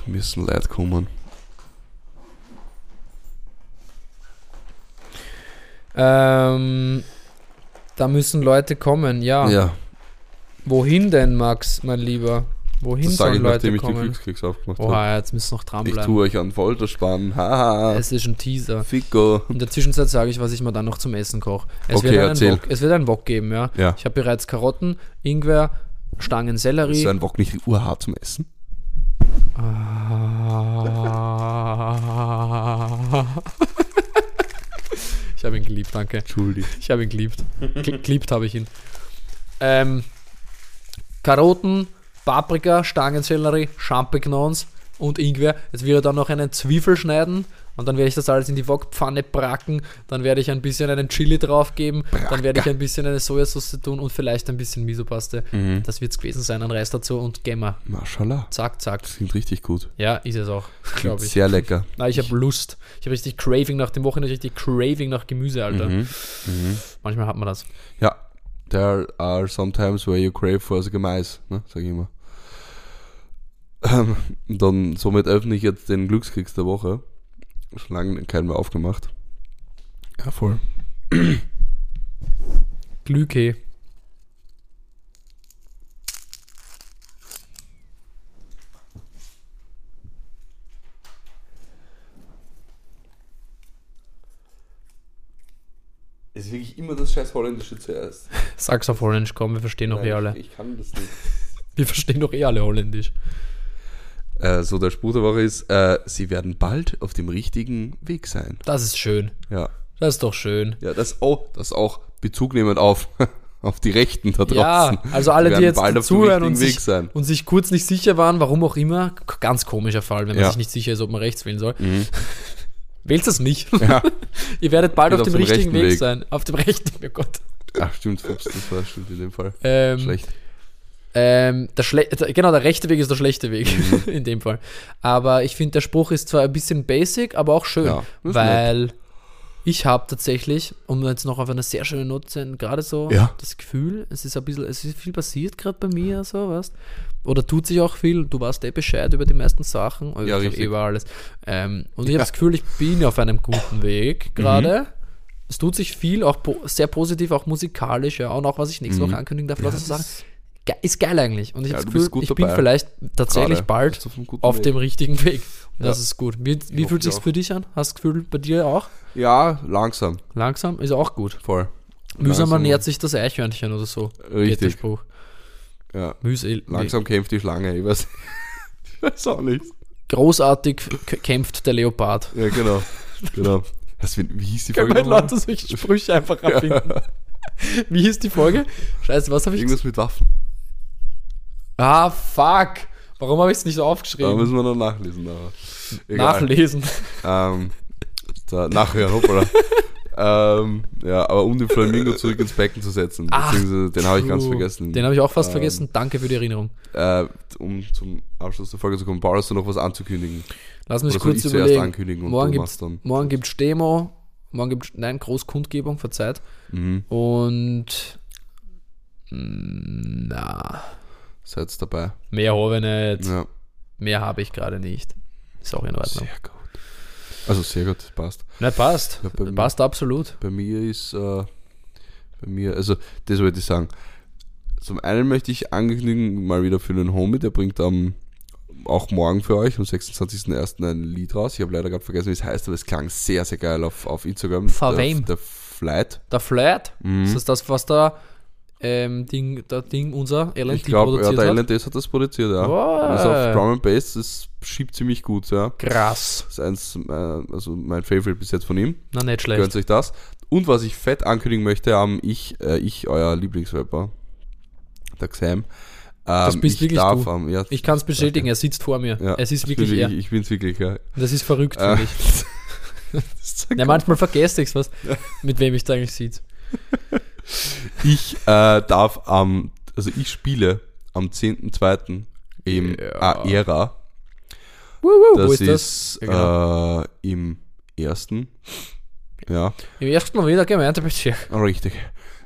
Speaker 2: müssen Leute kommen.
Speaker 1: Ähm, da müssen Leute kommen, ja.
Speaker 2: ja,
Speaker 1: Wohin denn, Max, mein Lieber? Wohin
Speaker 2: das sage ich,
Speaker 1: sollen
Speaker 2: nachdem
Speaker 1: Leute
Speaker 2: ich die
Speaker 1: kommen?
Speaker 2: Glückskeks aufgemacht habe.
Speaker 1: Oha, jetzt müssen wir noch
Speaker 2: Ich
Speaker 1: dranbleiben.
Speaker 2: tue euch an Folter spannen. Haha.
Speaker 1: Es ist ein Teaser.
Speaker 2: Fico.
Speaker 1: In der Zwischenzeit sage ich, was ich mir dann noch zum Essen koche. Es,
Speaker 2: Okay,
Speaker 1: wird einen
Speaker 2: erzähl.
Speaker 1: Wok- es wird einen Wok geben, ja.
Speaker 2: Ja.
Speaker 1: Ich habe bereits Karotten, Ingwer, Stangen Sellerie.
Speaker 2: Ist ein Wok nicht urhart zum Essen?
Speaker 1: Ah. ich habe ihn geliebt, danke.
Speaker 2: Entschuldigt.
Speaker 1: Ich habe ihn geliebt. Ge- Geliebt habe ich ihn. Ähm, Karotten, Paprika, Stangensellerie, Champignons und Ingwer. Jetzt werde ich dann noch einen Zwiebel schneiden und dann werde ich das alles in die Wokpfanne bracken. Dann werde ich ein bisschen einen Chili draufgeben. Dann werde ich ein bisschen eine Sojasauce tun und vielleicht ein bisschen Misopaste.
Speaker 2: Hm. Mhm.
Speaker 1: Das wird es gewesen sein. Ein Reis dazu und Gemma.
Speaker 2: Maschallah.
Speaker 1: Zack, zack.
Speaker 2: Das klingt richtig gut.
Speaker 1: Ja, ist es auch,
Speaker 2: Klingt
Speaker 1: glaube ich.
Speaker 2: sehr lecker.
Speaker 1: Na, ich habe Lust. Ich habe richtig Craving nach dem Wochenende, richtig Craving nach Gemüse, Alter.
Speaker 2: Mhm.
Speaker 1: Manchmal hat man das.
Speaker 2: Ja. There are sometimes where you crave for the Gemäß, ne? Sag ich immer. Ähm, Dann, somit öffne ich jetzt den Glückskeks der Woche. Schon lange keinen mehr aufgemacht. Ja, voll.
Speaker 1: Glühkee.
Speaker 2: Es ist wirklich immer das scheiß Holländische zuerst.
Speaker 1: Sag's auf Holländisch, komm, wir verstehen doch eh alle.
Speaker 2: Ich kann das nicht.
Speaker 1: Wir verstehen doch eh alle Holländisch.
Speaker 2: Äh, so, der Spruch der Woche ist, äh, sie werden bald auf dem richtigen Weg sein.
Speaker 1: Das ist schön.
Speaker 2: Ja.
Speaker 1: Das ist doch schön.
Speaker 2: Ja, das, oh, das auch Bezug nehmend auf, auf die Rechten da draußen.
Speaker 1: Ja, also alle, die
Speaker 2: werden
Speaker 1: jetzt
Speaker 2: bald auf dem
Speaker 1: zuhören
Speaker 2: richtigen
Speaker 1: und sich,
Speaker 2: Weg sein.
Speaker 1: und sich kurz nicht sicher waren, warum auch immer, k- ganz komischer Fall, wenn man
Speaker 2: Ja. Mhm.
Speaker 1: sich nicht sicher ist, ob man rechts wählen soll. Wählt es nicht.
Speaker 2: Ja.
Speaker 1: Ihr werdet bald
Speaker 2: Geht
Speaker 1: auf dem richtigen
Speaker 2: rechten
Speaker 1: Weg,
Speaker 2: Weg.
Speaker 1: sein. Auf dem rechten, oh Gott.
Speaker 2: Ach, stimmt, Fuchs, das war stimmt in dem Fall.
Speaker 1: Ähm,
Speaker 2: Schlecht.
Speaker 1: Ähm, der Schle der- genau, der rechte Weg ist der schlechte Weg
Speaker 2: Mhm.
Speaker 1: in dem Fall. Aber ich finde, der Spruch ist zwar ein bisschen basic, aber auch schön,
Speaker 2: Ja, das ist
Speaker 1: weil ich habe tatsächlich, um jetzt noch auf eine sehr schöne Note zu enden, gerade so
Speaker 2: Ja.
Speaker 1: das Gefühl, es ist ein bisschen, es ist viel passiert gerade bei mir, so was. Oder tut sich auch viel, du weißt eh Bescheid über die meisten Sachen,
Speaker 2: Ja,
Speaker 1: über,
Speaker 2: richtig.
Speaker 1: über alles. Ähm, und ich habe das Gefühl, ich bin auf einem guten
Speaker 2: Mhm.
Speaker 1: Weg gerade. Es tut sich viel, auch po sehr positiv, auch musikalisch, ja, und auch was ich nächste
Speaker 2: Mhm.
Speaker 1: Woche ankündigen darf, lauter so Sachen. Ge ist geil eigentlich. Und ich
Speaker 2: Ja,
Speaker 1: habe das
Speaker 2: du bist
Speaker 1: Gefühl,
Speaker 2: gut
Speaker 1: ich bin
Speaker 2: dabei.
Speaker 1: vielleicht tatsächlich
Speaker 2: Gerade. Du
Speaker 1: bald
Speaker 2: bist auf einem guten
Speaker 1: auf
Speaker 2: Weg.
Speaker 1: dem richtigen Weg. Und Das
Speaker 2: Ja.
Speaker 1: ist gut. Wie, wie
Speaker 2: hoffe,
Speaker 1: fühlt
Speaker 2: ich
Speaker 1: sich's
Speaker 2: auch.
Speaker 1: für dich an? Hast du das Gefühl bei dir auch?
Speaker 2: Ja, langsam.
Speaker 1: Langsam ist auch gut.
Speaker 2: Voll.
Speaker 1: Mühsam
Speaker 2: Langsam.
Speaker 1: nähert sich das Eichhörnchen oder so. Geht der
Speaker 2: Richtig.
Speaker 1: Spruch. eh,
Speaker 2: Ja.
Speaker 1: Mühsel.
Speaker 2: Langsam kämpft die Schlange, ich weiß, ich weiß auch nicht.
Speaker 1: Großartig k- kämpft der Leopard.
Speaker 2: Ja, genau. genau. Das, wie, wie hieß die
Speaker 1: Können
Speaker 2: Folge
Speaker 1: wir
Speaker 2: nochmal?
Speaker 1: Leute solche Sprüche einfach erfinden? Wie hieß die Folge? Scheiße, was habe ich gesagt?
Speaker 2: Irgendwas mit Waffen.
Speaker 1: Ah, fuck. Warum habe ich es nicht
Speaker 2: Da
Speaker 1: aufgeschrieben?
Speaker 2: müssen wir noch nachlesen. Aber egal.
Speaker 1: Nachlesen.
Speaker 2: Ähm, da, nachher, hoppala. ähm, ja, aber um den Flamingo zurück ins Becken zu setzen,
Speaker 1: Ach,
Speaker 2: beziehungsweise den habe ich ganz
Speaker 1: True.
Speaker 2: vergessen.
Speaker 1: Den habe ich auch fast
Speaker 2: Ähm,
Speaker 1: vergessen. Danke für die Erinnerung.
Speaker 2: äh, um zum Abschluss der Folge zu kommen, Paul, hast du noch was anzukündigen?
Speaker 1: Lass mich
Speaker 2: Oder soll
Speaker 1: kurz
Speaker 2: ich zuerst
Speaker 1: überlegen.
Speaker 2: ankündigen und
Speaker 1: morgen
Speaker 2: du
Speaker 1: gibt's,
Speaker 2: machst dann?
Speaker 1: morgen gibt's Demo, morgen gibt's nein Großkundgebung, verzeiht.
Speaker 2: Mhm,
Speaker 1: Und mm, na,
Speaker 2: Seid dabei.
Speaker 1: mehr habe ich nicht.
Speaker 2: Ja,
Speaker 1: Mehr habe ich gerade nicht. Ist auch in Ordnung.
Speaker 2: sehr gut. Also sehr gut, passt.
Speaker 1: Na, passt.
Speaker 2: Ja, bei mir-
Speaker 1: passt absolut.
Speaker 2: Bei mir ist, äh, bei mir, also das wollte ich sagen. Zum einen möchte ich ankündigen, mal wieder für den Homie, der bringt am auch morgen für euch am 26.01. ein Lied raus. Ich habe leider gerade vergessen, wie es heißt, aber es klang sehr, sehr geil auf, auf Instagram.
Speaker 1: Von
Speaker 2: Der-
Speaker 1: wem?
Speaker 2: Der Flight.
Speaker 1: Der Flat,
Speaker 2: Mhm.
Speaker 1: ist das das, was da ähm, Ding, der Ding unser LNT
Speaker 2: Ich glaube, ja,
Speaker 1: produziert
Speaker 2: der
Speaker 1: hat?
Speaker 2: LNDs hat das produziert, ja.
Speaker 1: Wow.
Speaker 2: Also auf Drum and Bass, das schiebt ziemlich gut, ja.
Speaker 1: Krass.
Speaker 2: Das ist eins, äh, also mein Favorite bis jetzt von ihm.
Speaker 1: Na, nicht schlecht.
Speaker 2: Gönnt euch das. Und was ich fett ankündigen möchte, haben ich, äh, ich, euer Lieblingsrapper, der Xam. Ähm,
Speaker 1: Das bist
Speaker 2: ich
Speaker 1: wirklich
Speaker 2: darf,
Speaker 1: du.
Speaker 2: ähm, ja,
Speaker 1: Ich kann es bestätigen, er sitzt vor mir.
Speaker 2: ja,
Speaker 1: es ist
Speaker 2: ich
Speaker 1: wirklich
Speaker 2: bin,
Speaker 1: er.
Speaker 2: Ich, ich bin's wirklich, ja.
Speaker 1: Das ist verrückt, für
Speaker 2: Äh,
Speaker 1: mich. Na, manchmal vergesse ich was, mit wem ich da eigentlich sitze.
Speaker 2: Ich äh, darf am, also ich spiele am 10.2. im
Speaker 1: Ja.
Speaker 2: Aera.
Speaker 1: Wuhu,
Speaker 2: Das
Speaker 1: wo ist,
Speaker 2: ist,
Speaker 1: das? Ja, genau.
Speaker 2: äh, im ersten. Ja,
Speaker 1: Im ersten wieder Gemeindebezirk.
Speaker 2: richtig.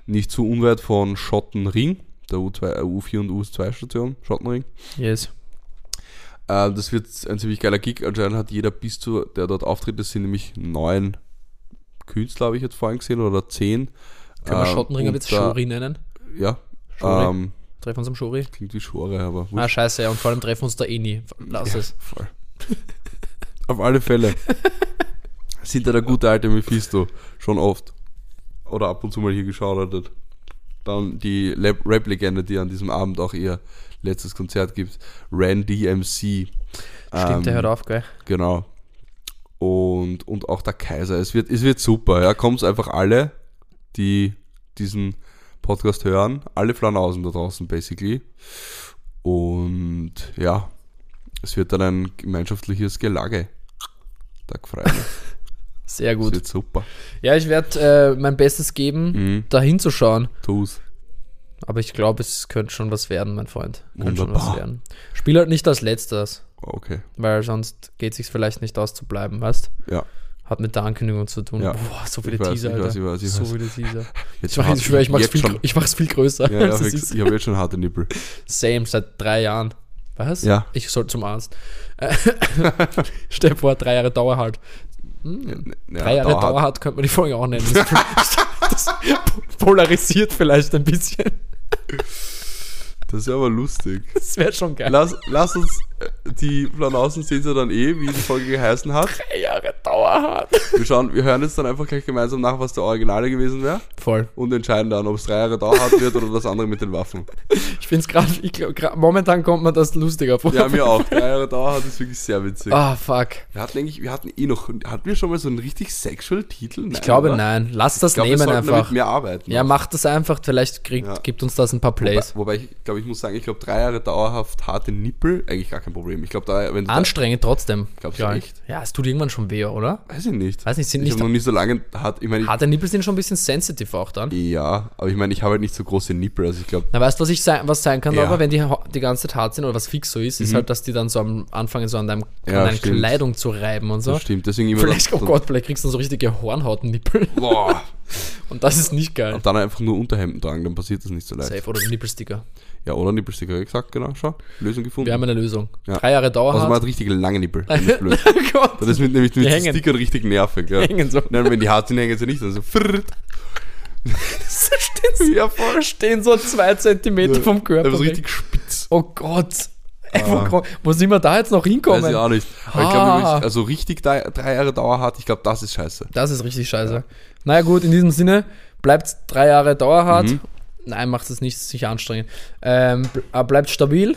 Speaker 2: Nicht zu unweit von Schottenring, der U2, äh, U4 und U2 Station, Schottenring.
Speaker 1: Yes.
Speaker 2: Äh, das wird ein ziemlich geiler Gig. Anscheinend hat jeder bis zu, der dort auftritt, das sind nämlich neun Künstler, habe ich jetzt vorhin gesehen, oder zehn.
Speaker 1: Können wir
Speaker 2: Ähm,
Speaker 1: Schottenringer
Speaker 2: und
Speaker 1: jetzt
Speaker 2: da-
Speaker 1: Schori nennen?
Speaker 2: Ja.
Speaker 1: Schori.
Speaker 2: Ähm,
Speaker 1: Treffen uns am Schori.
Speaker 2: klingt wie Schore, aber
Speaker 1: Ah,
Speaker 2: wurscht.
Speaker 1: scheiße, ja, und vor allem treffen uns da eh nie. Lass
Speaker 2: Ja,
Speaker 1: es.
Speaker 2: voll. Auf alle Fälle sind da der gute alte Mephisto schon oft oder ab und zu mal hier geschaut hat. Dann die Lab- Rap-Legende, die an diesem Abend auch ihr letztes Konzert gibt, Ran DMC.
Speaker 1: Stimmt, der
Speaker 2: Ähm,
Speaker 1: hört auf, gell?
Speaker 2: Genau. Und, und auch der Kaiser. Es wird, es wird super. Ja, kommt einfach alle, die diesen Podcast hören. Alle Flanausen da draußen, basically. Und ja, es wird dann ein gemeinschaftliches Gelage. Tag frei. Es
Speaker 1: Sehr gut.
Speaker 2: wird super.
Speaker 1: Ja, ich werde äh, mein Bestes geben,
Speaker 2: Mhm.
Speaker 1: da hinzuschauen.
Speaker 2: Tu's.
Speaker 1: Aber ich glaube, es könnte schon was werden, mein Freund. Könnte schon
Speaker 2: Wunderbar.
Speaker 1: was werden. Spiel halt nicht als letztes,
Speaker 2: Okay.
Speaker 1: weil sonst geht es sich vielleicht nicht aus zu bleiben, weißt?
Speaker 2: Ja.
Speaker 1: Hat mit der Ankündigung zu tun.
Speaker 2: Ja.
Speaker 1: Boah, so viele
Speaker 2: Ich weiß,
Speaker 1: Teaser,
Speaker 2: ich
Speaker 1: Alter.
Speaker 2: weiß, ich weiß, ich
Speaker 1: so
Speaker 2: weiß.
Speaker 1: viele Teaser.
Speaker 2: Jetzt
Speaker 1: Ich, mach, ich, schwör, ich, mach's
Speaker 2: jetzt
Speaker 1: viel,
Speaker 2: schon.
Speaker 1: grö- ich mach's viel größer,
Speaker 2: Ja, ja,
Speaker 1: als es
Speaker 2: fix.
Speaker 1: ist.
Speaker 2: ich habe jetzt schon harte Nippel.
Speaker 1: Same, seit drei Jahren. Was?
Speaker 2: Ja.
Speaker 1: Ich soll zum Arzt. Äh, Stell dir vor, drei Jahre Dauerhalt. Drei Jahre
Speaker 2: dauerhaft.
Speaker 1: Dauerhart könnte man die Folge auch nennen. Das, das polarisiert vielleicht ein bisschen.
Speaker 2: Das ist aber lustig.
Speaker 1: Das wäre schon geil.
Speaker 2: Lass, lass uns äh, die Flanausen sehen sie dann eh, wie die Folge geheißen hat.
Speaker 1: Drei Jahre Dauerhart.
Speaker 2: Wir schauen, wir hören jetzt dann einfach gleich gemeinsam nach, was der Originale gewesen wäre
Speaker 1: Voll.
Speaker 2: und entscheiden dann, ob es drei Jahre dauerhaft wird oder das andere mit den Waffen.
Speaker 1: Ich find's gerade, ich glaub, grad, momentan kommt mir das lustiger vor.
Speaker 2: Ja, mir auch. Drei Jahre dauerhaft ist wirklich sehr witzig.
Speaker 1: Ah, fuck.
Speaker 2: Wir hatten eigentlich, wir hatten eh noch, hatten wir schon mal so einen richtig sexual Titel?
Speaker 1: Ich glaube, nein. Lass das
Speaker 2: Ich glaube, wir
Speaker 1: nehmen
Speaker 2: sollten
Speaker 1: einfach.
Speaker 2: damit mehr arbeiten.
Speaker 1: Ja, macht das einfach. Vielleicht kriegt,
Speaker 2: Ja.
Speaker 1: gibt uns das ein paar
Speaker 2: wobei,
Speaker 1: Plays.
Speaker 2: wobei ich glaube, ich muss sagen, ich glaube, drei Jahre dauerhaft harte Nippel, eigentlich gar kein Problem. Ich glaube, da, wenn du da,
Speaker 1: Anstrengend trotzdem.
Speaker 2: Glaubst du
Speaker 1: Ja.
Speaker 2: nicht?
Speaker 1: Ja, es tut irgendwann schon weh, oder?
Speaker 2: weiß ich nicht.
Speaker 1: Weiß nicht, sind
Speaker 2: ich
Speaker 1: nicht-
Speaker 2: habe noch nie so lange hart, ich meine, ich,
Speaker 1: Harte Nippel sind schon ein bisschen sensitive auch dann.
Speaker 2: ja, aber ich meine, ich habe halt nicht so große Nippel, also ich glaube,
Speaker 1: Na, weißt du, was, ich sein, was sein kann,
Speaker 2: Ja. Mhm.
Speaker 1: aber wenn die ho- die ganze Zeit hart sind oder was fix so ist, ist halt, dass die dann so am anfangen, so an, deinem,
Speaker 2: Ja,
Speaker 1: an deiner
Speaker 2: stimmt.
Speaker 1: Kleidung zu reiben und so.
Speaker 2: das stimmt. Deswegen immer
Speaker 1: Vielleicht, oh
Speaker 2: so-
Speaker 1: Gott, vielleicht kriegst du dann so richtige Hornhautnippel.
Speaker 2: Boah.
Speaker 1: Und das ist nicht geil.
Speaker 2: Und dann einfach nur Unterhemden tragen, dann passiert das nicht so leicht.
Speaker 1: Safe oder Nippelsticker.
Speaker 2: Ja, oder Nippelsticker, gesagt, genau, schau. Lösung gefunden.
Speaker 1: Wir haben eine Lösung.
Speaker 2: Ja.
Speaker 1: Drei Jahre
Speaker 2: also man
Speaker 1: Dauerhaft.
Speaker 2: hat richtig lange Nippel. Das ist blöd.
Speaker 1: Oh Gott.
Speaker 2: Das ist mit, nämlich mit
Speaker 1: Die
Speaker 2: den
Speaker 1: hängen.
Speaker 2: Stickern richtig nervig. Ja.
Speaker 1: Hängen so.
Speaker 2: Nein, wenn die hart sind, hängen sie nicht. Also, frrrt.
Speaker 1: stehen, so,
Speaker 2: Ja, voll.
Speaker 1: stehen so zwei Zentimeter vom Körper.
Speaker 2: Das ist
Speaker 1: weg.
Speaker 2: richtig spitz.
Speaker 1: Oh Gott. Ey, wo, komm- wo sind wir da jetzt noch
Speaker 2: Weiß
Speaker 1: hinkommen?
Speaker 2: ich auch nicht. Aber ich
Speaker 1: Oh Ah.
Speaker 2: glaube, wirklich, also richtig drei, drei Jahre dauerhart, ich glaube, das ist scheiße.
Speaker 1: Das ist richtig scheiße. Naja gut, in diesem Sinne, bleibt drei Jahre dauerhart. Nein, macht es nicht, ist sicher anstrengend. Ähm, bl- äh, bleibt stabil.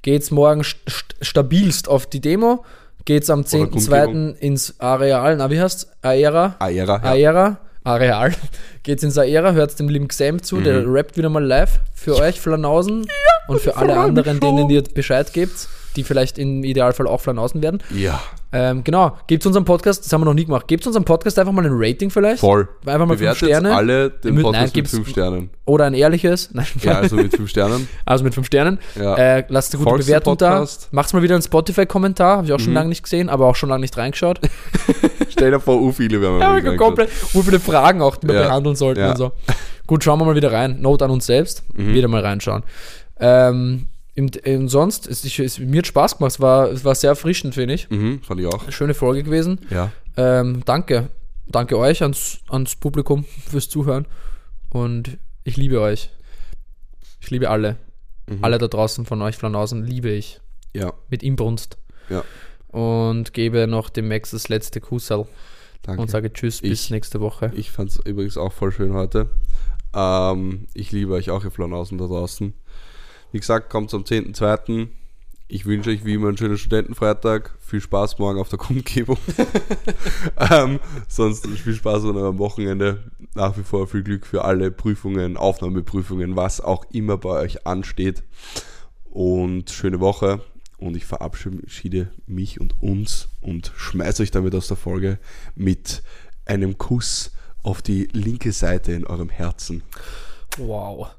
Speaker 1: Geht's morgen st st stabilst auf die Demo. Geht's am
Speaker 2: Kundgebung.
Speaker 1: 10.2. ins Areal, na wie heißt's? Aera?
Speaker 2: Aera, ja.
Speaker 1: Aera? Areal. Geht's ins Aera, hört's dem lieben Xam zu, der rappt wieder mal live für euch Flanausen und Mhm. für alle
Speaker 2: Flanausen.
Speaker 1: anderen, denen ihr Bescheid gebt, die vielleicht im Idealfall auch Flanausen werden.
Speaker 2: Ja,
Speaker 1: Ähm, genau, gebt unserem Podcast, das haben wir noch nie gemacht, gebt unserem Podcast einfach mal ein Rating vielleicht.
Speaker 2: voll.
Speaker 1: Einfach mal fünf
Speaker 2: Bewertet
Speaker 1: Sterne.
Speaker 2: alle den
Speaker 1: Mit- nein,
Speaker 2: Podcast mit
Speaker 1: gibt's-
Speaker 2: fünf Sternen.
Speaker 1: Oder ein ehrliches. Nein,
Speaker 2: Ja, also mit fünf Sternen.
Speaker 1: also mit fünf Sternen.
Speaker 2: Ja.
Speaker 1: Äh, lasst eine gute
Speaker 2: Folgst dem
Speaker 1: Bewertung da.
Speaker 2: Podcast. Mhm.
Speaker 1: Macht's mal wieder einen Spotify-Kommentar. Habe ich auch schon lange nicht gesehen, aber auch schon lange nicht reingeschaut.
Speaker 2: Stell dir vor, u viele werden
Speaker 1: ja,
Speaker 2: wir
Speaker 1: wir komplett, wo viele Fragen auch die wir
Speaker 2: Ja.
Speaker 1: behandeln sollten
Speaker 2: Ja. Mhm.
Speaker 1: und so. Gut, schauen wir mal wieder rein. Note an uns selbst. Wieder mal reinschauen. Ähm, im, im sonst, es, ich, es, mir hat Spaß gemacht. Es war, es war sehr erfrischend, finde ich.
Speaker 2: Mhm, fand ich auch.
Speaker 1: Schöne Folge gewesen.
Speaker 2: Ja.
Speaker 1: Ähm, danke. Danke euch ans, ans Publikum fürs Zuhören. Und ich liebe euch. Ich liebe alle.
Speaker 2: Mhm.
Speaker 1: Alle da draußen von euch Flanausen liebe ich.
Speaker 2: Ja.
Speaker 1: Mit Inbrunst.
Speaker 2: Ja.
Speaker 1: Und gebe noch dem Max das letzte Kussel
Speaker 2: Danke.
Speaker 1: und sage Tschüss, bis
Speaker 2: Ich-
Speaker 1: nächste Woche.
Speaker 2: Ich fand es übrigens auch voll schön heute. Ähm, ich liebe euch auch, ihr Flanausen da draußen. Wie gesagt, kommt zum 10.2. Ich wünsche euch wie immer einen schönen Studentenfreitag. Viel Spaß morgen auf der Kundgebung. ähm, sonst viel Spaß an eurem Wochenende. Nach wie vor viel Glück für alle Prüfungen, Aufnahmeprüfungen, was auch immer bei euch ansteht. Und schöne Woche. Und ich verabschiede mich und uns und schmeiße euch damit aus der Folge mit einem Kuss auf die linke Seite in eurem Herzen.
Speaker 1: Wow.